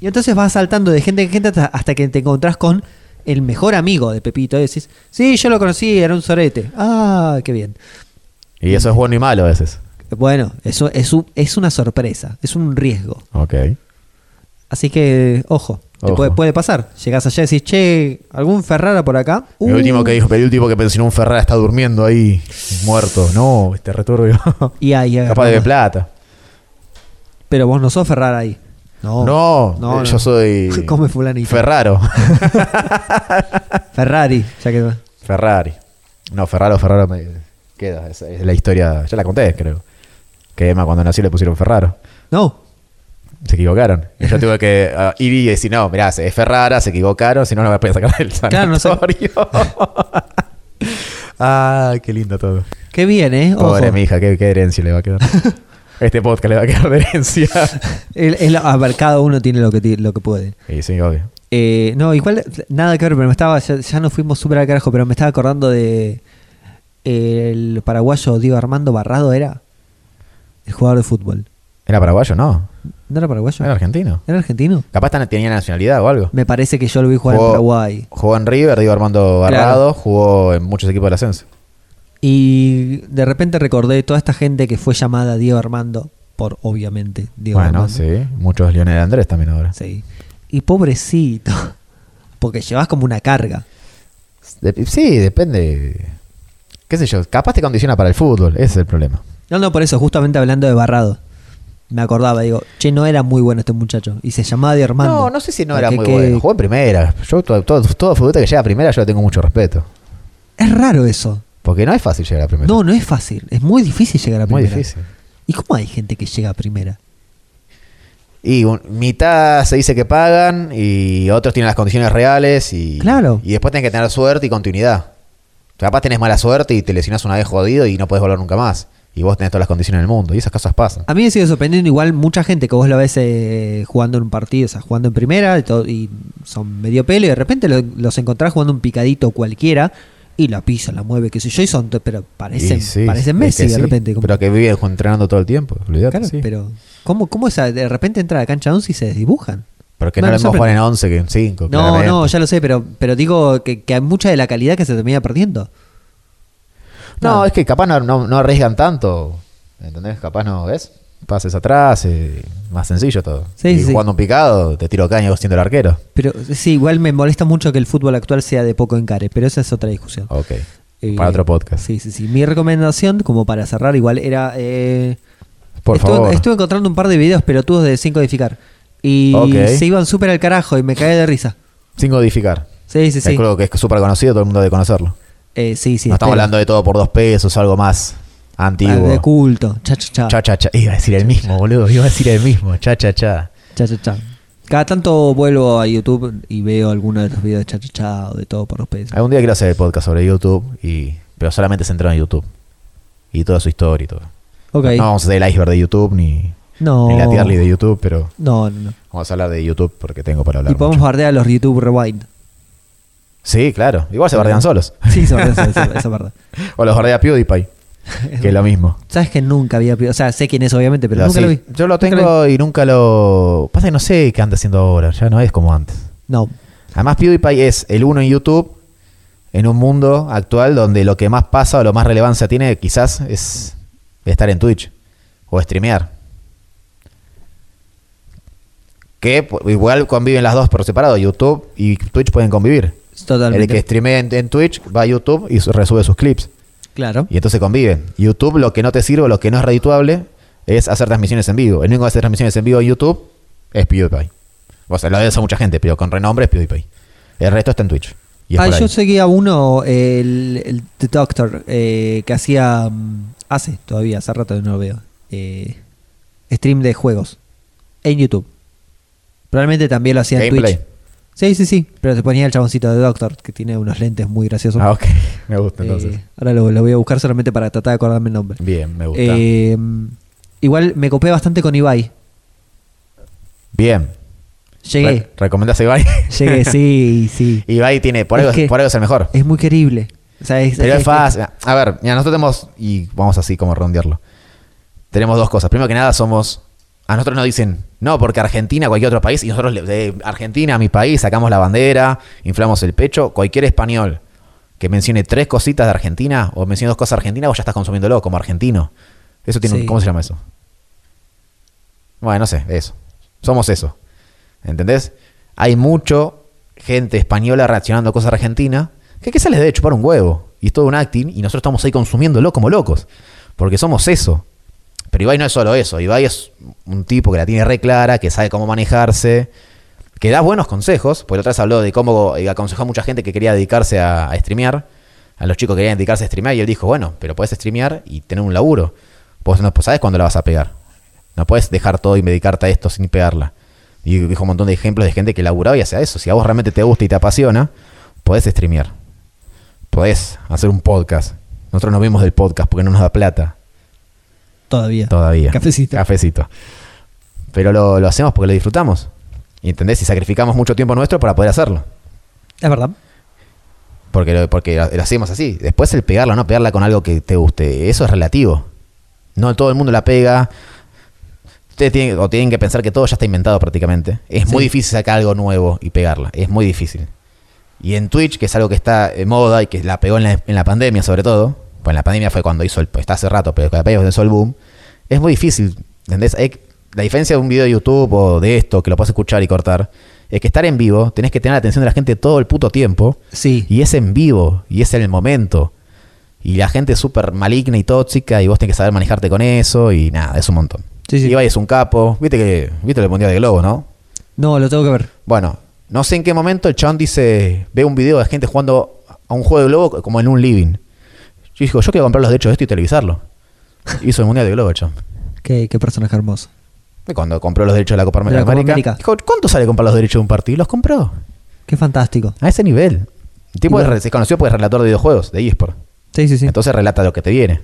[SPEAKER 2] Y entonces vas saltando de gente en gente hasta, hasta que te encontrás con el mejor amigo de Pepito. Y decís, sí, yo lo conocí, era un sorete. Ah, qué bien.
[SPEAKER 1] Y eso es bueno y malo a veces.
[SPEAKER 2] Bueno, eso es, un- es una sorpresa, es un riesgo.
[SPEAKER 1] Ok.
[SPEAKER 2] Así que, ojo, te
[SPEAKER 1] Ojo.
[SPEAKER 2] Puede, puede pasar. Llegás allá y decís, che, ¿algún Ferrara por acá?
[SPEAKER 1] El
[SPEAKER 2] Uh,
[SPEAKER 1] último que dijo, el último que mencionó un Ferrara está durmiendo ahí, muerto. No, este returbio.
[SPEAKER 2] Y ahí,
[SPEAKER 1] Capaz de
[SPEAKER 2] agarramos.
[SPEAKER 1] plata.
[SPEAKER 2] Pero vos no sos Ferrara ahí. No,
[SPEAKER 1] No,
[SPEAKER 2] No,
[SPEAKER 1] eh,
[SPEAKER 2] no.
[SPEAKER 1] yo soy
[SPEAKER 2] Come fulanito.
[SPEAKER 1] Ferraro.
[SPEAKER 2] Ferrari, ya que
[SPEAKER 1] Ferrari. No, Ferraro, Ferraro me queda. Esa es la historia, ya la conté, creo. Que Emma cuando nació le pusieron Ferraro.
[SPEAKER 2] No,
[SPEAKER 1] Se equivocaron. Y yo tuve que ah, ir y decir, no, mirá, es Ferrara, se equivocaron, si no, no me pueden sacar del
[SPEAKER 2] Claro, no sé.
[SPEAKER 1] sanatorio. ah, qué lindo todo.
[SPEAKER 2] qué bien, ¿eh? Ojo.
[SPEAKER 1] Pobre mi hija, qué, qué herencia le va a quedar. este podcast le va a quedar de herencia.
[SPEAKER 2] El- el- a ver, cada uno tiene lo que, ti- lo que puede.
[SPEAKER 1] y sí, obvio.
[SPEAKER 2] Eh, no, igual, nada que ver, pero me estaba, ya, ya nos fuimos súper al carajo, pero me estaba acordando de el paraguayo Diego Armando Barrado era el jugador de fútbol.
[SPEAKER 1] ¿Era paraguayo? No.
[SPEAKER 2] ¿No era paraguayo?
[SPEAKER 1] Era argentino.
[SPEAKER 2] ¿Era argentino?
[SPEAKER 1] Capaz tan- tenía nacionalidad o algo.
[SPEAKER 2] Me parece que yo lo vi jugar en Paraguay.
[SPEAKER 1] jugó en River, digo Armando
[SPEAKER 2] Claro.
[SPEAKER 1] Barrado, jugó en muchos equipos del ascenso.
[SPEAKER 2] Y de repente recordé toda esta gente que fue llamada Diego Armando, por obviamente Diego
[SPEAKER 1] bueno,
[SPEAKER 2] Armando.
[SPEAKER 1] sí. Muchos Lionel Andrés también ahora.
[SPEAKER 2] Sí. Y pobrecito, porque llevas como una carga.
[SPEAKER 1] Dep- sí, depende. ¿Qué sé yo? Capaz te condiciona para el fútbol, ese es el problema.
[SPEAKER 2] No, no, por eso, justamente hablando de Barrado. Me acordaba, digo, che, no era muy bueno este muchacho. Y se llamaba Diego Armando.
[SPEAKER 1] No, no sé si no
[SPEAKER 2] O sea,
[SPEAKER 1] era
[SPEAKER 2] que-
[SPEAKER 1] muy
[SPEAKER 2] que-
[SPEAKER 1] bueno. Jugó en primera. Yo, todo, todo, todo futbolista que llega a primera, yo le tengo mucho respeto.
[SPEAKER 2] Es raro eso.
[SPEAKER 1] Porque no es fácil llegar a primera.
[SPEAKER 2] No, no es fácil. Es muy difícil llegar a
[SPEAKER 1] Muy
[SPEAKER 2] primera.
[SPEAKER 1] difícil.
[SPEAKER 2] ¿Y cómo hay gente que llega a primera?
[SPEAKER 1] Y un- mitad se dice que pagan y otros tienen las condiciones reales y,
[SPEAKER 2] Claro.
[SPEAKER 1] y después tenés que tener suerte y continuidad. O sea, capaz tenés mala suerte y te lesionás una vez jodido y no puedes volver nunca más. y vos tenés todas las condiciones del mundo. Y esas cosas pasan.
[SPEAKER 2] A mí me sigue sorprendiendo igual mucha gente que vos lo ves eh, jugando en un partido, o sea, jugando en primera y, todo, y son medio pelo y de repente lo- los encontrás jugando un picadito cualquiera y la pisa, la mueve, qué sé yo, y son, pero parecen,
[SPEAKER 1] Y sí,
[SPEAKER 2] parecen
[SPEAKER 1] es
[SPEAKER 2] Messi
[SPEAKER 1] que
[SPEAKER 2] de
[SPEAKER 1] sí,
[SPEAKER 2] repente. como-
[SPEAKER 1] Pero que viven entrenando todo el tiempo. Olvidate,
[SPEAKER 2] claro,
[SPEAKER 1] sí.
[SPEAKER 2] pero ¿cómo, cómo esa, de repente entra a la cancha 11 y se desdibujan?
[SPEAKER 1] Porque
[SPEAKER 2] No,
[SPEAKER 1] no,
[SPEAKER 2] no
[SPEAKER 1] lo mismo jugar
[SPEAKER 2] sorprende.
[SPEAKER 1] en 11 que en 5.
[SPEAKER 2] No, no, ya lo sé, pero, pero digo que, que hay mucha de la calidad que se termina perdiendo.
[SPEAKER 1] No, es que capaz no, no- no arriesgan tanto. ¿Entendés? Capaz no, ¿ves? Pases atrás, eh, más sencillo todo.
[SPEAKER 2] Sí,
[SPEAKER 1] y
[SPEAKER 2] sí, sí.
[SPEAKER 1] jugando un picado, te tiro caña vos siendo el arquero.
[SPEAKER 2] Pero sí, igual me molesta mucho que el fútbol actual sea de poco encare, pero esa es otra discusión.
[SPEAKER 1] Ok.
[SPEAKER 2] Eh,
[SPEAKER 1] Para otro podcast.
[SPEAKER 2] Sí, sí, sí. Mi recomendación, como para cerrar, igual era. eh,
[SPEAKER 1] Por
[SPEAKER 2] estuve,
[SPEAKER 1] favor.
[SPEAKER 2] estuve encontrando un par de videos pelotudos de Sin Codificar. Y
[SPEAKER 1] Ok.
[SPEAKER 2] se iban súper al carajo y me caí de risa.
[SPEAKER 1] Sin codificar.
[SPEAKER 2] Sí, sí, sí.
[SPEAKER 1] Creo que es súper conocido, todo el mundo debe conocerlo.
[SPEAKER 2] Eh, sí, sí.
[SPEAKER 1] no estamos
[SPEAKER 2] este,
[SPEAKER 1] hablando de todo por dos pesos, algo más
[SPEAKER 2] ah,
[SPEAKER 1] antiguo.
[SPEAKER 2] De culto. Cha, cha, cha.
[SPEAKER 1] Cha, cha, cha. Iba a decir el mismo, boludo. Iba a decir el mismo. Cha, cha, cha.
[SPEAKER 2] Cha, cha, cha. Cada tanto vuelvo a YouTube y veo algunos de los videos de cha, cha, cha o de todo por los pesos.
[SPEAKER 1] Algún día quiero hacer el podcast sobre YouTube, y, pero solamente centrado en YouTube. Y toda su historia y todo.
[SPEAKER 2] Ok.
[SPEAKER 1] No vamos a hacer el iceberg de YouTube ni,
[SPEAKER 2] No.
[SPEAKER 1] ni la tier list de YouTube, pero
[SPEAKER 2] No, no, no.
[SPEAKER 1] vamos a hablar de YouTube porque tengo para hablar.
[SPEAKER 2] Y podemos
[SPEAKER 1] mucho.
[SPEAKER 2] bardear a los YouTube Rewind.
[SPEAKER 1] Sí, claro. Igual se
[SPEAKER 2] Pero-
[SPEAKER 1] bardean solos.
[SPEAKER 2] Sí, se bardean solos, esa- esa verdad.
[SPEAKER 1] o los bardea PewDiePie, que es lo mismo.
[SPEAKER 2] Sabes que nunca había. O sea, sé quién es, obviamente, pero
[SPEAKER 1] Lo-
[SPEAKER 2] nunca
[SPEAKER 1] sí,
[SPEAKER 2] lo vi.
[SPEAKER 1] Yo lo
[SPEAKER 2] Nunca
[SPEAKER 1] tengo y nunca lo. Pasa que no sé qué anda haciendo ahora, ya no es como antes.
[SPEAKER 2] No.
[SPEAKER 1] Además, PewDiePie es el uno en YouTube en un mundo actual donde lo que más pasa o lo más relevancia tiene quizás es estar en Twitch o streamear. Que pu- igual conviven las dos por separado, YouTube y Twitch pueden convivir. El
[SPEAKER 2] Totalmente.
[SPEAKER 1] que streamea en, en Twitch va a YouTube y su- resube sus clips.
[SPEAKER 2] Claro.
[SPEAKER 1] Y entonces conviven. YouTube lo que no te sirve, lo que no es redituable, es hacer transmisiones en vivo. El único que hace transmisiones en vivo en YouTube es PewDiePie. O sea, lo debes a mucha gente, pero con renombre es PewDiePie. El resto está en Twitch. Y es
[SPEAKER 2] Ah,
[SPEAKER 1] por
[SPEAKER 2] yo
[SPEAKER 1] ahí.
[SPEAKER 2] seguía uno, el, el The Doctor, eh, que hacía. mm, Hace todavía, hace rato que no lo veo. eh, stream de juegos. En YouTube. Probablemente también lo hacía en
[SPEAKER 1] Gameplay.
[SPEAKER 2] Twitch. Sí, sí, sí. Pero se ponía el chaboncito de Doctor, que tiene unos lentes muy graciosos.
[SPEAKER 1] Ah, ok. Me gusta
[SPEAKER 2] Eh,
[SPEAKER 1] entonces.
[SPEAKER 2] ahora lo, lo voy a buscar solamente para tratar de acordarme el nombre.
[SPEAKER 1] Bien, me gusta.
[SPEAKER 2] Eh, igual me copé bastante con Ibai.
[SPEAKER 1] Bien.
[SPEAKER 2] Llegué.
[SPEAKER 1] Re- ¿Recomendás a Ibai?
[SPEAKER 2] Llegué, sí, sí.
[SPEAKER 1] Ibai tiene, por
[SPEAKER 2] Es
[SPEAKER 1] algo,
[SPEAKER 2] que-
[SPEAKER 1] por algo es el mejor.
[SPEAKER 2] Es muy querible. O sea, es,
[SPEAKER 1] Pero
[SPEAKER 2] es-
[SPEAKER 1] es fácil. A ver, mira, nosotros tenemos, y vamos así como a redondearlo. Tenemos dos cosas. Primero que nada, somos. A nosotros nos dicen, no, porque Argentina, cualquier otro país, y nosotros le- de Argentina, mi país, sacamos la bandera, inflamos el pecho. Cualquier español que mencione tres cositas de Argentina o mencione dos cosas argentinas, vos ya estás consumiéndolo como argentino. Eso tiene un-
[SPEAKER 2] Sí.
[SPEAKER 1] ¿Cómo se llama eso? Bueno, no sé, eso. Somos eso. ¿Entendés? Hay mucho gente española reaccionando a cosas argentinas que quizás les debe chupar un huevo. Y es todo un acting y nosotros estamos ahí consumiéndolo como locos. Porque somos eso. Pero Ibai no es solo eso. Ibai es un tipo que la tiene re clara, que sabe cómo manejarse, que da buenos consejos. Porque la otra vez habló de cómo eh, aconsejó a mucha gente que quería dedicarse a, a streamear. A los chicos que querían dedicarse a streamear. Y él dijo, bueno, pero podés streamear y tener un laburo. Vos no pues, sabés cuándo la vas a pegar. No puedes dejar todo y dedicarte a esto sin pegarla. Y dijo un montón de ejemplos de gente que laburaba y hacía eso. Si a vos realmente te gusta y te apasiona, podés streamear. Podés hacer un podcast. Nosotros no vemos del podcast porque no nos da plata.
[SPEAKER 2] Todavía.
[SPEAKER 1] Todavía.
[SPEAKER 2] Cafecito.
[SPEAKER 1] Cafecito. Pero lo, lo hacemos porque lo disfrutamos. Y entendés, y sacrificamos mucho tiempo nuestro para poder hacerlo.
[SPEAKER 2] Es verdad.
[SPEAKER 1] Porque lo, porque lo- lo hacemos así. Después el pegarla o no pegarla con algo que te guste, eso es relativo. No todo el mundo la pega. Ustedes tienen, o tienen que pensar que todo ya está inventado prácticamente. Es muy
[SPEAKER 2] Sí.
[SPEAKER 1] difícil sacar algo nuevo y pegarla. Es muy difícil. Y en Twitch, que es algo que está de moda y que la pegó en la, en la pandemia sobre todo, pues en la pandemia fue cuando hizo el, pues está hace rato, pero cuando apenas hizo el boom, es muy difícil, ¿entendés? Hay- la diferencia de un video de YouTube o de esto, que lo puedes escuchar y cortar, es que estar en vivo, tenés que tener la atención de la gente todo el puto tiempo,
[SPEAKER 2] Sí.
[SPEAKER 1] y es en vivo, y es en el momento. Y la gente es súper maligna y tóxica, y vos tenés que saber manejarte con eso, y nada, es un montón.
[SPEAKER 2] Sí, sí.
[SPEAKER 1] Y Ibai es un capo. Viste que viste el Mundial de Globo, ¿no?
[SPEAKER 2] No, lo tengo que ver.
[SPEAKER 1] Bueno, no sé en qué momento el chabón dice, ve un video de gente jugando a un juego de globo como en un living. Yo digo, yo quiero comprar los derechos de esto y televisarlo. Hizo el Mundial de Globo, el chabón.
[SPEAKER 2] Qué, qué personaje hermoso.
[SPEAKER 1] Y Cuando compró los derechos de la Copa
[SPEAKER 2] De la
[SPEAKER 1] América,
[SPEAKER 2] Copa América.
[SPEAKER 1] dijo, ¿cuánto sale comprar los derechos de un partido? Y los compró.
[SPEAKER 2] Qué fantástico.
[SPEAKER 1] A ese nivel. El tipo
[SPEAKER 2] Y bueno.
[SPEAKER 1] es re- se conoció porque es relator de videojuegos, de eSport.
[SPEAKER 2] Sí, sí, sí.
[SPEAKER 1] Entonces relata lo que te viene.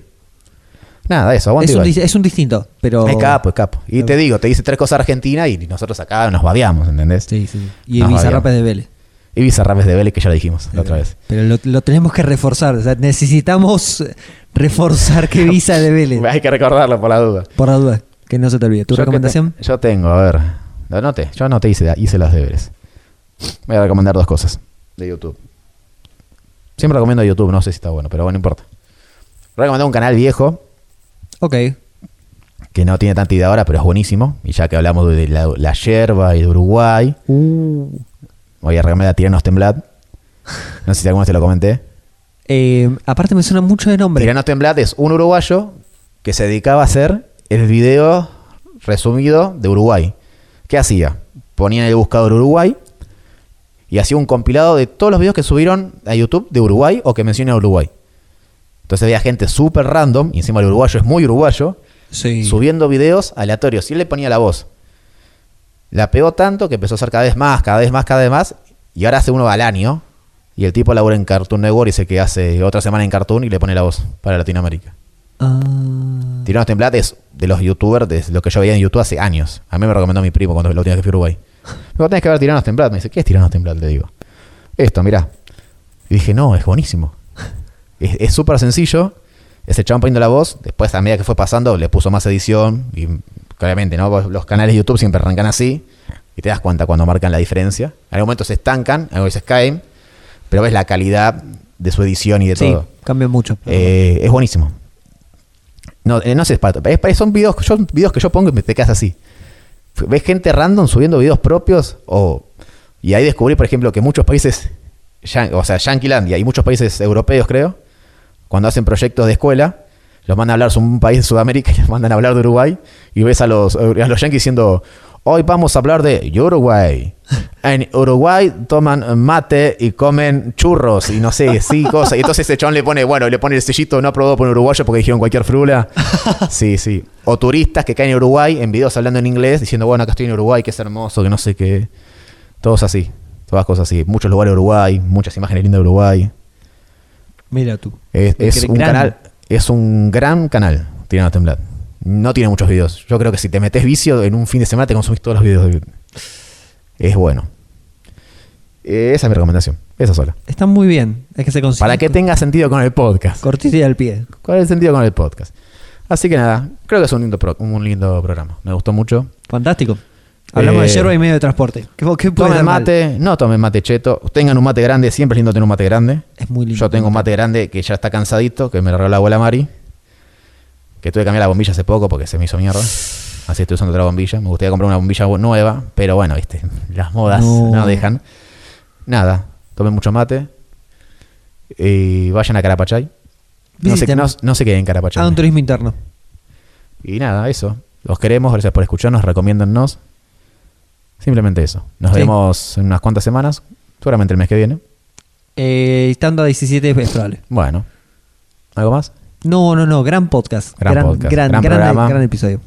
[SPEAKER 1] Nada, eso, aguante
[SPEAKER 2] Es un,
[SPEAKER 1] Ibai.
[SPEAKER 2] dis- es un distinto, pero.
[SPEAKER 1] Es capo, es capo. Y te digo, te dice tres cosas Argentina y nosotros acá nos babiamos, ¿entendés?
[SPEAKER 2] Sí, sí. Y
[SPEAKER 1] Nos
[SPEAKER 2] Bizarrap
[SPEAKER 1] babeamos.
[SPEAKER 2] es de Vélez.
[SPEAKER 1] Y Bizarrapes de Vélez, que ya lo dijimos la otra vez.
[SPEAKER 2] Pero lo, lo tenemos que reforzar. O sea, necesitamos reforzar que Visa de Vélez.
[SPEAKER 1] Hay que recordarlo por la duda.
[SPEAKER 2] Por la duda, que no se te olvide. ¿Tu
[SPEAKER 1] Yo que
[SPEAKER 2] recomendación?
[SPEAKER 1] te- yo tengo, a ver. Lo anoté. Yo anoté, hice, hice las deberes. Voy a recomendar dos cosas de YouTube. Siempre recomiendo YouTube, no sé si está bueno, pero bueno, no importa. Recomendé un canal viejo
[SPEAKER 2] Ok.
[SPEAKER 1] que no tiene tanta idea ahora, pero es buenísimo. Y ya que hablamos de la, la yerba y de Uruguay, voy a recomendar a Tiranos Temblad. No sé si alguna vez te lo comenté.
[SPEAKER 2] Eh, aparte me suena mucho de nombre.
[SPEAKER 1] Tiranos Temblad es un uruguayo que se dedicaba a hacer el video resumido de Uruguay. ¿Qué hacía? Ponía en el buscador Uruguay y hacía un compilado de todos los videos que subieron a YouTube de Uruguay o que menciona Uruguay. Entonces había gente súper random, y encima el uruguayo es muy uruguayo,
[SPEAKER 2] Sí.
[SPEAKER 1] subiendo videos aleatorios. Y él le ponía la voz. La pegó tanto que empezó a hacer cada vez más, cada vez más, cada vez más. Y ahora hace uno al año. Y el tipo labura en Cartoon Network y se que hace otra semana en Cartoon y le pone la voz para Latinoamérica.
[SPEAKER 2] Ah,
[SPEAKER 1] Tiranos Temblad es de los youtubers, de lo que yo veía en YouTube hace años. A mí me recomendó mi primo cuando la última vez que fui a Uruguay. Me dijo, tenés que ver Tiranos Temblad. Me dice, ¿qué es Tiranos Temblad? Le digo, esto, mirá. Y dije, no, es buenísimo. Es es súper sencillo. Ese chabón poniendo la voz, después a medida que fue pasando, le puso más edición. Y claramente, ¿no? Vos- Los canales de YouTube siempre arrancan así. Y te das cuenta cuando marcan la diferencia. En algún momento se estancan, en algún momento se caen. Pero ves la calidad de su edición y de
[SPEAKER 2] sí,
[SPEAKER 1] todo.
[SPEAKER 2] cambia mucho.
[SPEAKER 1] Eh, es buenísimo. No, eh, no sé, son videos, son videos que yo pongo y me- te quedas así. F- Ves gente random subiendo videos propios o, y ahí descubrí, por ejemplo, que muchos países, yan- o sea, Yanquilandia y muchos países europeos, creo, cuando hacen proyectos de escuela, los mandan a hablar de un país de Sudamérica y los mandan a hablar de Uruguay y ves a los, eh, a los yanquis diciendo, hoy vamos a hablar de Uruguay. En Uruguay toman mate y comen churros y no sé, sí, cosas. Y entonces ese chabón le pone, bueno, le pone el sellito no aprobado por un uruguayo porque dijeron cualquier frula. Sí, sí. O turistas que caen en Uruguay en videos hablando en inglés diciendo, bueno, acá estoy en Uruguay, que es hermoso, que no sé qué. Todos así, todas cosas así. Muchos lugares de Uruguay, muchas imágenes lindas de Uruguay.
[SPEAKER 2] Mira tú.
[SPEAKER 1] Es, es un
[SPEAKER 2] Gran.
[SPEAKER 1] canal, es un gran canal, Tirando Temblad. No tiene muchos videos. Yo creo que si te metes vicio en un fin de semana te consumís todos los videos. de- Es bueno. Eh, Esa es mi recomendación. Esa sola.
[SPEAKER 2] Está muy bien. Es que se consigue.
[SPEAKER 1] Para que tenga sentido con el podcast.
[SPEAKER 2] Cortito y al pie.
[SPEAKER 1] ¿Cuál es el sentido con el podcast? Así que nada, creo que es un lindo, pro- un lindo programa. Me gustó mucho.
[SPEAKER 2] Fantástico. Hablamos de
[SPEAKER 1] Eh,
[SPEAKER 2] yerba y medio de transporte. ¿Qué, qué puede
[SPEAKER 1] Tomen
[SPEAKER 2] dar mal?
[SPEAKER 1] mate, no tomen mate cheto. Tengan un mate grande, siempre es lindo tener un mate grande.
[SPEAKER 2] Es muy lindo.
[SPEAKER 1] Yo tengo un mate grande que ya está cansadito, que me lo regaló la abuela Mari. Que tuve que cambiar la bombilla hace poco porque se me hizo mierda. Así estoy usando otra bombilla. Me gustaría comprar una bombilla bu- nueva, pero bueno, viste, las modas
[SPEAKER 2] No.
[SPEAKER 1] no, dejan. Nada, tomen mucho mate. Y vayan a Carapachay. No sé,
[SPEAKER 2] Visiten.
[SPEAKER 1] no, no sé qué hay en Carapachay.
[SPEAKER 2] Ah, un turismo interno.
[SPEAKER 1] Y nada, eso. Los queremos, gracias por escucharnos, recomiéndennos. Simplemente eso. Nos
[SPEAKER 2] Sí.
[SPEAKER 1] vemos en unas cuantas semanas, seguramente el mes que viene.
[SPEAKER 2] Eh, estando a 17 es probable.
[SPEAKER 1] Bueno, ¿algo más?
[SPEAKER 2] No, no, no. Gran podcast.
[SPEAKER 1] Gran podcast, gran
[SPEAKER 2] gran,
[SPEAKER 1] programa.
[SPEAKER 2] gran episodio.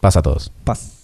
[SPEAKER 1] Pasa a todos.
[SPEAKER 2] Paz.